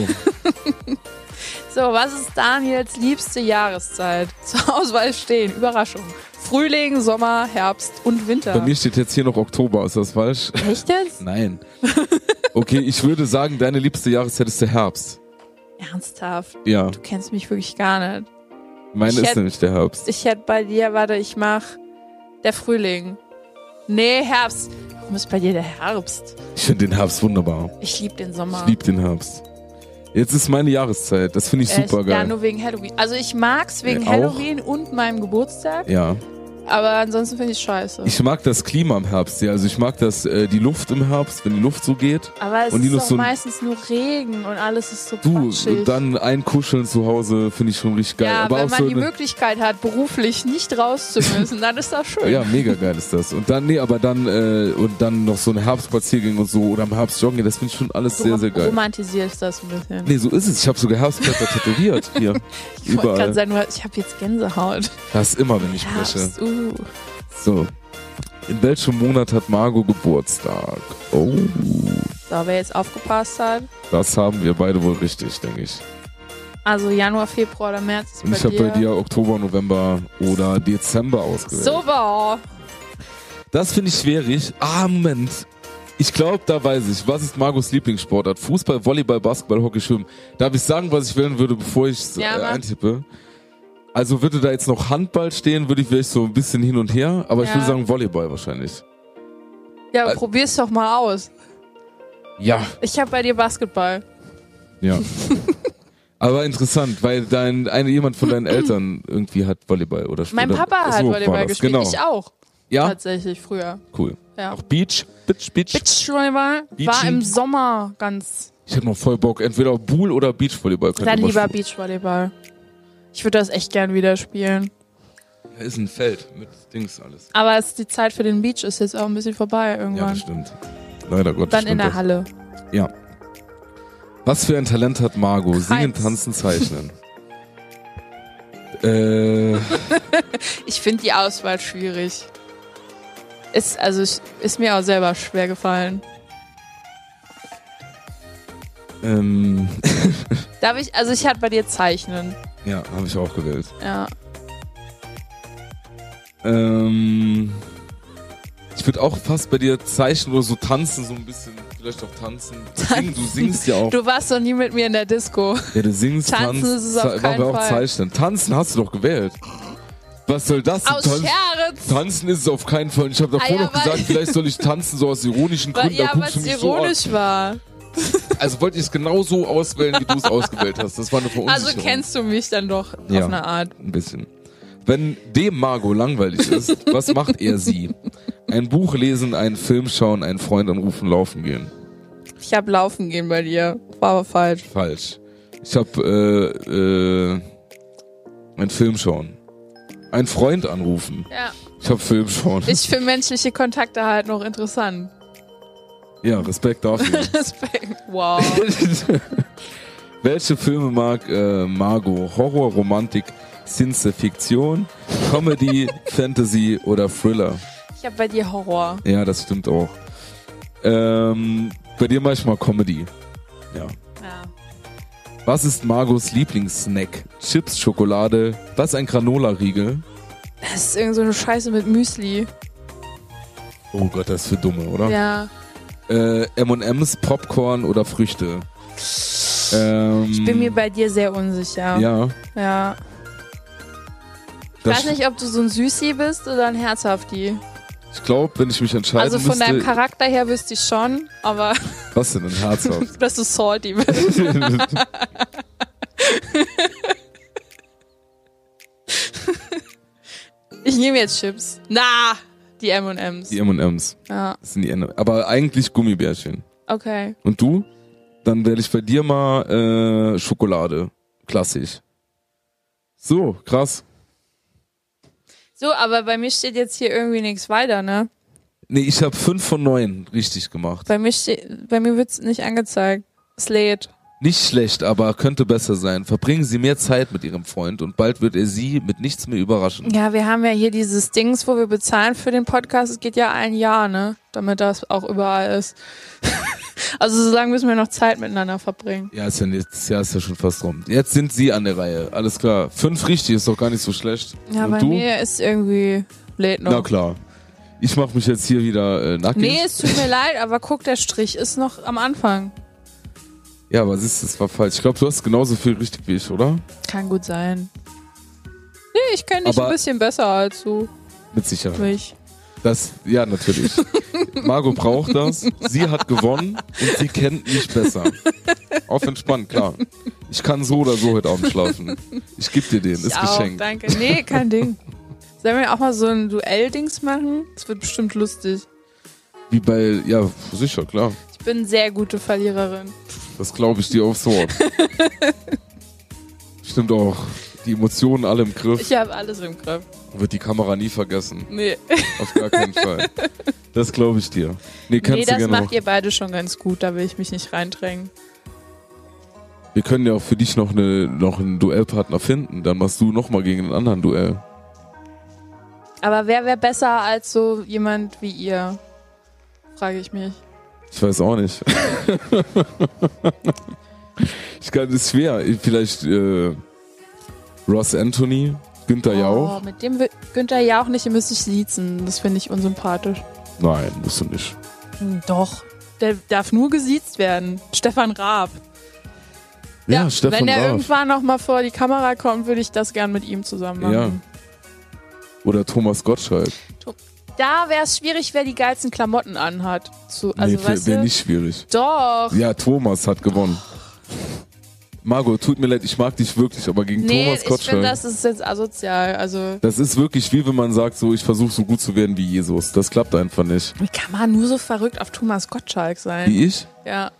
D: So, was ist Daniels liebste Jahreszeit? Zur Auswahl stehen. Überraschung. Frühling, Sommer, Herbst und Winter.
C: bei mir steht jetzt hier noch Oktober, ist das falsch?
D: Echt jetzt?
C: Nein. Okay, ich würde sagen, deine liebste Jahreszeit ist der Herbst.
D: Ernsthaft?
C: Ja,
D: Du kennst mich wirklich gar nicht.
C: meine
D: Ich
C: ist
D: hätt-
C: nämlich der Herbst.
D: Ich hätte bei dir, warte, ich mach der Frühling. Nee, Herbst. Warum ist bei dir der Herbst?
C: Ich finde den Herbst wunderbar.
D: Ich liebe den Sommer.
C: Ich liebe den Herbst. Jetzt ist meine Jahreszeit. Das finde ich
D: Echt?
C: super
D: Äh, Ja,
C: geil.
D: nur wegen Halloween. Also ich mag's wegen
C: Äh, auch?
D: Halloween und meinem Geburtstag,
C: Ja.
D: aber ansonsten finde ich scheiße.
C: Ich mag das Klima im Herbst, ja. Also ich mag das, äh, die Luft im Herbst, wenn die Luft so geht.
D: aber es
C: und die
D: ist
C: noch
D: doch
C: so ein-
D: meistens nur Regen und alles ist so
C: Du,
D: patschig.
C: und dann ein Kuscheln zu Hause finde ich schon richtig geil.
D: ja,
C: Aber
D: wenn
C: auch
D: man
C: so
D: die
C: eine-
D: Möglichkeit hat, beruflich nicht raus zu müssen, dann ist das schön.
C: Ja, mega geil ist das. Und dann, nee, aber dann, äh, und dann noch so ein Herbstspaziergang und so oder im Herbst joggen, gehen, das finde ich schon alles
D: Du
C: sehr, sehr geil.
D: romantisierst das ein bisschen.
C: Nee, so ist es. Ich habe sogar Herbstblätter tätowiert hier.
D: ich wollte gerade
C: Überall.
D: sagen, du hast- ich habe jetzt Gänsehaut.
C: Das immer, wenn ich spreche.
D: Herbst, uh.
C: So. In welchem Monat hat Margot Geburtstag? Oh,
D: So, wer jetzt aufgepasst hat.
C: das haben wir beide wohl richtig, denke ich.
D: Also Januar, Februar oder März ist
C: Und
D: bei,
C: ich habe
D: dir.
C: bei dir Oktober, November oder Dezember ausgewählt.
D: So war.
C: Das finde ich schwierig. Ah, Moment. Ich glaube, da weiß ich. Was ist Margos Lieblingssportart? Fußball, Volleyball, Basketball, Hockey, Schwimmen. Darf ich sagen, was ich wählen würde, bevor ich es äh,
D: Ja, mach.
C: eintippe? Also würde da jetzt noch Handball stehen, würde ich vielleicht so ein bisschen hin und her, aber ich
D: Ja.
C: würde sagen Volleyball wahrscheinlich.
D: Ja, aber
C: Also-
D: probier's doch mal aus.
C: Ja,
D: Ich habe bei dir Basketball.
C: ja. aber interessant, weil dein eine, jemand von deinen Eltern irgendwie hat Volleyball oder spielt.
D: Mein
C: dann-
D: Papa hat
C: So war
D: Volleyball
C: das,
D: gespielt.
C: Genau.
D: Ich auch.
C: ja,
D: Tatsächlich früher.
C: cool.
D: Ja.
C: Auch Beach, Beach, Beach.
D: Beachvolleyball war
C: Beachen.
D: im Sommer ganz.
C: Ich hätte noch voll Bock, entweder auf Pool oder Beachvolleyball. könnte
D: Dann
C: man
D: lieber
C: spielen.
D: Beachvolleyball. Ich würde das echt gern wieder spielen.
C: Da ist ein Feld mit Dings alles.
D: Aber es, die Zeit für den Beach ist jetzt auch ein bisschen vorbei
C: Ja,
D: irgendwann.
C: das stimmt. Leider Gottes.
D: Dann in
C: stimmt
D: der
C: das.
D: Halle.
C: Was für ein Talent hat Margot? Singen,
D: Keins.
C: tanzen, zeichnen. äh,
D: Ich finde die Auswahl schwierig. Ist, also, ich- ist mir auch selber schwer gefallen.
C: ähm,
D: Darf ich, also ich hatte bei dir Zeichnen.
C: ja, habe ich auch gewählt.
D: Ja.
C: Ähm, ich würde auch fast bei dir zeichnen oder so tanzen, so ein bisschen, vielleicht auch tanzen. Singen, du singst ja auch.
D: Du warst noch nie mit mir in der Disco.
C: ja, du singst,
D: Tanzen
C: tanzt,
D: ist es auf
C: zei- machen wir
D: keinen
C: auch
D: Fall.
C: zeichnen. Tanzen hast du doch gewählt. Was soll das? denn?
D: Aus
C: Tanzen-
D: Scherz!
C: Tanzen ist es auf keinen Fall. Ich habe davor
D: Ah, ja,
C: noch gesagt,
D: weil-
C: vielleicht soll ich tanzen, so aus ironischen
D: Weil,
C: Gründen.
D: ja,
C: da
D: was
C: guckst du mich
D: ironisch
C: So
D: war.
C: an. Also wollte ich es genau so auswählen, wie du es ausgewählt hast. Das war eine Verunsicherung.
D: Also kennst du mich dann doch
C: Ja.
D: auf eine Art.
C: Ein bisschen. Wenn dem Margot langweilig ist, was macht er sie? Ein Buch lesen, einen Film schauen, einen Freund anrufen, laufen gehen.
D: Ich habe laufen gehen bei dir. War aber falsch.
C: Falsch. Ich habe äh, äh, einen Film schauen. Einen Freund anrufen.
D: Ja.
C: Ich habe Film schauen.
D: Ich finde menschliche Kontakte halt noch interessant.
C: ja, Respekt dafür.
D: Respekt. Wow.
C: Welche Filme mag äh, Margot? Horror, Romantik, Sinze, Fiktion, Comedy, Fantasy oder Thriller?
D: Ich habe bei dir Horror.
C: Ja, das stimmt auch. Ähm, bei dir manchmal Comedy. Ja.
D: Ja.
C: Was ist Margos Lieblingssnack? Chips, Schokolade, was ein Granola-Riegel?
D: Das ist irgend so eine Scheiße mit Müsli.
C: Oh Gott, das ist für Dumme, oder?
D: Ja.
C: Äh, M&M's, Popcorn oder Früchte? Ähm,
D: Ich bin mir bei dir sehr unsicher.
C: Ja.
D: ja. Ich
C: das-
D: weiß nicht, ob du so ein Süßi bist oder ein Herzhafti.
C: Ich glaube, wenn ich mich entscheiden
D: Also von deinem
C: müsste...
D: Charakter her wüsste ich schon, aber
C: Was denn, ein Herzhaft?
D: dass du salty bist. Ich nehme jetzt Chips. Na, die M&M's.
C: die M&M's.
D: Ja,
C: Das sind die Ende. Aber eigentlich Gummibärchen.
D: okay.
C: Und du? Dann werde ich bei dir mal äh, Schokolade. Klassisch. So, krass.
D: So, aber bei mir steht jetzt hier irgendwie nichts weiter, ne?
C: Nee, ich habe fünf von neun richtig gemacht.
D: Bei mir steht, bei mir wird's nicht angezeigt. Es lädt.
C: Nicht schlecht, aber könnte besser sein. Verbringen Sie mehr Zeit mit Ihrem Freund und bald wird er Sie mit nichts mehr überraschen.
D: Ja, wir haben ja hier dieses Dings, wo wir bezahlen für den Podcast. Es geht ja ein Jahr, ne? Damit das auch überall ist. also so lange müssen wir noch Zeit miteinander verbringen.
C: Ja, ist ja jetzt ja ist ja schon fast rum. Jetzt sind Sie an der Reihe. Alles klar. Fünf richtig ist doch gar nicht so schlecht.
D: Ja,
C: und
D: bei
C: du?
D: mir ist irgendwie lädt noch.
C: Na klar. Ich mache mich jetzt hier wieder äh, nackig.
D: Nee, es tut mir leid, aber guck, der Strich ist noch am Anfang.
C: Ja, aber siehst du, das war falsch. Ich glaube, du hast genauso viel richtig wie ich, oder?
D: Kann gut sein. Nee, ich kenne dich
C: Aber-
D: ein bisschen besser als du
C: Mit Sicherheit.
D: mich.
C: Das, ja, natürlich. Margot braucht das. Sie hat gewonnen und sie kennt mich besser. Auf entspannt, klar. Ich kann so oder so heute Abend schlafen. Ich geb dir den, ist
D: auch,
C: geschenkt.
D: danke. Nee, kein Ding. Sollen wir auch mal so ein Duell-Dings machen? Das wird bestimmt lustig.
C: Wie bei, ja, sicher, klar.
D: Ich bin sehr gute Verliererin.
C: Das glaube ich dir aufs Wort. Stimmt auch. Die Emotionen alle im Griff.
D: Ich habe alles im Griff.
C: Wird die Kamera nie vergessen.
D: Nee,
C: Auf gar keinen Fall. Das glaube ich dir. Nee, kannst
D: nee
C: du
D: das
C: gerne
D: macht
C: machen.
D: ihr beide schon ganz gut. Da will ich mich nicht reindrängen.
C: Wir können ja auch für dich noch, eine, noch einen Duellpartner finden. Dann machst du nochmal gegen einen anderen Duell.
D: Aber wer wäre besser als so jemand wie ihr? Frage ich mich.
C: Ich weiß auch nicht. ich kann, das ist schwer. Vielleicht äh, Ross Anthony, Günther Jauch.
D: Oh, mit dem wür- Günther Jauch nicht, den müsste ich siezen. Das finde ich unsympathisch.
C: Nein, musst du nicht.
D: Hm, Doch. Der darf nur gesiezt werden. Stefan Raab.
C: Ja, Stefan
D: Wenn er
C: Raab.
D: irgendwann noch mal vor die Kamera kommt, würde ich das gern mit ihm zusammen machen.
C: Oder Thomas Gottschalk.
D: Da wäre es schwierig, wer die geilsten Klamotten anhat. Zu,
C: Also
D: also
C: nee,
D: weißt
C: wäre
D: du?
C: nicht schwierig.
D: Doch.
C: Ja, Thomas hat gewonnen. Margot, tut mir leid, ich mag dich wirklich, aber gegen
D: nee,
C: Thomas
D: ich finde,
C: Gottschalk.
D: das ist jetzt asozial. Also,
C: Das ist wirklich wie wenn man sagt, so ich versuche so gut zu werden wie Jesus. Das klappt einfach nicht.
D: wie kann man nur so verrückt auf Thomas Gottschalk sein?
C: Wie ich?
D: Ja.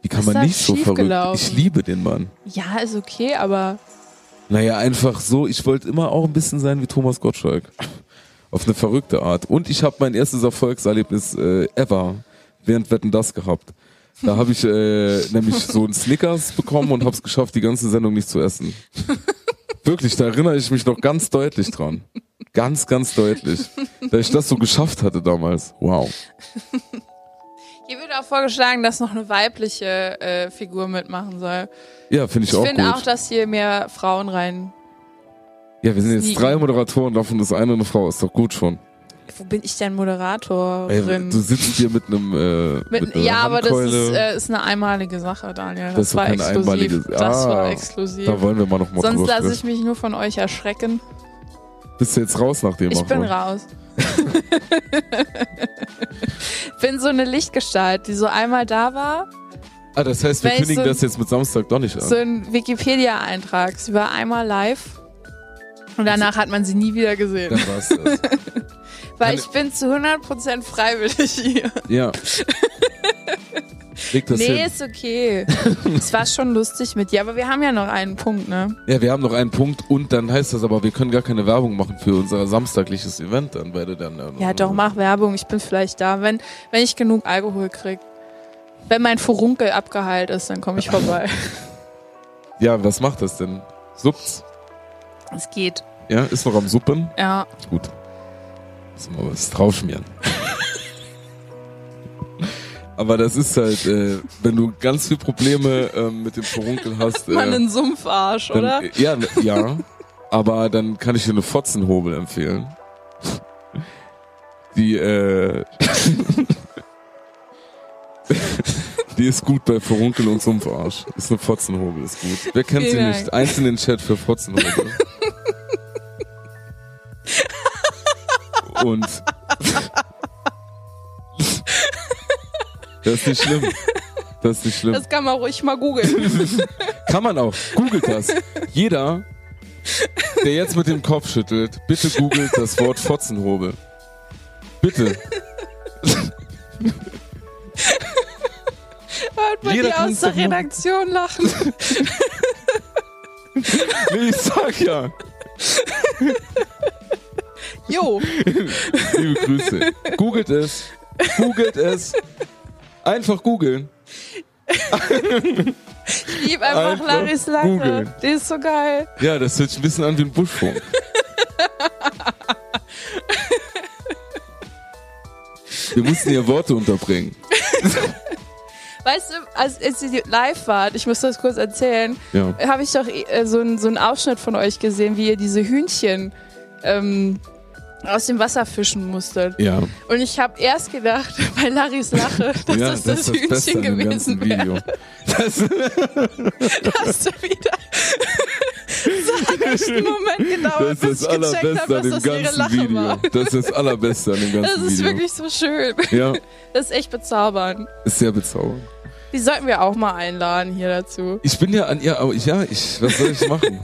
C: Wie kann
D: Ist
C: man
D: das
C: nicht so verrückt?
D: schiefgelaufen?
C: Ich liebe den Mann.
D: Ja, ist okay, aber
C: Naja, einfach so. Ich wollte immer auch ein bisschen sein wie Thomas Gottschalk. Auf eine verrückte Art. Und ich habe mein erstes Erfolgserlebnis äh, ever während Wetten das gehabt. Da habe ich äh, nämlich so einen Snickers bekommen und habe es geschafft, die ganze Sendung nicht zu essen. Wirklich, da erinnere ich mich noch ganz deutlich dran. Ganz, ganz deutlich. Da ich das so geschafft hatte damals. Wow.
D: hier wird auch vorgeschlagen, dass noch eine weibliche äh, Figur mitmachen soll.
C: Ja, finde ich,
D: Ich
C: auch gut.
D: finde auch, dass hier mehr Frauen rein.
C: ja, wir sind jetzt
D: Sneaken.
C: drei Moderatoren, davon ist eine eine Frau. Ist doch gut schon.
D: Wo bin ich denn Moderatorin?
C: Ey, du sitzt hier mit einem äh,
D: Mit,
C: mit einer
D: ja, aber das
C: Handkeule.
D: ist, äh, ist eine einmalige Sache, Daniel.
C: Das
D: Das,
C: ist
D: war
C: keine
D: exklusiv.
C: einmalige-
D: Das war
C: Ah,
D: exklusiv.
C: Da wollen wir mal noch mal
D: Sonst
C: drüber
D: lasse ich
C: sprechen.
D: mich nur von euch erschrecken.
C: Bist du jetzt raus nach dem
D: Ich bin
C: Aufräumen?
D: raus. bin so eine Lichtgestalt, die so einmal da war.
C: Ah, das heißt, wir
D: Wenn ich
C: kündigen
D: so-
C: das jetzt mit Samstag doch nicht an.
D: So ein Wikipedia-Eintrag. Sie war einmal live. Und danach hat man sie nie wieder gesehen.
C: Dann war's das.
D: Weil
C: kann-
D: ich bin zu 100% freiwillig hier.
C: ja. Leg das
D: nee,
C: hin.
D: ist okay. es war schon lustig mit dir, aber wir haben ja noch einen Punkt, ne?
C: Ja, wir haben noch einen Punkt und dann heißt das aber, wir können gar keine Werbung machen für unser samstagliches Event. Dann werde dann. äh,
D: Ja, doch, mach Werbung, ich bin vielleicht da. Wenn, wenn ich genug Alkohol krieg. Wenn mein Furunkel abgeheilt ist, dann komme ich vorbei.
C: Ja, was macht das denn? Supps.
D: es geht.
C: Ja, ist noch am Suppen.
D: Ja.
C: Gut. Müssen wir was draufschmieren. Aber das ist halt, äh, wenn du ganz viel Probleme ähm, mit dem Furunkel hast.
D: Mal
C: äh,
D: einen Sumpfarsch,
C: Dann,
D: oder?
C: äh, Ja, n- ja. aber dann kann ich dir eine Fotzenhobel empfehlen. Die, äh, die ist gut bei Verunkel und Sumpfarsch. Ist eine Fotzenhobel, ist gut. Wer kennt sie
D: Vielen
C: nicht?
D: Dank.
C: Eins in den Chat für Fotzenhobel. und das ist nicht schlimm. Das ist nicht schlimm.
D: Das kann man ruhig mal googeln.
C: Kann man auch. Googelt das. Jeder, der jetzt mit dem Kopf schüttelt, bitte googelt das Wort Fotzenhobel. Bitte.
D: Hört man
C: Jeder
D: die
C: kann's
D: aus der
C: doch machen.
D: Redaktion lachen.
C: Nee, ich sag ja.
D: Jo,
C: Liebe Grüße. Googelt es. Googelt es. Einfach googeln.
D: lieb einfach,
C: Einfach
D: Laris Lache.
C: googeln.
D: Die ist so geil.
C: Ja, das hört sich ein bisschen an wie ein Buschfunk. Wir mussten hier Worte unterbringen.
D: Weißt du, als, als ihr live wart, ich muss das kurz erzählen,
C: Ja.
D: habe ich doch äh, so einen so einen Ausschnitt von euch gesehen, wie ihr diese Hühnchen ähm, aus dem Wasser fischen musstet.
C: Ja.
D: Und ich habe erst gedacht, bei Laris Lache, dass
C: Oh ja,
D: das das, Hühnchen
C: an dem ganzen
D: gewesen wäre.
C: Video. Das,
D: Hast du wieder so einen echten Moment gedauert,
C: Das
D: bis
C: ist das
D: ich gecheckt
C: Allerbeste
D: habe,
C: an dem
D: dass das ihre
C: ganzen
D: Lache
C: Video.
D: war.
C: Das ist das Allerbeste an dem ganzen
D: Das ist
C: Video.
D: wirklich so schön.
C: ja,
D: Das ist echt bezaubernd.
C: ist sehr bezaubernd.
D: Die sollten wir auch mal einladen hier dazu.
C: Ich bin ja an ihr, aber ich, ja, ich, was soll ich machen?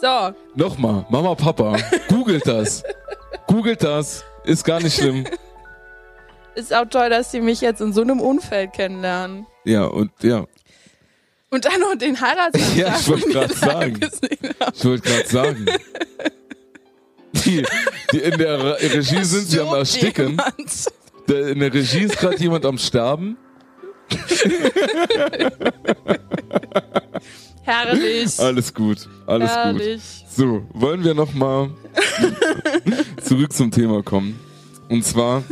D: So,
C: Nochmal, Mama, Papa, googelt das. Googelt das. Ist gar nicht schlimm.
D: ist auch toll, dass sie mich jetzt in so einem Umfeld kennenlernen.
C: Ja, und ja,
D: Und dann noch den Heiratsantrag.
C: Ja, ich wollte
D: den wir
C: grad sagen.
D: live gesehen haben.
C: ich wollte gerade sagen. Die, die in der Re- Regie sind sie am
D: Stirbt
C: Ersticken.
D: jemand.
C: Da- In der Regie ist gerade jemand am Sterben.
D: Herrlich.
C: Alles gut, alles gut.
D: herrlich.
C: So, wollen wir nochmal zurück zum Thema kommen. Und zwar,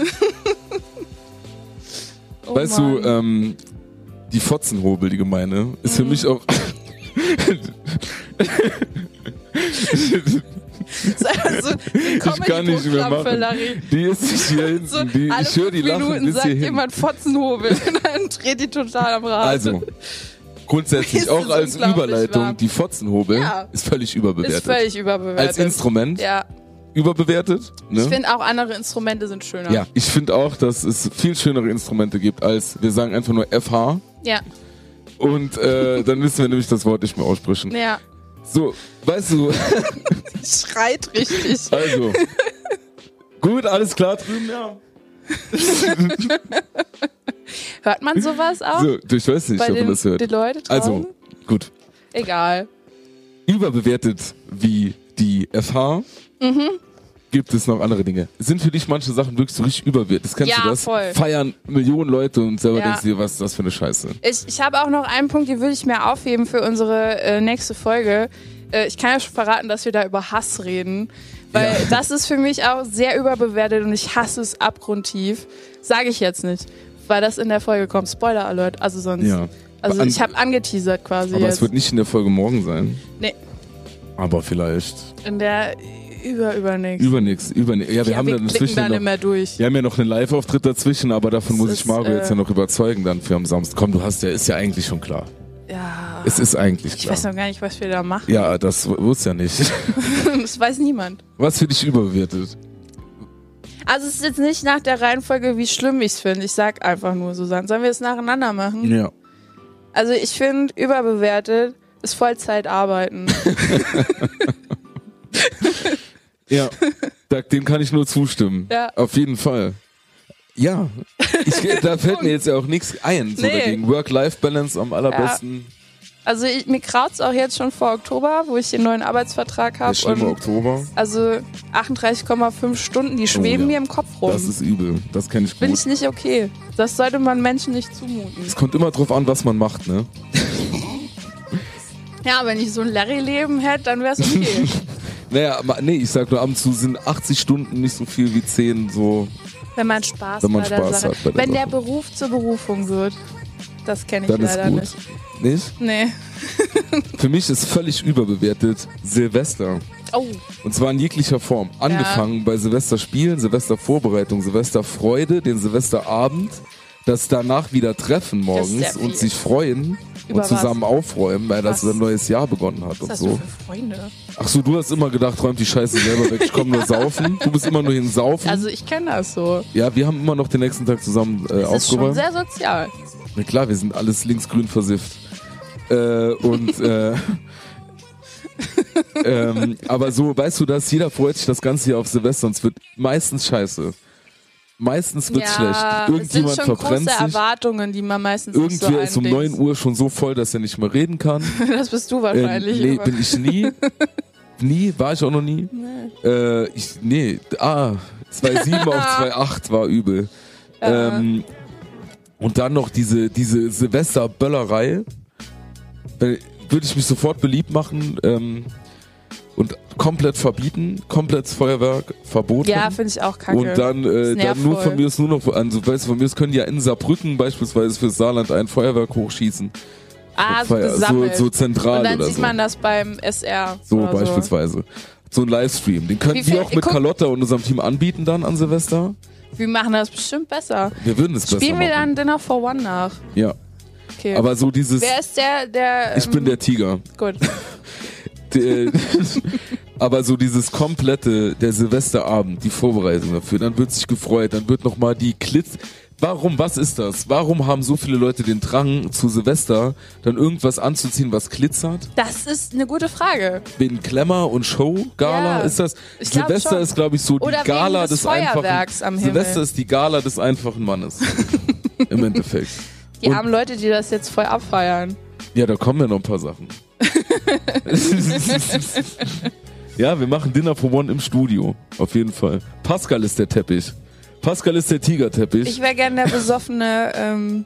D: Oh
C: weißt
D: Mann.
C: du, ähm, die Fotzenhobel, die Gemeinde, ist
D: Mhm.
C: für mich auch...
D: Das ist einfach so ein
C: Ich kann nicht mehr
D: Comedy-Programm für
C: machen.
D: Larry.
C: Die ist nicht hier hinten.
D: So,
C: die,
D: alle
C: ich höre die
D: fünf Minuten
C: Lachen bis
D: sagt
C: hierhin.
D: jemand Fotzenhobel und dann dreht die total am Rad.
C: Also, grundsätzlich
D: Ist
C: auch
D: es
C: als
D: unglaublich
C: Überleitung,
D: wahr.
C: die Fotzenhobel
D: Ja.
C: ist völlig
D: ist
C: überbewertet.
D: völlig überbewertet.
C: Als Instrument
D: Ja,
C: überbewertet. Ne?
D: ich finde auch andere Instrumente sind schöner.
C: ja, ich finde auch, dass es viel schönere Instrumente gibt als, wir sagen einfach nur FH.
D: Ja,
C: Und äh, dann müssen wir nämlich das Wort nicht mehr aussprechen.
D: ja.
C: So, weißt du,
D: Schreit richtig.
C: also. Gut, alles klar drüben, ja.
D: Hört man sowas auch?
C: So, ich weiß nicht,
D: Bei
C: ob man
D: den,
C: das hört.
D: den Leuten
C: Also, gut.
D: Egal.
C: überbewertet wie die FH.
D: Mhm.
C: Gibt es noch andere Dinge? Sind für dich manche Sachen wirklich so richtig überbewertet? Das kennst
D: Ja,
C: du das?
D: voll.
C: Feiern Millionen Leute und selber
D: Ja.
C: denkst du dir, was ist das für eine Scheiße?
D: Ich, ich habe auch noch einen Punkt, den würde ich mir aufheben für unsere äh, nächste Folge. Äh, ich kann ja schon verraten, dass wir da über Hass reden, weil das ist für mich auch sehr überbewertet und ich hasse es abgrundtief. Sage ich jetzt nicht, weil das in der Folge kommt. Spoiler Alert, also sonst.
C: Ja.
D: Also
C: An-
D: ich habe angeteasert quasi
C: Aber es
D: jetzt.
C: wird nicht in der Folge morgen sein.
D: Nee.
C: Aber vielleicht
D: In der über übernächsten.
C: übernächst, übernächst. Ja, wir haben
D: wir
C: dann
D: klicken da
C: inzwischen
D: nicht
C: noch,
D: mehr durch.
C: wir haben ja noch einen Live-Auftritt dazwischen, aber davon
D: Das
C: muss ich
D: ist,
C: Mario
D: äh,
C: jetzt ja noch überzeugen dann für am Samstag. Komm, du hast ja, ist ja eigentlich schon klar.
D: Ja.
C: Es ist eigentlich
D: Ich
C: klar.
D: weiß noch gar nicht, was wir da machen.
C: ja, das wusste ja nicht.
D: Das weiß niemand.
C: Was für dich überbewertet?
D: Also es ist jetzt nicht nach der Reihenfolge, wie schlimm ich es finde. Ich sag einfach nur, Susanne. Sollen wir es nacheinander machen?
C: Ja.
D: Also ich finde, überbewertet ist Vollzeitarbeiten.
C: Ja, da, dem kann ich nur zustimmen.
D: Ja.
C: Auf jeden Fall. Ja, ich, da fällt mir jetzt ja auch nichts ein. So
D: Nee.
C: dagegen Work-Life-Balance am allerbesten.
D: also ich, mir kraut's auch jetzt schon vor Oktober, wo ich den neuen Arbeitsvertrag
C: Der
D: habe.
C: schlimme Oktober. Oh,
D: Also 38,5 Stunden, die schweben
C: ja.
D: mir im Kopf rum.
C: Das ist übel. Das kenne ich
D: um. Bin
C: gut.
D: ich nicht okay. Das sollte man Menschen nicht zumuten.
C: Es kommt immer drauf an, was man macht, ne?
D: Ja, wenn ich so ein Larry-Leben hätte, dann wär's okay.
C: Naja, aber, nee, ich sag nur, ab und zu sind 80 Stunden nicht so viel wie 10, so.
D: Wenn man Spaß,
C: Wenn man
D: bei der
C: Spaß
D: Sache.
C: hat bei der
D: Wenn der
C: Sache.
D: Beruf zur Berufung wird. Das kenne ich
C: Dann ist
D: leider
C: gut.
D: nicht.
C: Nicht?
D: Nee.
C: Für mich ist völlig überbewertet Silvester.
D: Oh,
C: Und zwar in jeglicher Form. Angefangen bei Silvesterspielen, Silvestervorbereitung, Silvesterfreude, den Silvesterabend, das danach wieder treffen
D: Das ist
C: morgens
D: sehr
C: und
D: viel.
C: sich freuen
D: Über
C: und zusammen aufräumen, weil das
D: Was?
C: ein neues Jahr begonnen hat
D: was
C: und
D: hast
C: so.
D: du für Freunde?
C: Ach so, du hast immer gedacht, räum die Scheiße selber weg, ich komm nur saufen. Du bist immer nur hin saufen.
D: Also ich kenne das so.
C: ja, wir haben immer noch den nächsten Tag zusammen äh,
D: Das ist schon
C: aufgeräumt.
D: sehr sozial.
C: Na klar, wir sind alles linksgrün versifft. Äh, und äh, ähm, aber so, weißt du das, jeder freut sich das ganze Jahr auf Silvester und es wird meistens scheiße. Meistens wird's
D: ja,
C: schlecht. Irgendjemand
D: es sind schon
C: verbrennt
D: große
C: sich.
D: Erwartungen, die man meistens nicht so
C: Irgendwer ist um 9
D: eindingst.
C: Uhr schon so voll, dass er nicht mehr reden kann.
D: Das bist du
C: Äh,
D: wahrscheinlich.
C: nee,
D: aber-
C: bin ich nie. Nie, war ich auch noch nie. Äh, ich, nee, ah, 2,7 auf 2,8 war übel. Ähm, und dann noch diese, diese Silvester-Böllerei. Äh, Würde ich mich sofort beliebt machen ähm, und komplett verbieten, komplett Feuerwerk verboten.
D: ja, finde ich auch kacke.
C: Und dann, äh,
D: Ist
C: dann nur
D: nervvoll.
C: von mir ist nur noch, also, weißt du, von mir ist können die ja in Saarbrücken beispielsweise fürs Saarland ein Feuerwerk hochschießen.
D: ah, so
C: Feier-
D: gesammelt.
C: so, so zentral
D: Und dann
C: oder
D: sieht
C: so.
D: man das beim SR.
C: So
D: oder
C: beispielsweise. So ein Livestream. Den
D: Wie
C: könnten
D: viel-
C: wir auch mit
D: guck-
C: Carlotta und unserem Team anbieten dann an Silvester.
D: Wir machen das bestimmt besser.
C: Wir würden es besser
D: Spielen wir
C: machen.
D: dann Dinner for One nach?
C: Ja.
D: Okay.
C: Aber so dieses,
D: Wer ist der, der...
C: ich bin
D: ähm,
C: der Tiger.
D: Gut.
C: D- Aber so dieses komplette, der Silvesterabend, die Vorbereitung dafür, dann wird sich gefreut, dann wird nochmal die Klitz, Warum, was ist das? Warum haben so viele Leute den Drang, zu Silvester dann irgendwas anzuziehen, was glitzert?
D: Das ist eine gute Frage.
C: Wegen Glamour und Show-Gala
D: Ja,
C: ist das.
D: ich glaub
C: Silvester
D: schon.
C: ist, glaube ich, so die
D: Oder wegen
C: Gala
D: des
C: des, einfachen.
D: Feuerwerks am Himmel.
C: Silvester ist die Gala des einfachen Mannes. Im Endeffekt.
D: Die
C: Und-
D: armen Leute, die das jetzt voll abfeiern.
C: Ja, da kommen ja noch ein paar Sachen. ja, wir machen Dinner for One im Studio. Auf jeden Fall. Pascal ist der Teppich. Pascal ist der Tigerteppich.
D: Ich wäre gerne der besoffene ähm,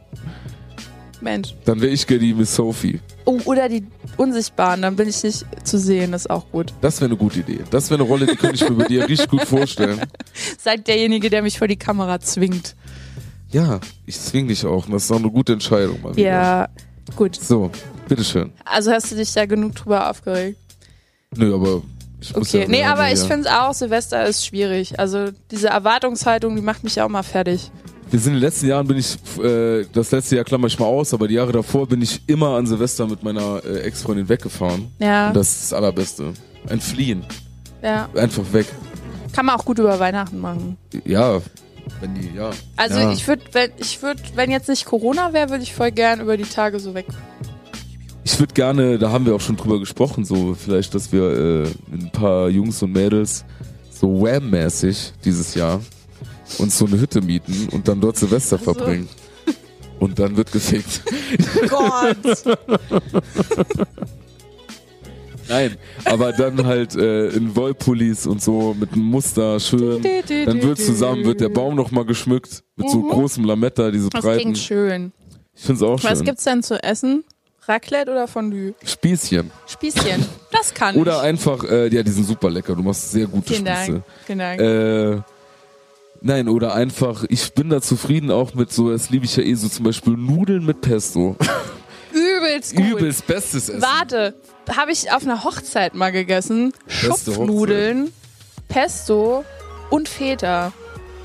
D: Mensch.
C: dann wäre ich gerne die Miss Sophie.
D: Oh, oder die Unsichtbaren, dann bin ich nicht zu sehen, ist auch gut.
C: Das wäre eine gute Idee. Das wäre eine Rolle, die könnte ich mir bei dir richtig gut vorstellen.
D: Seid derjenige, der mich vor die Kamera zwingt.
C: Ja, ich zwing dich auch. Das ist auch eine gute Entscheidung. Mal wieder.
D: Ja, gut.
C: So, bitteschön.
D: Also hast du dich da genug drüber aufgeregt.
C: Nö, aber ich muss
D: Okay.
C: ja
D: Nee, aber
C: ja.
D: ich finde auch, Silvester ist schwierig. Also diese Erwartungshaltung, die macht mich ja auch mal fertig.
C: Wir sind in den letzten Jahren bin ich, äh, das letzte Jahr klammer ich mal aus, aber die Jahre davor bin ich immer an Silvester mit meiner äh, Ex-Freundin weggefahren.
D: Ja,
C: Und das ist das Allerbeste. Entfliehen.
D: ja.
C: Einfach weg.
D: Kann man auch gut über Weihnachten machen.
C: Ja, wenn die, ja.
D: Also
C: ja.
D: ich würde, wenn ich würde, wenn jetzt nicht Corona wäre, würde ich voll gern über die Tage so weg.
C: Ich würde gerne, da haben wir auch schon drüber gesprochen, so vielleicht, dass wir äh, mit ein paar Jungs und Mädels so Wham-mäßig dieses Jahr uns so eine Hütte mieten und dann dort Silvester
D: so.
C: verbringen. Und dann wird gefickt.
D: Gott!
C: Nein, aber dann halt äh, in Wollpullis und so mit einem Muster schön. Dann wird zusammen, wird der Baum nochmal geschmückt mit so großem Lametta, diese
D: Mhm. Das
C: breiten.
D: klingt schön.
C: Ich find's auch
D: Was
C: schön.
D: gibt's denn zu essen? Raclette oder Fondue?
C: Spießchen.
D: Spießchen. Das kann
C: Oder
D: ich.
C: einfach, äh, ja, die sind super lecker. Du machst sehr gute
D: Vielen
C: Spieße.
D: Dank. Vielen Dank.
C: Äh, nein, oder einfach, ich bin da zufrieden auch mit so, das liebe ich ja eh so, zum Beispiel Nudeln mit Pesto.
D: Übelst gut.
C: Übelst bestes Essen.
D: Warte, habe ich auf einer Hochzeit mal gegessen.
C: Beste
D: Schupfnudeln, Pesto und Feta.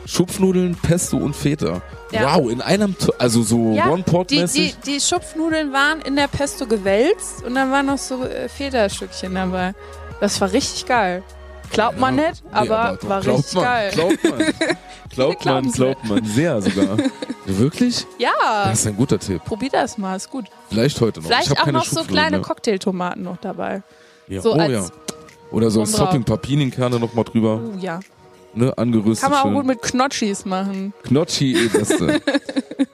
C: Schupfnudeln, Pesto und Feta.
D: Ja.
C: Wow, in einem, Tu- also so
D: die, die,
C: One-Pot-mäßig.
D: die Schupfnudeln waren in der Pesto gewälzt und dann waren noch so äh, Feta-Stückchen dabei. Das war richtig geil. Glaubt man nicht, aber,
C: doch,
D: war
C: glaubt
D: richtig
C: man,
D: geil.
C: Glaubt man. glaubt man,
D: glauben's
C: glaubt man. Sehr sogar. Wirklich?
D: Ja,
C: Das ist ein guter Tipp.
D: probier das mal, ist gut.
C: Vielleicht heute noch. ich
D: Vielleicht
C: hab
D: auch
C: keine
D: noch so
C: Schupfnudeln
D: kleine
C: mehr.
D: Cocktailtomaten noch dabei.
C: ja.
D: so
C: oh,
D: als-
C: ja. Oder so als
D: Oben drauf.
C: Topping Papinenkerne nochmal drüber,
D: Oh ja.
C: ne, angerüstet.
D: Kann man auch
C: schön.
D: gut mit Knotschis machen.
C: Knotschi eh beste.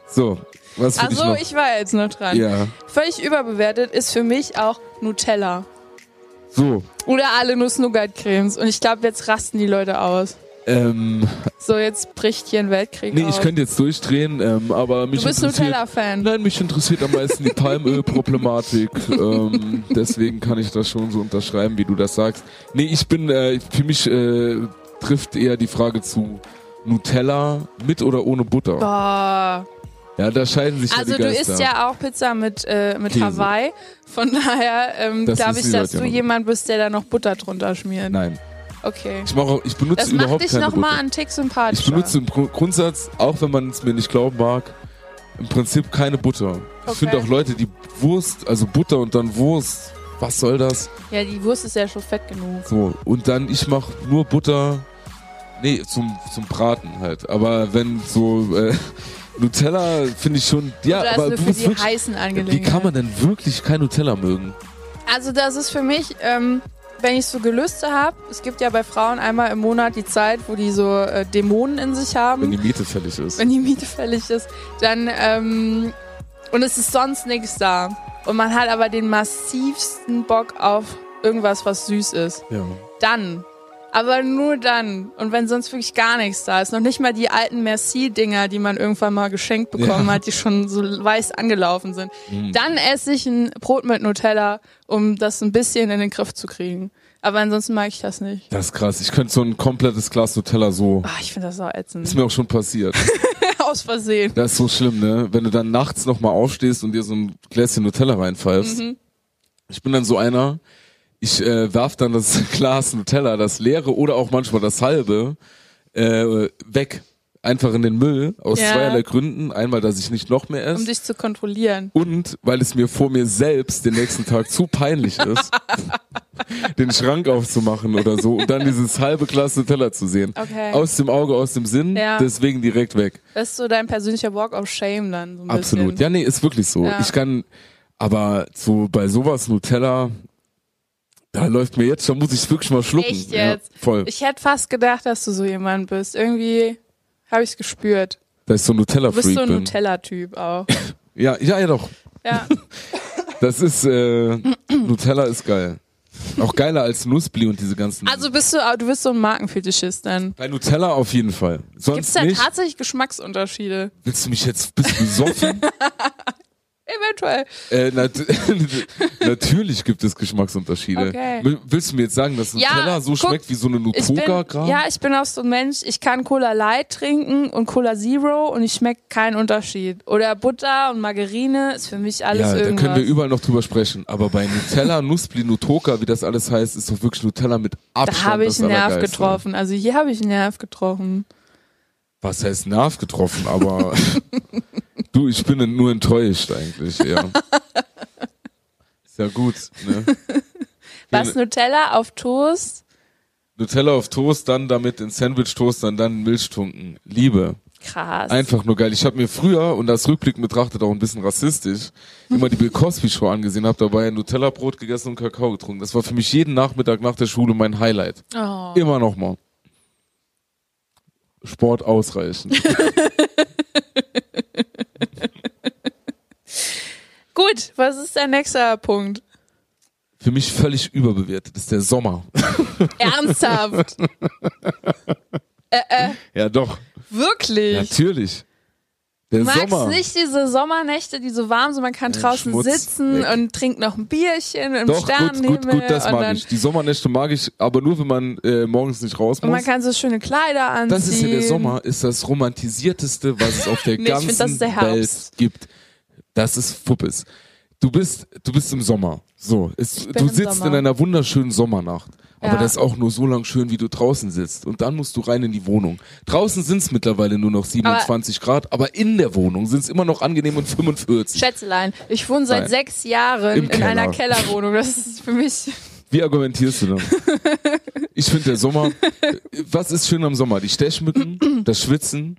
C: so, was für dich
D: Also,
C: noch?
D: ich war jetzt noch dran.
C: ja,
D: Völlig überbewertet ist für mich auch Nutella.
C: so.
D: Oder alle Nuss-Nougat-Cremes. Und ich glaube, jetzt rasten die Leute aus.
C: Ähm,
D: So, jetzt bricht hier ein Weltkrieg
C: nee,
D: aus.
C: ich könnte jetzt durchdrehen, ähm, aber mich
D: Genau. du bist
C: interessiert...
D: Nutella-Fan.
C: Nein, mich interessiert am meisten die Palmöl-Problematik. ähm, deswegen kann ich das schon so unterschreiben, wie du das sagst. Nee, ich bin, äh, für mich äh, trifft eher die Frage zu Nutella mit oder ohne Butter.
D: Boah.
C: Ja, da scheiden sich
D: Also
C: ja die
D: du
C: Geister.
D: isst ja auch Pizza mit, äh, mit
C: Käse.
D: Hawaii. Von daher ähm,
C: Das
D: glaube
C: wissen
D: ich,
C: die
D: dass
C: Leute
D: du
C: ja noch.
D: jemand bist, der da noch Butter drunter schmiert.
C: Nein,
D: Okay.
C: ich, mache, ich benutze
D: Das macht
C: überhaupt
D: dich
C: keine Butter.
D: nochmal einen Tick sympathischer.
C: Ich benutze im Gru- Grundsatz, auch wenn man es mir nicht glauben mag, im Prinzip keine Butter. Ich
D: Okay.
C: finde auch Leute, die Wurst, also Butter und dann Wurst, was soll das?
D: Ja, die Wurst ist ja schon fett genug.
C: So, und dann ich mache nur Butter, nee, zum, zum Braten halt. Aber wenn so äh, Nutella finde ich schon, ja,
D: Oder
C: aber
D: Also ist
C: du
D: nur für
C: musst
D: die
C: wirklich,
D: heißen
C: wie
D: Angelegenheiten.
C: kann man denn wirklich kein Nutella mögen?
D: Also das ist für mich, ähm, wenn ich so Gelüste habe, es gibt ja bei Frauen einmal im Monat die Zeit, wo die so äh, Dämonen in sich haben,
C: Wenn die Miete fällig ist.
D: wenn die Miete fällig ist, dann ähm, und es ist sonst nichts da. Und man hat aber den massivsten Bock auf irgendwas, was süß ist.
C: Ja.
D: Dann. Aber nur dann. Und wenn sonst wirklich gar nichts da ist. Noch nicht mal die alten Merci-Dinger, die man irgendwann mal geschenkt bekommen
C: Ja. Mhm.
D: hat, die schon so weiß angelaufen sind. Dann esse ich ein Brot mit Nutella, um das ein bisschen in den Griff zu kriegen. Aber ansonsten mag ich das nicht.
C: Das ist krass. Ich könnte so ein komplettes Glas Nutella so.
D: Ah, ich finde das auch
C: Ist
D: ätzend.
C: mir auch schon passiert.
D: Aus Versehen.
C: Das ist so schlimm, ne? Wenn du dann nachts nochmal aufstehst und dir so ein Gläschen Nutella reinpfeifst.
D: Mhm.
C: Ich bin dann so einer, ich äh, werf dann das Glas Nutella, das leere oder auch manchmal das halbe, äh, weg. Einfach in den Müll. Aus
D: Ja.
C: zweierlei Gründen. Einmal, dass ich nicht noch mehr
D: Um
C: esse.
D: dich zu kontrollieren.
C: und weil es mir vor mir selbst den nächsten Tag zu peinlich ist. den Schrank aufzumachen oder so und dann dieses halbe Klasse Teller zu sehen.
D: Okay.
C: Aus dem Auge, aus dem Sinn,
D: Ja.
C: deswegen direkt weg.
D: Das ist so dein persönlicher Walk of Shame dann. So ein
C: Absolut.
D: Bisschen.
C: Ja, nee, ist wirklich so.
D: Ja.
C: Ich kann, aber so bei sowas Nutella, da läuft mir jetzt, da muss ich wirklich mal schlucken.
D: Echt jetzt?
C: Ja, voll.
D: Ich hätte fast gedacht, dass du so jemand bist. Irgendwie habe ich es gespürt.
C: da ich so ein
D: Du bist
C: Nutella-Freak
D: so ein
C: bin.
D: Nutella-Typ auch.
C: Ja, ja, ja doch.
D: Ja.
C: Das ist, äh, Nutella ist geil. Auch geiler als Nussbli und diese ganzen.
D: Also bist du, du bist so ein Markenfetischist dann.
C: bei Nutella auf jeden Fall.
D: Gibt es
C: Sonst
D: da
C: nicht.
D: tatsächlich Geschmacksunterschiede?
C: Willst du mich jetzt bist du besoffen?
D: Eventuell.
C: äh, nat natürlich gibt es Geschmacksunterschiede.
D: Okay.
C: Will- Willst du mir jetzt sagen, dass
D: Ja,
C: Nutella so
D: guck,
C: schmeckt wie so eine
D: Ich bin,
C: Nutoga gerade?
D: ja, ich bin auch so ein Mensch, ich kann Cola Light trinken und Cola Zero und ich schmecke keinen Unterschied. Oder Butter und Margarine ist für mich alles
C: Ja, da
D: irgendwas.
C: können wir überall noch drüber sprechen. Aber bei Nutella, Nussbli, Nutoka, wie das alles heißt, ist doch wirklich Nutella mit Abstand
D: da habe ich
C: das
D: einen Nerv
C: Allergeilste.
D: getroffen. Also hier habe ich einen Nerv getroffen.
C: Was heißt Nerv getroffen? Aber du, ich bin nur enttäuscht eigentlich, ja. Ist ja gut, ne?
D: Was Nutella auf Toast?
C: Nutella auf Toast, dann damit in Sandwich-Toast, dann dann Milchtunken. Liebe.
D: Krass.
C: Einfach nur geil. Ich habe mir früher, und das rückblickend betrachtet auch ein bisschen rassistisch, immer die Bill Cosby Show angesehen, habe dabei ein Nutella-Brot gegessen und Kakao getrunken. Das war für mich jeden Nachmittag nach der Schule mein Highlight.
D: Oh.
C: Immer noch mal. Sport ausreichend.
D: Gut, was ist der nächste Punkt?
C: Für mich völlig überbewertet ist der Sommer.
D: Ernsthaft?
C: Ja, doch.
D: Wirklich?
C: Natürlich. Der
D: Magst
C: Sommer.
D: nicht diese Sommernächte, die so warm sind, man kann
C: Ja,
D: draußen
C: Schmutz
D: sitzen
C: weg.
D: und trinkt noch ein Bierchen im
C: Doch, gut,
D: Sternenhimmel
C: gut, gut, das
D: und
C: mag
D: dann
C: ich. Die Sommernächte mag ich, aber nur wenn man äh, morgens nicht raus
D: und man
C: muss.
D: kann so schöne Kleider anziehen.
C: Das ist ja der Sommer, ist das romantisierteste, was es auf der
D: Nee, ich
C: ganzen
D: find, das ist der
C: Welt
D: Herbst.
C: gibt. Das ist Fuppes. Du bist, du bist im Sommer. So, es,
D: bin
C: du
D: im
C: sitzt
D: Sommer.
C: in einer wunderschönen Sommernacht. Aber
D: Ja.
C: das ist auch nur so lang schön, wie du draußen sitzt. Und dann musst du rein in die Wohnung. Draußen sind es mittlerweile nur noch 27 Grad, aber in der Wohnung sind es immer noch angenehm und 45.
D: Schätzelein, ich wohne seit
C: Nein.
D: sechs Jahren
C: Im
D: in
C: Keller.
D: einer Kellerwohnung. Das ist für mich.
C: Wie argumentierst du dann? ich finde der Sommer, was ist schön am Sommer? Die Stechmücken, das Schwitzen,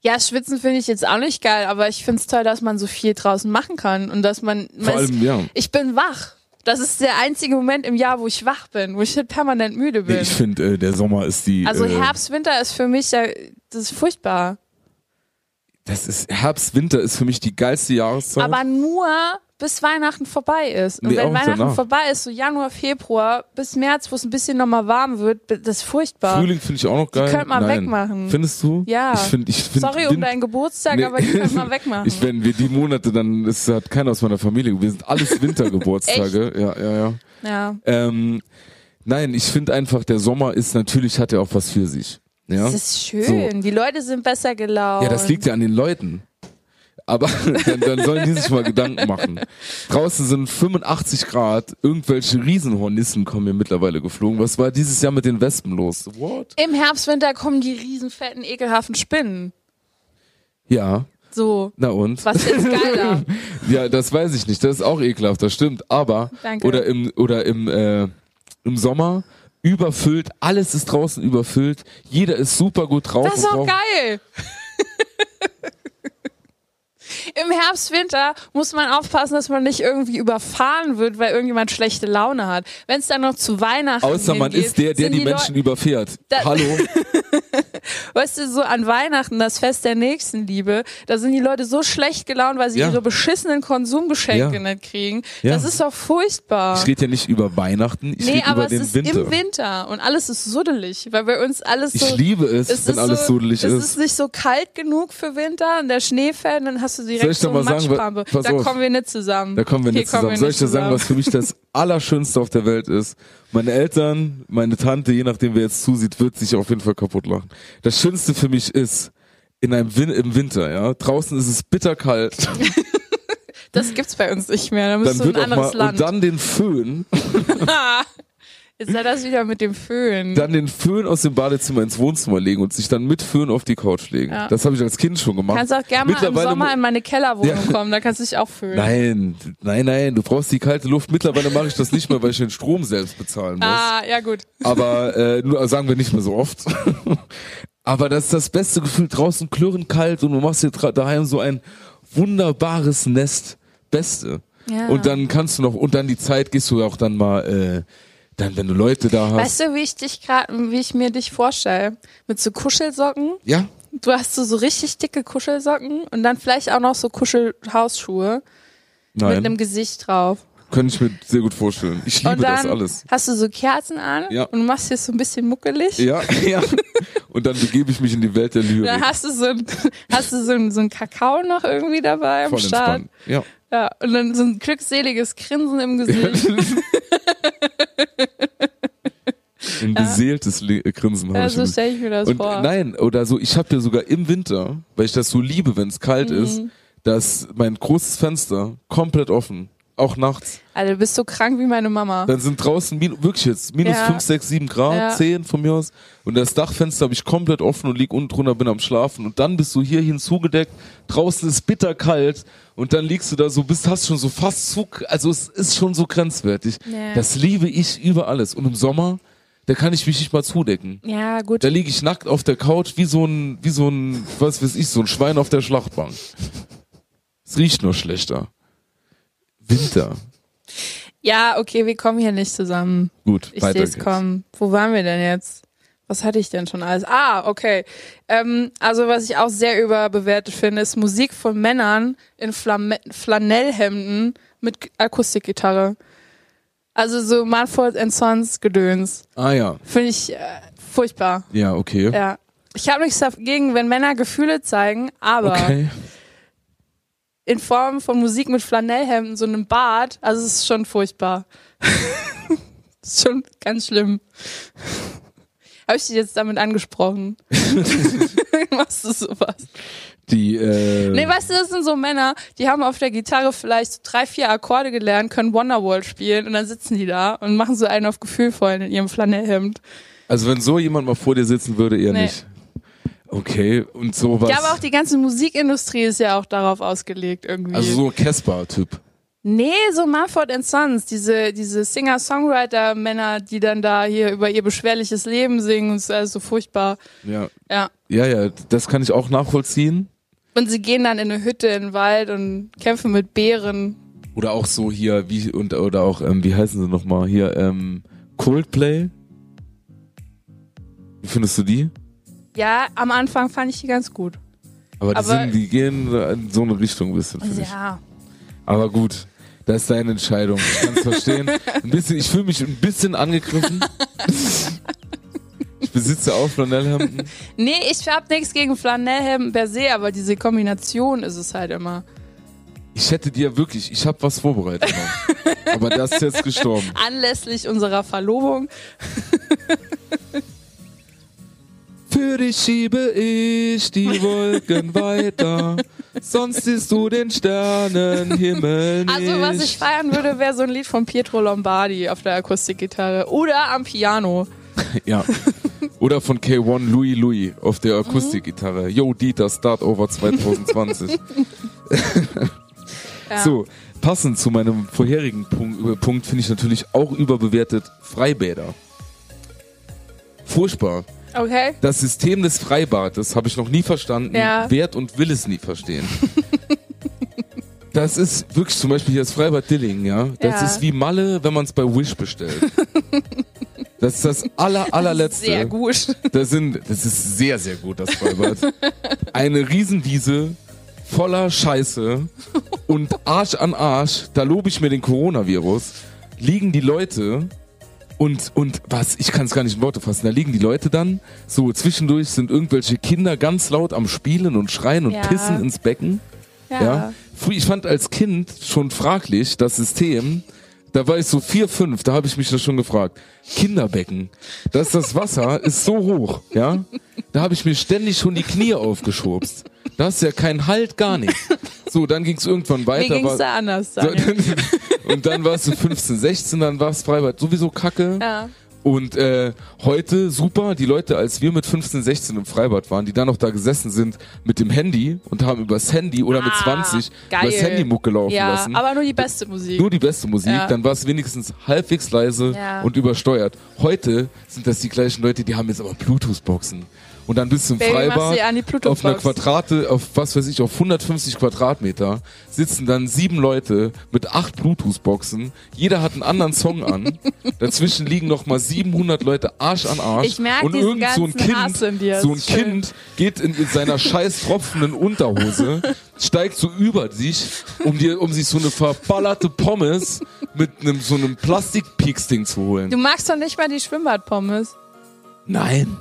D: Ja, schwitzen finde ich jetzt auch nicht geil, aber ich finde es toll, dass man so viel draußen machen kann und dass man.
C: vor
D: man ist-
C: allem, ja.
D: ich bin wach. Das ist der einzige Moment im Jahr, wo ich wach bin, wo ich halt permanent müde bin.
C: Nee, ich finde, äh, der Sommer ist die.
D: also
C: äh,
D: Herbst, Winter ist für mich, äh, das ist furchtbar.
C: Das ist Herbst, Winter ist für mich die geilste Jahreszeit.
D: Aber nur bis Weihnachten vorbei ist. Und
C: Nee, auch
D: wenn Weihnachten
C: danach.
D: vorbei ist, so Januar, Februar bis März, wo es ein bisschen nochmal warm wird, das ist furchtbar.
C: Frühling finde ich auch noch geil.
D: könnt man
C: Nein.
D: wegmachen.
C: Findest du?
D: Ja.
C: Ich finde, ich finde.
D: Sorry um deinen Geburtstag,
C: Nee.
D: aber die können mal wegmachen.
C: Ich, wenn wir die Monate, dann ist, hat keiner aus meiner Familie. Wir sind alles Wintergeburtstage. ja, ja, ja.
D: ja.
C: Ähm, nein, ich finde einfach, der Sommer ist natürlich, hat ja auch was für sich. Ja?
D: Das ist schön. Die Leute sind besser gelaunt.
C: Ja, das liegt ja an den Leuten. Aber dann, dann sollen die sich mal Gedanken machen. Draußen sind 85 Grad, irgendwelche Riesenhornissen kommen mir mittlerweile geflogen. Was war dieses Jahr mit den Wespen los? What?
D: Im Herbst, Winter kommen die riesen, fetten, ekelhaften Spinnen.
C: Ja,
D: So.
C: na und?
D: Was ist geiler?
C: Ja, das weiß ich nicht. Das ist auch ekelhaft, das stimmt. Aber
D: Danke.
C: oder im oder im äh, im Sommer überfüllt, alles ist draußen überfüllt, jeder ist super gut drauf.
D: Das ist
C: und
D: auch
C: braucht-
D: geil. Im Herbst, Winter muss man aufpassen, dass man nicht irgendwie überfahren wird, weil irgendjemand schlechte Laune hat. Wenn es dann noch zu Weihnachten
C: Außer man
D: hingeht,
C: ist der, der
D: sind
C: die,
D: Leu-
C: Menschen überfährt.
D: Da-
C: Hallo,
D: Weißt du, so an Weihnachten, das Fest der Nächstenliebe, da sind die Leute so schlecht gelaunt, weil sie
C: Ja.
D: ihre beschissenen Konsumgeschenke
C: Ja.
D: nicht kriegen.
C: Ja.
D: Das ist doch furchtbar.
C: ich rede ja nicht über Weihnachten, ich
D: Nee,
C: rede über
D: aber es
C: den
D: ist
C: Winter.
D: im Winter und alles ist suddelig, weil bei uns alles so...
C: Ich liebe es,
D: es
C: wenn
D: ist
C: alles
D: so,
C: sudelig
D: es
C: ist.
D: ist nicht so kalt genug für Winter und der Schnee fällt und dann hast du
C: Soll
D: direkt
C: ich doch
D: so
C: mal sagen, wa-
D: Matschpampe.
C: pass
D: Da
C: auf.
D: kommen wir nicht zusammen.
C: da kommen wir
D: Hier
C: nicht zusammen.
D: wir
C: Soll ich dir sagen, was für mich das Allerschönste auf der Welt ist? Meine Eltern, meine Tante, je nachdem wer jetzt zusieht, wird sich auf jeden Fall kaputt lachen. Das Schönste für mich ist, in einem Win im Winter, ja, draußen ist es bitterkalt,
D: Das gibt's bei uns nicht mehr. Da
C: dann
D: bist du
C: wird
D: in
C: auch
D: ein
C: mal,
D: anderes Land.
C: und dann den Föhn,
D: Jetzt hat das wieder mit dem Föhn.
C: Dann den Föhn aus dem Badezimmer ins Wohnzimmer legen und sich dann mit Föhn auf die Couch legen.
D: Ja.
C: Das habe ich als Kind schon gemacht.
D: kannst auch gerne mal im
C: Mittlerweile mu-
D: Sommer in meine Kellerwohnung
C: Ja.
D: kommen, da kannst du dich auch föhnen.
C: Nein, nein, nein, du brauchst die kalte Luft. Mittlerweile mache ich das nicht mehr, weil ich den Strom selbst bezahlen muss.
D: Ah, ja gut.
C: Aber äh, nur, sagen wir nicht mehr so oft. Aber das ist das beste Gefühl, draußen klirrend kalt und du machst dir dra- daheim so ein wunderbares Nest. Beste.
D: Ja.
C: Und dann kannst du noch, und dann die Zeit gehst du auch dann mal, äh, dann, wenn du Leute da hast.
D: Weißt du, wie ich dich gerade, wie ich mir dich vorstelle? Mit so Kuschelsocken.
C: ja?
D: Du hast so, so richtig dicke Kuschelsocken und dann vielleicht auch noch so Kuschelhausschuhe mit einem
C: Nein.
D: Gesicht drauf.
C: Könnte ich mir sehr gut vorstellen. Ich liebe
D: und
C: das
D: dann
C: alles.
D: hast du so Kerzen an
C: Ja.
D: und machst hier so ein bisschen muckelig.
C: Ja, ja. Und dann begebe ich mich in die Welt der Lyrik.
D: Dann hast du so ein, hast du so ein, so ein Kakao noch irgendwie dabei am
C: Voll
D: Start.
C: entspannt. Ja.
D: Ja, und dann so ein glückseliges Grinsen im Gesicht.
C: Ein beseeltes Le- äh, Grinsen habe
D: Ja,
C: ich
D: so
C: im-
D: stelle ich mir das
C: Und äh,
D: vor.
C: nein, oder so, ich habe ja sogar im Winter, weil ich das so liebe, wenn es kalt ist,
D: Mhm.
C: dass mein großes Fenster komplett offen, auch nachts,
D: Alter, du bist so krank wie meine Mama.
C: dann sind draußen, min wirklich jetzt, minus
D: Ja.
C: fünf, sechs, sieben Grad,
D: Ja.
C: zehn von mir aus, und das Dachfenster habe ich komplett offen und lieg unten drunter, bin am Schlafen, und dann bist du hier hinzugedeckt, draußen ist bitterkalt, und dann liegst du da so, bist, hast schon so fast Zug, also es ist schon so grenzwertig.
D: Ja.
C: Das liebe ich über alles. Und im Sommer, da kann ich mich nicht mal zudecken.
D: Ja, gut.
C: Da liege ich nackt auf der Couch wie so ein, wie so ein, was weiß ich, so ein Schwein auf der Schlachtbank. Es riecht nur schlechter. Winter.
D: Ja, okay, wir kommen hier nicht zusammen.
C: Gut,
D: Ich
C: weiter
D: sehe
C: geht's.
D: es kommen. Wo waren wir denn jetzt? Was hatte ich denn schon alles? Ah, okay. Ähm, also was ich auch sehr überbewertet finde, ist Musik von Männern in Flam Flanellhemden mit K- Akustikgitarre. Also so Manfred and Sons Gedöns.
C: Ah ja,
D: Finde ich äh, furchtbar.
C: ja, okay.
D: Ja. Ich habe nichts dagegen, wenn Männer Gefühle zeigen, aber
C: Okay.
D: in Form von Musik mit Flanellhemden, so einem Bart, also es ist schon furchtbar. ist schon ganz schlimm. Habe ich dich jetzt damit angesprochen? Machst du sowas?
C: Die, äh,
D: Nee, weißt du, das sind so Männer, die haben auf der Gitarre vielleicht so drei, vier Akkorde gelernt, können Wonderwall spielen und dann sitzen die da und machen so einen auf gefühlvollen in ihrem Flanellhemd.
C: also wenn so jemand mal vor dir sitzen würde, eher
D: Nee.
C: nicht. Okay, und sowas.
D: Ja, aber auch die ganze Musikindustrie ist ja auch darauf ausgelegt irgendwie.
C: also so ein Casper-Typ.
D: Nee, so Mumford and Sons, diese, diese Singer-Songwriter-Männer, die dann da hier über ihr beschwerliches Leben singen und es ist alles so furchtbar.
C: Ja.
D: Ja.
C: ja, ja, das kann ich auch nachvollziehen.
D: Und sie gehen dann in eine Hütte in den Wald und kämpfen mit Bären.
C: Oder auch so hier, wie, und, oder auch, ähm, wie heißen sie nochmal? Hier, ähm, Coldplay. Wie findest du die?
D: Ja, am Anfang fand ich die ganz gut.
C: Aber die,
D: Aber-
C: sind, die gehen in so eine Richtung ein bisschen, finde ich.
D: Ja.
C: Aber gut, das ist deine Entscheidung. Ich kann es verstehen. Ein bisschen, ich fühle mich ein bisschen angegriffen. Ich besitze auch Flanellhemden.
D: Nee, ich hab nichts gegen Flanellhemden per se, aber diese Kombination ist es halt immer.
C: Ich hätte dir wirklich, ich habe was vorbereitet. Mann. Aber das ist jetzt gestorben.
D: Anlässlich unserer Verlobung.
C: Für dich schiebe ich die Wolken weiter. Sonst siehst du den Sternenhimmel nicht.
D: Also, was ich feiern würde, wäre so ein Lied von Pietro Lombardi auf der Akustikgitarre oder am Piano.
C: Ja. Oder von K1 Louis Louis auf der Akustikgitarre. Yo, Dieter, Start over 2020.
D: Ja.
C: So, passend zu meinem vorherigen Punkt, äh, Punkt finde ich natürlich auch überbewertet Freibäder. Furchtbar.
D: Okay?
C: Das System des Freibades habe ich noch nie verstanden,
D: Ja.
C: wert und will es nie verstehen. das ist wirklich zum Beispiel hier das Freibad Dilling, ja. Das
D: Ja.
C: ist wie Malle, wenn man es bei Wish bestellt. das ist das aller, allerletzte.
D: Sehr gut.
C: Das sind, das ist sehr, sehr gut, das Freibad. Eine Riesenwiese voller Scheiße und Arsch an Arsch, da lobe ich mir den Coronavirus, liegen die Leute und, und was, ich kann es gar nicht in Worte fassen, da liegen die Leute dann, so zwischendurch sind irgendwelche Kinder ganz laut am Spielen und schreien und
D: Ja.
C: pissen ins Becken. Ja. Früh- Ich fand als Kind schon fraglich das System. Da war ich so vier, fünf, da habe ich mich das schon gefragt. Kinderbecken. Das, das Wasser ist so hoch, ja? Da habe ich mir ständig schon die Knie aufgeschubst. Da hast du ja keinen Halt, gar nichts. So, dann ging es irgendwann
D: Mir
C: weiter.
D: ging
C: war-
D: es da anders.
C: so,
D: Daniel.
C: und dann warst du 15, 16, dann war es Freibad sowieso kacke.
D: Ja.
C: Und äh, heute super, die Leute, als wir mit 15, 16 im Freibad waren, die da noch da gesessen sind mit dem Handy und haben übers Handy oder mit
D: Ah,
C: 20
D: geil.
C: übers Handy Mucke laufen
D: ja,
C: lassen.
D: aber nur die beste Musik.
C: Nur die beste Musik,
D: Ja.
C: dann war es wenigstens halbwegs leise
D: Ja.
C: und übersteuert. Heute sind das die gleichen Leute, die haben jetzt aber Bluetooth-Boxen. Und dann bist du im
D: Baby, machst
C: Freibad
D: du dir an die
C: auf einer
D: Bluetooth-Box.
C: Quadrate, auf was weiß ich, auf 150 Quadratmeter sitzen dann sieben Leute mit acht Bluetooth-Boxen. Jeder hat einen anderen Song an. Dazwischen liegen noch mal 700 Leute Arsch an Arsch.
D: Ich merk
C: und
D: diesen
C: irgend so ein
D: ganzen
C: Kind,
D: Hass in dir,
C: so ein
D: ist schön.
C: Kind geht in, in seiner scheiß tropfenden Unterhose, steigt so über dich, um dir, um sich so eine verballerte Pommes mit einem so einem Plastikpieks-Ding zu holen.
D: Du magst doch nicht mal die Schwimmbadpommes.
C: Nein.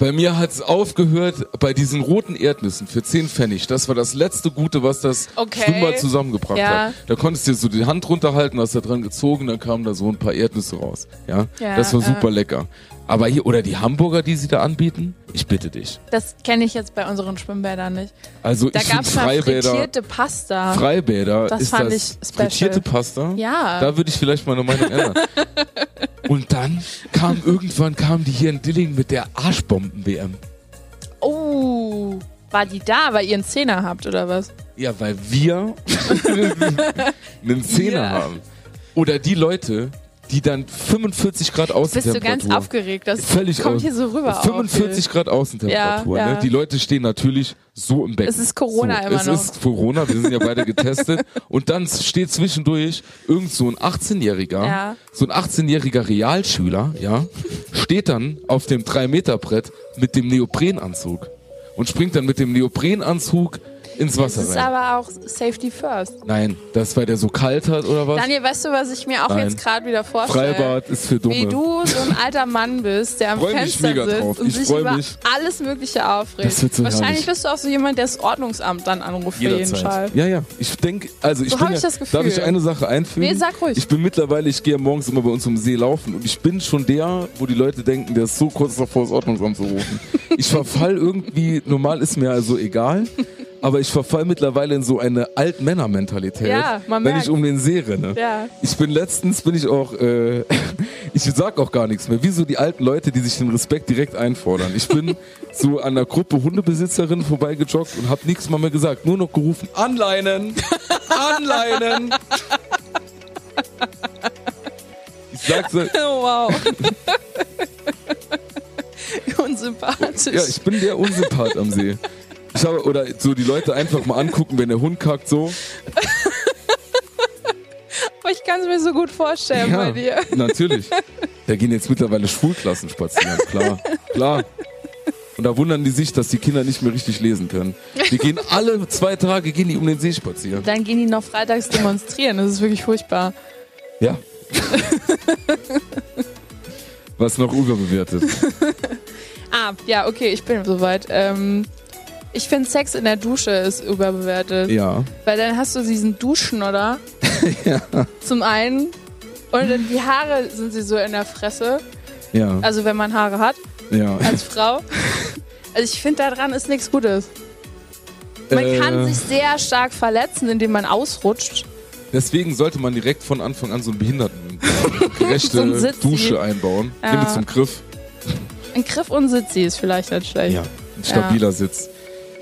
C: Bei mir hat's aufgehört bei diesen roten Erdnüssen für 10 Pfennig. Das war das letzte Gute, was das
D: Okay.
C: Schwimmbad zusammengebracht
D: Ja.
C: hat. Da konntest du dir so die Hand runterhalten, hast da dran gezogen, dann kamen da so ein paar Erdnüsse raus. Ja,
D: Ja,
C: das war
D: ja.
C: super lecker. Aber hier, oder die Hamburger, die sie da anbieten, ich bitte dich.
D: Das kenne ich jetzt bei unseren Schwimmbädern nicht.
C: Also
D: Da
C: ich finde
D: gab es mal
C: Freibäder,
D: frittierte Pasta.
C: Freibäder
D: Das
C: ist
D: fand
C: das
D: ich special.
C: frittierte Pasta.
D: Ja.
C: Da würde ich vielleicht meine Meinung ändern. Und dann kam irgendwann kamen die hier in Dilling mit der Arschbomben-WM.
D: oh, war die da, weil ihr einen Zehner habt oder was?
C: Ja, weil wir einen Zehner
D: Ja.
C: haben. Oder die Leute, die dann 45 Grad
D: Bist du
C: Außentemperatur.
D: ganz aufgeregt? Das
C: Völlig
D: kommt
C: aus-
D: hier so rüber. auf, ey.
C: 45 Grad Außentemperatur.
D: Ja, ja.
C: Ne? Die Leute stehen natürlich so im Becken.
D: Es ist Corona
C: so,
D: immer
C: es
D: noch.
C: ist Corona, wir sind ja beide getestet. Und dann steht zwischendurch irgend so ein 18-Jähriger,
D: Ja.
C: so ein 18-jähriger Realschüler, ja, steht dann auf dem 3-Meter-Brett mit dem Neoprenanzug und springt dann mit dem Neoprenanzug ins Wasser
D: Das ist
C: rein.
D: aber auch Safety First.
C: Nein, das weil der so kalt hat oder was?
D: Daniel, weißt du, was ich mir auch
C: Nein.
D: jetzt gerade wieder vorstelle?
C: Freibad ist für Dumme.
D: Wie du so ein alter Mann bist, der am
C: Freu mich
D: Fenster
C: mega
D: sitzt
C: drauf.
D: und
C: Ich
D: sich
C: freu
D: über
C: mich.
D: alles Mögliche aufregt.
C: Das wird so
D: Wahrscheinlich
C: herrlich.
D: bist du auch so jemand, der das Ordnungsamt dann anruft für jeden Fall.
E: Jederzeit. Ja, ja. Ich denke, also ich
D: So
E: bin
D: hab
E: ja,
D: ich das Gefühl.
E: Darf ich eine Sache einfügen?
D: Nee, sag ruhig.
E: Ich bin mittlerweile, ich gehe ja morgens immer bei uns um den See laufen und ich bin schon der, wo die Leute denken, der ist so kurz davor, das Ordnungsamt zu rufen.
C: Ich verfall irgendwie, normal ist mir also egal, aber ich verfall mittlerweile in so eine Altmänner-Mentalität,
D: Ja, man
C: wenn
D: merkt's.
C: ich um den See renne.
D: Ja.
C: Ich bin letztens, bin ich auch, äh, ich sag auch gar nichts mehr, wie so die alten Leute, die sich den Respekt direkt einfordern. Ich bin so an einer Gruppe Hundebesitzerinnen vorbeigejoggt und hab nichts mal mehr gesagt, nur noch gerufen, anleinen, anleinen. Ich sag so,
D: Oh, wow. Unsympathisch.
C: Ja, ich bin der Unsympath am See. Ich habe, oder so die Leute einfach mal angucken, wenn der Hund kackt, so.
D: Aber ich kann es mir so gut vorstellen bei dir.
C: natürlich. Da gehen jetzt mittlerweile Schulklassen spazieren, klar. Klar. Und da wundern die sich, dass die Kinder nicht mehr richtig lesen können. Die gehen alle zwei Tage gehen die um den See spazieren.
D: Dann gehen die noch freitags demonstrieren. Das ist wirklich furchtbar.
C: Ja. Was noch überbewertet.
D: Ah, ja, okay, ich bin soweit. Ähm, ich finde, Sex in der Dusche ist überbewertet.
C: Ja.
D: Weil dann hast du diesen Duschen, oder? Zum einen. Und dann die Haare sind sie so in der Fresse.
C: Ja.
D: Also wenn man Haare hat,
C: Ja.
D: als Frau. Also ich finde, daran ist nichts Gutes. Man kann
C: Äh.
D: sich sehr stark verletzen, indem man ausrutscht.
C: Deswegen sollte man direkt von Anfang an so einen
D: So einen
C: behindertengerechte
D: Sitz-
C: Dusche einbauen.
D: Ja.
C: Nimm zum Griff.
D: Ein Griff und Sitzi ist vielleicht nicht schlecht.
C: Ja, ein stabiler Sitz.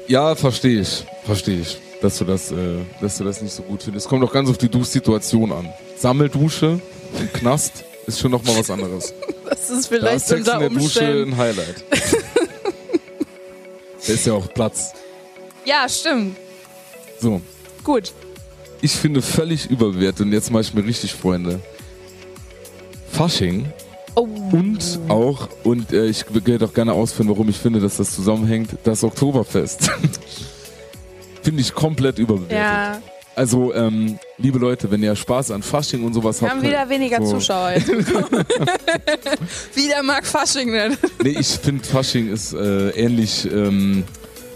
C: Ja, verstehe ich. Verstehe ich, dass du, das, äh, dass du das nicht so gut findest. Kommt auch ganz auf die Duschsituation an. Sammeldusche im Knast ist schon nochmal was anderes.
D: Das ist
C: Da ist
D: vielleicht
C: Sex in
D: unter
C: der Dusche
D: Umständen.
C: ein Highlight. da ist ja auch Platz.
D: Ja, stimmt.
C: So,
D: Gut.
C: ich finde völlig überbewertet und jetzt mache ich mir richtig Freunde. Fasching
D: Oh.
C: und auch, und äh, ich würde auch gerne ausführen, warum ich finde, dass das zusammenhängt, das Oktoberfest. finde ich komplett überbewertet.
D: Ja,
C: Also, ähm, liebe Leute, wenn ihr Spaß an Fasching und sowas
D: wir
C: habt. ne,
D: haben wieder weniger
C: so.
D: Zuschauer jetzt bekommen. wieder Marc Fasching ne? nicht.
C: Nee, ich finde Fasching ist äh, ähnlich ähm,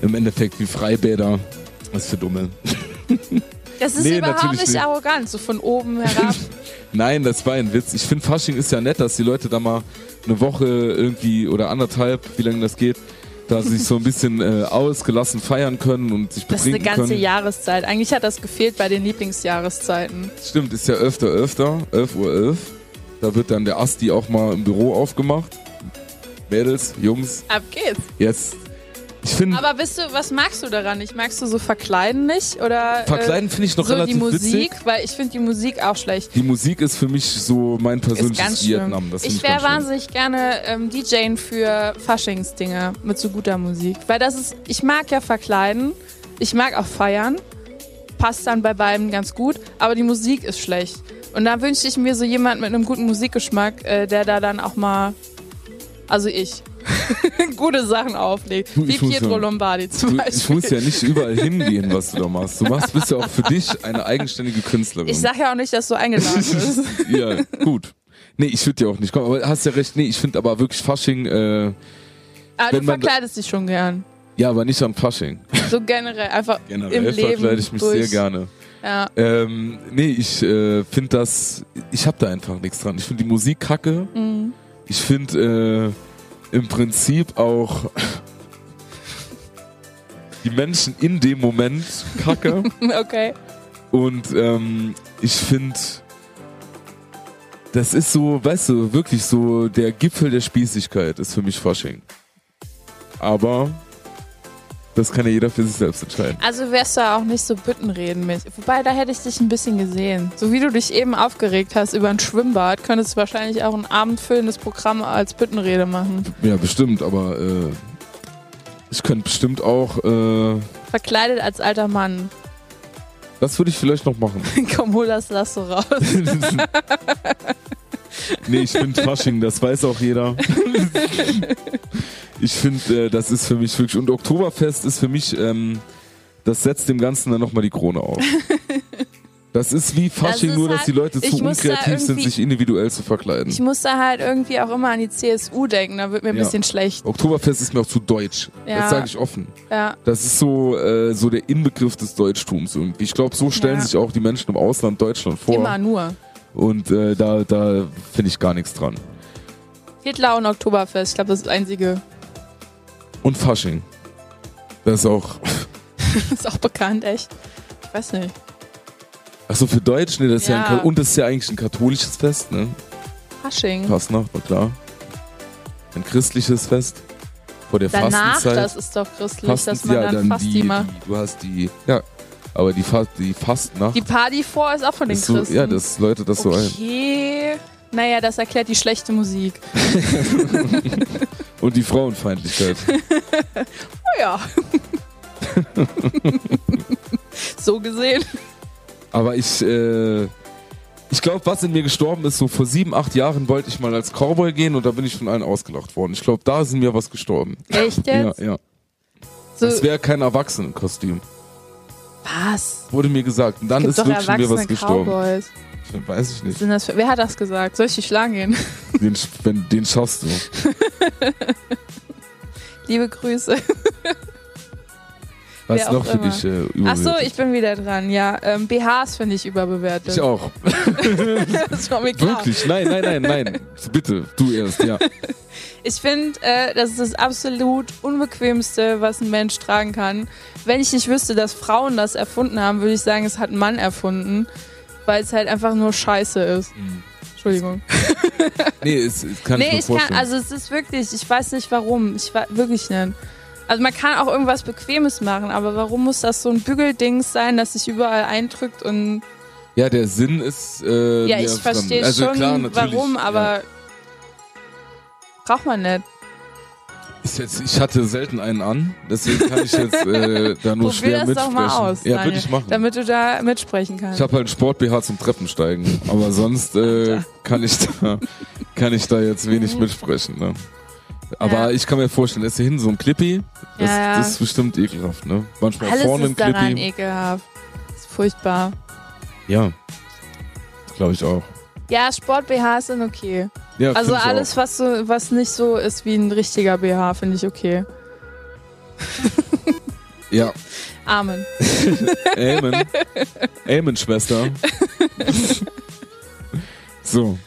C: im Endeffekt wie Freibäder. Was für Dumme.
D: Das ist
C: Nee,
D: überhaupt
C: natürlich
D: nicht
C: nicht.
D: arrogant, so von oben herab.
C: Nein, das war ein Witz. Ich finde Fasching ist ja nett, dass die Leute da mal eine Woche irgendwie oder anderthalb, wie lange das geht, da sich so ein bisschen äh, ausgelassen feiern können und sich
D: Das ist eine
C: betrinken
D: ganze
C: können.
D: Jahreszeit. Eigentlich hat das gefehlt bei den Lieblingsjahreszeiten.
C: Stimmt, ist ja öfter, öfter, 11 Uhr 11. Da wird dann der Asti auch mal im Büro aufgemacht. Mädels, Jungs,
D: Ab geht's.
C: jetzt. Ich finde,
D: Aber bist du, was magst du daran? Ich magst du so verkleiden nicht oder
C: verkleiden finde ich
D: äh,
C: noch
D: so die
C: relativ
D: Musik,
C: witzig.
D: weil ich finde die Musik auch schlecht.
C: Die Musik ist für mich so mein
D: Ist
C: persönliches
D: ganz schlimm.
C: Vietnam. Das finde
D: ich wäre
C: ganz schlimm.
D: wahnsinnig gerne ähm, DJen für Faschingsdinger mit so guter Musik. Weil das ist, ich mag ja verkleiden, ich mag auch feiern, passt dann bei beiden ganz gut, aber die Musik ist schlecht. Und da wünschte ich mir so jemand mit einem guten Musikgeschmack, äh, der da dann auch mal, also ich, gute Sachen auflegt.
C: Du,
D: Wie
C: ich muss
D: Pietro
C: sagen,
D: Lombardi zum
C: Du, ich
D: Beispiel.
C: muss ja nicht überall hingehen, was du da machst. Du machst, bist ja auch für dich eine eigenständige Künstlerin.
D: Ich sag ja auch nicht, dass du eingeladen bist.
C: ja, gut. Nee, ich würde ja auch nicht kommen, aber hast ja recht. Nee, ich finde aber wirklich Fasching, äh,
D: Aber du
C: Wenn man-
D: verkleidest dich schon gern.
C: ja, aber nicht an Fasching.
D: So generell, einfach im
C: Generell
D: Leben.
C: verkleide ich mich sehr
D: durch.
C: gerne.
D: Ja.
C: Ähm, nee, ich äh, finde das, ich habe da einfach nichts dran. Ich finde die Musik kacke.
D: Mhm.
C: Ich finde äh, im Prinzip auch die Menschen in dem Moment kacke.
D: Okay.
C: Und ähm, ich finde, das ist so, weißt du, wirklich so der Gipfel der Spießigkeit ist für mich Fasching. Aber das kann ja jeder für sich selbst entscheiden.
D: Also wärst du auch nicht so büttenredenmäßig. Wobei, da hätte ich dich ein bisschen gesehen. So wie du dich eben aufgeregt hast über ein Schwimmbad, könntest du wahrscheinlich auch ein abendfüllendes Programm als Büttenrede machen.
C: Ja, bestimmt, aber äh, ich könnte bestimmt auch, äh,
D: Verkleidet als alter Mann.
C: das würde ich vielleicht noch machen.
D: Komm, hol das Lasso raus.
C: nee, ich finde Fasching, das weiß auch jeder. ich finde, äh, das ist für mich wirklich. Und Oktoberfest ist für mich, ähm, das setzt dem Ganzen dann nochmal die Krone auf. Das ist wie Fasching,
D: ist
C: nur dass
D: halt-
C: die Leute
D: ich
C: zu
D: muss da
C: unkreativ sind,
D: irgendwie-
C: sich individuell zu verkleiden.
D: Ich muss da halt irgendwie auch immer an die CSU denken, da wird mir ein
C: Ja.
D: bisschen schlecht.
C: Oktoberfest ist mir auch zu deutsch.
D: Ja.
C: Das sage ich offen.
D: Ja.
C: Das ist so, äh, so der Inbegriff des Deutschtums irgendwie. Ich glaube, so stellen
D: Ja.
C: sich auch die Menschen im Ausland Deutschland vor.
D: Immer nur.
C: Und äh, da, da finde ich gar nichts dran.
D: Hitler und Oktoberfest, ich glaube, das ist das einzige.
C: Und Fasching. Das ist auch.
D: ist auch bekannt, echt. Ich weiß nicht.
C: Achso, für Deutsch, ne, das ist ja, ein,
D: Ja.
C: Ka- und das ist ja eigentlich ein katholisches Fest, ne?
D: Fasching.
C: Fastnacht, na klar. Ein christliches Fest. Vor der
D: Danach,
C: Fastenzeit.
D: das ist doch christlich, dass
C: Fastens-
D: man dann,
C: die,
D: Fasti
C: die,
D: macht.
C: du hast die, ja, aber die, Fa die Fastnacht.
D: Die Party vor ist auch von den
C: ist so,
D: Christen.
C: ja, das läutet das so ein.
D: Okay. Naja, das erklärt die schlechte Musik.
C: Und die Frauenfeindlichkeit.
D: Oh ja. so gesehen.
C: Aber ich, äh, ich glaube, was in mir gestorben ist, so vor sieben, acht Jahren wollte ich mal als Cowboy gehen und da bin ich von allen ausgelacht worden. Ich glaube, da ist in mir was gestorben.
D: Echt jetzt?
C: Ja, ja. Es
D: so,
C: wäre kein Erwachsenenkostüm.
D: was?
C: Wurde mir gesagt. Und dann
D: Gibt
C: ist
D: doch
C: wirklich in mir was
D: erwachsene
C: gestorben.
D: Cowboys.
C: Ich Weiß ich
D: Was
C: nicht.
D: sind das für, wer hat das gesagt? Soll ich die Schlange gehen?
C: Den, sch- wenn, den schaffst du.
D: Liebe Grüße.
C: Was
D: Wer auch
C: noch für
D: immer.
C: dich äh,
D: Ach so,
C: überbewertet?
D: ich bin wieder dran. Ja, ähm, BHs finde ich überbewertet.
C: Ich auch.
D: Das war mir klar.
C: Wirklich. Nein, nein, nein, nein. Bitte, du erst, ja.
D: Ich finde, äh, das ist das absolut unbequemste, was ein Mensch tragen kann. Wenn ich nicht wüsste, dass Frauen das erfunden haben, würde ich sagen, es hat ein Mann erfunden, weil es halt einfach nur Scheiße ist. Entschuldigung.
C: Nee, es, es Mhm. kann ich
D: nee,
C: mir
D: ich kann,
C: vorstellen.
D: also es ist wirklich, ich weiß nicht warum. Ich weiß wirklich nicht. Also man kann auch irgendwas Bequemes machen, aber warum muss das so ein Bügeldings sein, das sich überall eindrückt und
C: ja, der Sinn ist. Äh,
D: ja,
C: mir
D: ich
C: fremd.
D: verstehe
C: also,
D: schon
C: klar, natürlich,
D: warum, aber braucht man nicht.
C: Ja. Ist jetzt, ich hatte selten einen an, deswegen kann ich jetzt äh, da nur
D: Probier
C: schwer
D: das doch
C: mitsprechen.
D: mal aus,
C: ja, würde
D: Daniel,
C: ich machen.
D: damit du da mitsprechen kannst.
C: Ich habe halt einen Sport-BH zum Treppensteigen, aber sonst äh, kann, ich da, kann ich da jetzt wenig mitsprechen. Ne? Aber
D: Ja.
C: ich kann mir vorstellen, ist hier hinten so ein Clippy, das,
D: Ja, ja.
C: das ist bestimmt ekelhaft. Ne? Manchmal
D: Alles
C: vorne ein
D: ist daran
C: Clippy.
D: ekelhaft. Ist furchtbar.
C: ja, glaube ich auch.
D: Ja, Sport-BHs sind okay.
C: Ja,
D: also
C: find ich
D: alles, was, so, was nicht so ist wie ein richtiger BH, finde ich okay.
C: Auch. Ja,
D: Amen.
C: Amen. Amen, Schwester. so.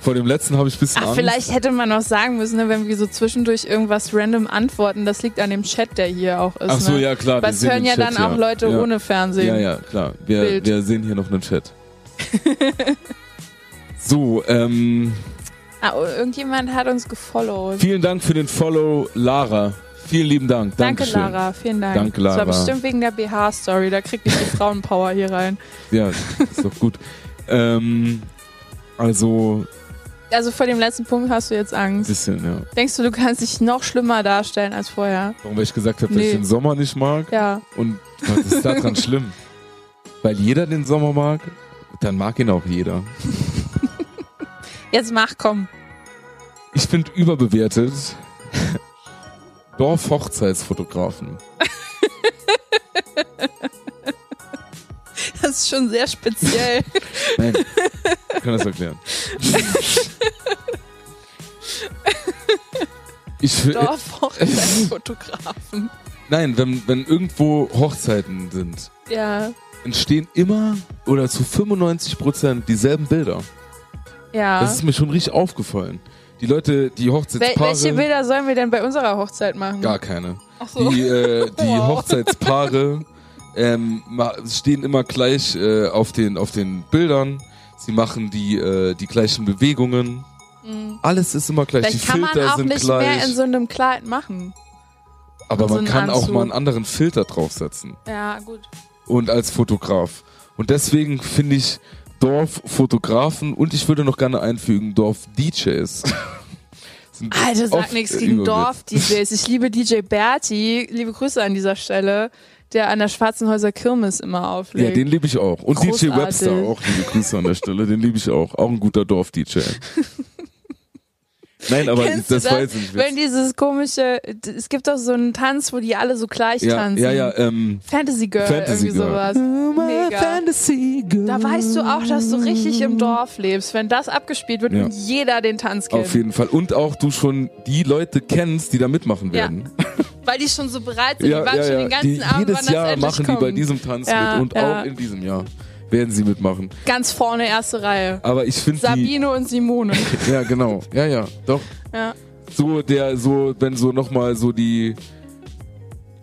C: Vor dem letzten habe ich ein bisschen
D: Ach,
C: Angst.
D: vielleicht hätte man noch sagen müssen, ne, wenn wir so zwischendurch irgendwas random antworten, das liegt an dem Chat, der hier auch ist.
C: Ach so,
D: ne?
C: ja klar. wir
D: Das
C: sehen
D: hören
C: den
D: ja
C: Chat,
D: dann auch Leute
C: ja.
D: ohne Fernsehen.
C: Ja, ja, klar. Wir,
D: Bild.
C: wir sehen hier noch einen Chat. So, ähm,
D: Ah, irgendjemand hat uns gefollowt.
C: vielen Dank für den Follow, Lara. Vielen lieben Dank.
D: Danke,
C: Dankeschön.
D: Lara. Vielen Dank.
C: Danke, Lara.
D: Das war bestimmt wegen der BH-Story. Da kriegt ich die Frauenpower hier rein.
C: Ja, ist doch gut. ähm, also,
D: Also vor dem letzten Punkt hast du jetzt
C: ein
D: Angst.
C: bisschen, ja.
D: Denkst du, du kannst dich noch schlimmer darstellen als vorher?
C: Warum, weil ich gesagt habe, dass ich
D: Nee.
C: den Sommer nicht mag.
D: Ja.
C: Und was ist daran schlimm? Weil jeder den Sommer mag, dann mag ihn auch jeder.
D: Jetzt mach, komm.
C: Ich finde überbewertet Dorfhochzeitsfotografen.
D: Das ist schon sehr speziell.
C: Nein, ich kann das erklären. Ich, fi-
D: Dorfhochzeitsfotografen.
C: nein, wenn, wenn irgendwo Hochzeiten sind,
D: Ja.
C: entstehen immer oder zu 95 Prozent dieselben Bilder.
D: Ja.
C: Das ist mir schon richtig aufgefallen. Die Leute, die
D: Ah. Wel
C: Hochzeitspaare...
D: welche Bilder sollen wir denn bei unserer Hochzeit machen?
C: Gar keine.
D: Ach so.
C: Die, äh, die
D: Wow.
C: Hochzeitspaare ähm, ma- stehen immer gleich äh, auf, den, auf den Bildern. Sie machen die, äh, die gleichen Bewegungen. Alles ist immer gleich.
D: Mhm. Vielleicht
C: die
D: kann man
C: Filter
D: auch
C: sind
D: nicht
C: gleich.
D: mehr in so einem Kleid machen.
C: aber
D: so
C: man
D: einen
C: kann auch
D: Anzug.
C: mal einen anderen Filter draufsetzen.
D: Ja, gut.
C: Und als Fotograf. Und deswegen finde ich Dorffotografen und ich würde noch gerne einfügen, Dorf-DJs. Sind
D: Alter, sag
C: oft,
D: nichts
C: äh,
D: gegen
C: überbewertet.
D: Dorf-DJs. Ich liebe DJ Berti. Liebe Grüße an dieser Stelle, der an der Schwarzenhäuser Kirmes immer auflegt.
C: Ja, den liebe ich auch. Und DJ
D: Großartig.
C: Webster auch, liebe Grüße an der Stelle, den liebe ich auch. Auch ein guter Dorf-DJ. Nein, aber
D: Kennst
C: das,
D: du
C: war jetzt nicht
D: Wenn
C: witzig.
D: dieses komische, d- es gibt doch so einen Tanz, wo die alle so gleich
C: Ja,
D: tanzen.
C: ja, ja, ähm,
D: Fantasy Girl,
C: Fantasy
D: irgendwie
C: Girl.
D: sowas. Mega. Da weißt du auch, dass du richtig im Dorf lebst, wenn das abgespielt wird
C: Ja.
D: und jeder den Tanz kennt.
C: auf jeden Fall. Und auch du schon die Leute kennst, die da mitmachen
D: Ja.
C: werden.
D: Weil die schon so bereit sind, die waren schon den ganzen
C: Die,
D: Abend, wann
C: jedes
D: das
C: Jahr
D: endlich
C: machen
D: kommt.
C: die bei diesem Tanz
D: Ja,
C: mit und
D: ja.
C: auch in diesem Jahr werden sie mitmachen.
D: Ganz vorne, erste Reihe.
C: Aber ich finde die...
D: Sabine und Simone.
C: Ja, genau. Ja, ja, doch.
D: Ja.
C: So der, so, wenn so nochmal so die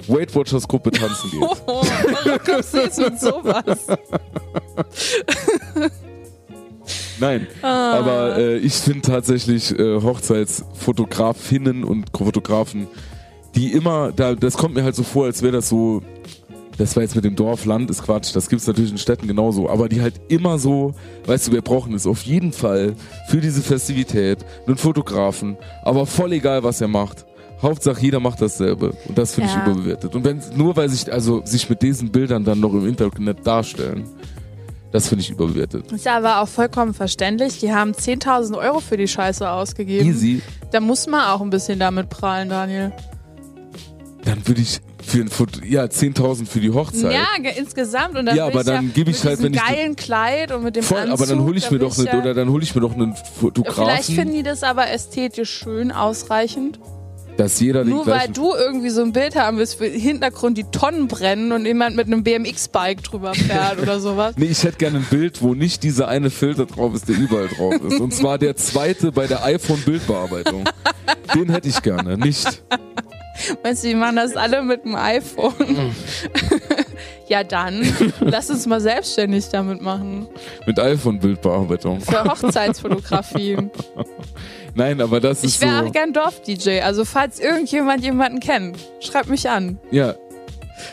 C: Weight Watchers Gruppe tanzen geht.
D: Oh, warum kommst du jetzt mit sowas?
C: Nein, aber äh, ich finde tatsächlich äh, Hochzeitsfotografinnen und Fotografen, die immer, da, das kommt mir halt so vor, als wäre das so, das war jetzt mit dem Dorf, Land ist Quatsch, das gibt's natürlich in Städten genauso, aber die halt immer so, weißt du, wir brauchen es auf jeden Fall für diese Festivität, einen Fotografen, aber voll egal, was er macht. Hauptsache, jeder macht dasselbe. Und das finde
D: Ja.
C: ich überbewertet. Und wenn, nur weil sich, also, sich mit diesen Bildern dann noch im Internet darstellen, das finde ich überbewertet.
D: Ist ja aber auch vollkommen verständlich. Die haben 10.000 Euro für die Scheiße ausgegeben.
C: Easy.
D: Da muss man auch ein bisschen damit prahlen, Daniel.
C: Dann würde ich für ein Foto, ja, 10.000 für die Hochzeit.
D: Ja, ge- insgesamt. Und dann
C: Ja,
D: will
C: aber
D: ich
C: dann
D: ja
C: geb ich
D: mit
C: halt, wenn
D: diesem
C: ich-
D: geilen Kleid und mit dem
C: Voll,
D: Anzug.
C: aber dann hole ich
D: da
C: mir
D: will
C: doch ne,
D: ja-
C: oder dann hole ich mir doch einen
D: Vielleicht finden
C: Fotografen,
D: die das aber ästhetisch schön ausreichend.
C: dass jeder den
D: Nur weil
C: gleichen.
D: du irgendwie so ein Bild haben willst, wo im Hintergrund die Tonnen brennen und jemand mit einem BMX-Bike drüber fährt oder sowas.
C: Nee, ich hätte gerne ein Bild, wo nicht dieser eine Filter drauf ist, der überall drauf ist. Und zwar der zweite bei der iPhone-Bildbearbeitung. Den hätte ich gerne, nicht.
D: Meinst du, die machen das alle mit dem iPhone? ja, dann lass uns mal selbstständig damit machen.
C: Mit iPhone-Bildbearbeitung.
D: Für Hochzeitsfotografie.
C: Nein, aber das
D: Ich
C: ist so.
D: wäre auch gern Dorf-DJ. Also, falls irgendjemand jemanden kennt, schreibt mich an.
C: Ja.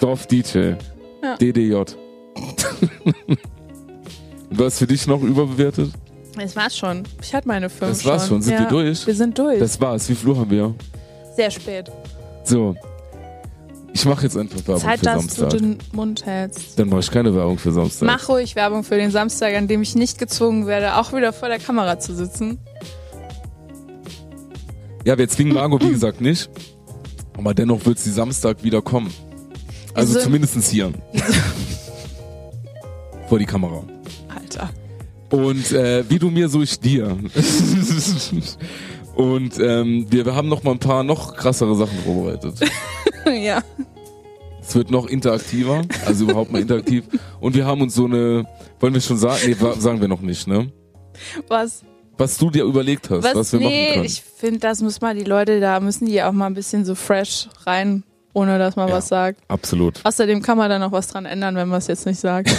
C: Dorf DJ.
D: Ja.
C: DDJ. Und was für dich noch überbewertet?
D: Das war's schon. Ich hatte meine fünf
C: Das war's schon. Sind wir durch?
D: Wir sind durch.
C: Das war's. Wie viel Uhr haben wir?
D: Sehr spät.
C: So. Ich mache jetzt einfach Werbung
D: Zeit,
C: für
D: dass du
C: Samstag.
D: den Mund hältst.
C: Dann mache ich keine Werbung für Samstag.
D: Mach ruhig Werbung für den Samstag, an dem ich nicht gezwungen werde, auch wieder vor der Kamera zu sitzen.
C: Ja, wir zwingen Margot, wie gesagt, nicht. Aber dennoch wird sie Samstag wieder kommen. Also
D: Wieso?
C: zumindestens hier. Vor die Kamera.
D: Alter.
C: Und äh, wie du mir, so ich dir. Und ähm, wir haben noch mal ein paar noch krassere Sachen vorbereitet.
D: ja.
C: Es wird noch interaktiver, also überhaupt mal interaktiv. Und wir haben uns so eine, wollen wir schon sagen? Nee, wa- sagen wir noch nicht, ne?
D: Was?
C: Was du dir überlegt hast, was, wir machen
D: nee,
C: können.
D: ich finde, das muss mal die Leute da, müssen die auch mal ein bisschen so fresh rein, ohne dass man
C: Ja.
D: was sagt.
C: Absolut,
D: Außerdem kann man da noch was dran ändern, wenn man es jetzt nicht sagt.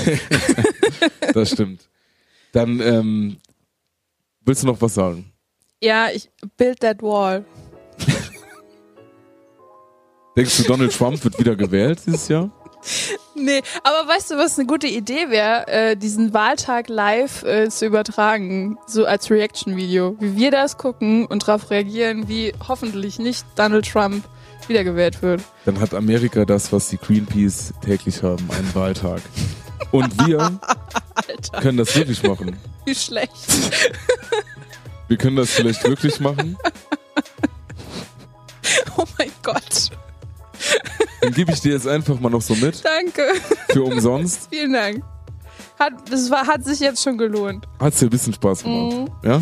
C: das stimmt. Dann ähm, Willst du noch was sagen?
D: Ja, ich build that wall.
C: Denkst du, Donald Trump wird wieder gewählt dieses Jahr?
D: Nee, aber weißt du, was eine gute Idee wäre, äh, diesen Wahltag live äh, zu übertragen, so als Reaction-Video. Wie wir das gucken und darauf reagieren, wie hoffentlich nicht Donald Trump wiedergewählt wird.
C: Dann hat Amerika das, was die Greenpeace täglich haben, einen Wahltag. Und wir
D: Alter,
C: können das wirklich machen.
D: wie schlecht.
C: Wir können das vielleicht wirklich machen.
D: Oh mein Gott.
C: Dann gebe ich dir jetzt einfach mal noch so mit.
D: Danke.
C: Für umsonst.
D: Vielen Dank. Hat, das war, hat sich jetzt schon gelohnt.
C: Hat's dir ein bisschen Spaß gemacht. Ja?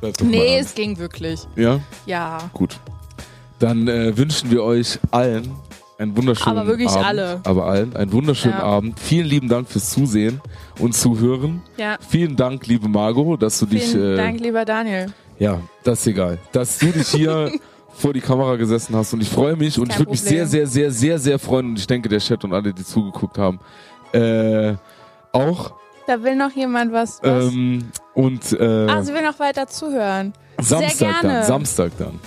C: Bleib doch mal
D: Mhm. Nee,
C: an.
D: es ging wirklich.
C: Ja?
D: Ja.
C: Gut. Dann äh, wünschen wir euch allen einen wunderschönen
D: Aber wirklich
C: Abend.
D: alle.
C: Aber allen einen wunderschönen
D: Ja.
C: Abend. Vielen lieben Dank fürs Zusehen und Zuhören.
D: Ja.
C: Vielen Dank, liebe Margot, dass du dich.
D: Vielen
C: äh,
D: Dank, lieber Daniel.
C: Ja, das ist egal. Dass du dich hier vor die Kamera gesessen hast und ich freue mich und
D: Kein
C: ich würde mich
D: Problem.
C: sehr, sehr, sehr, sehr, sehr freuen und ich denke, der Chat und alle, die zugeguckt haben, äh, auch.
D: Da will noch jemand was. was?
C: Ähm, und äh,
D: ah, sie will noch weiter zuhören. sehr
C: Samstag
D: gerne.
C: dann, Samstag dann.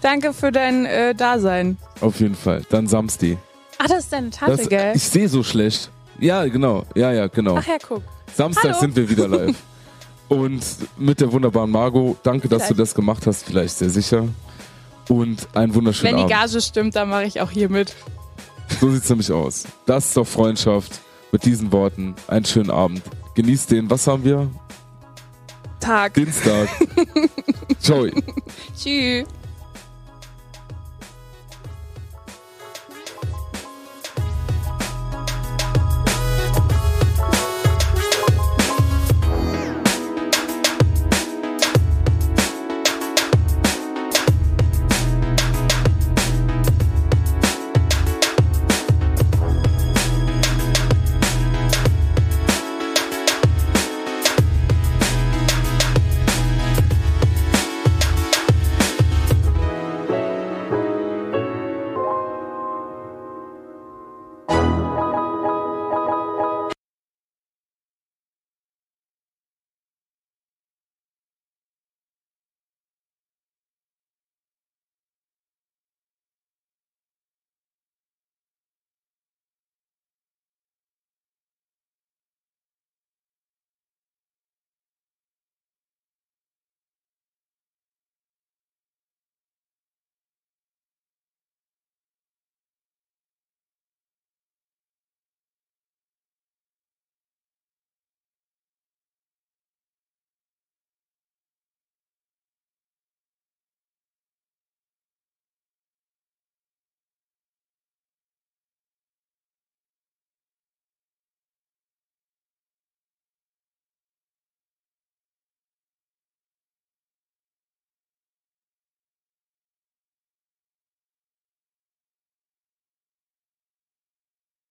D: Danke für dein äh, Dasein.
C: Auf jeden Fall. Dann Samstag.
D: Ah, das ist deine Tante,
C: Das,
D: gell?
C: ich sehe so schlecht. Ja, genau. Ja, ja, genau.
D: Ach ja, guck.
C: Samstag
D: hallo.
C: sind wir wieder live. Und mit der wunderbaren Margot, danke, dass du
D: Vielleicht.
C: das gemacht hast, vielleicht sehr sicher. Und einen wunderschönen
D: Wenn die
C: Abend.
D: Gage stimmt, dann mache ich auch hier mit.
C: So sieht's nämlich aus. Das ist doch Freundschaft. Mit diesen Worten einen schönen Abend. Genießt den. Was haben wir?
D: Tag.
C: Hm. Dienstag. Ciao.
D: Tschüss.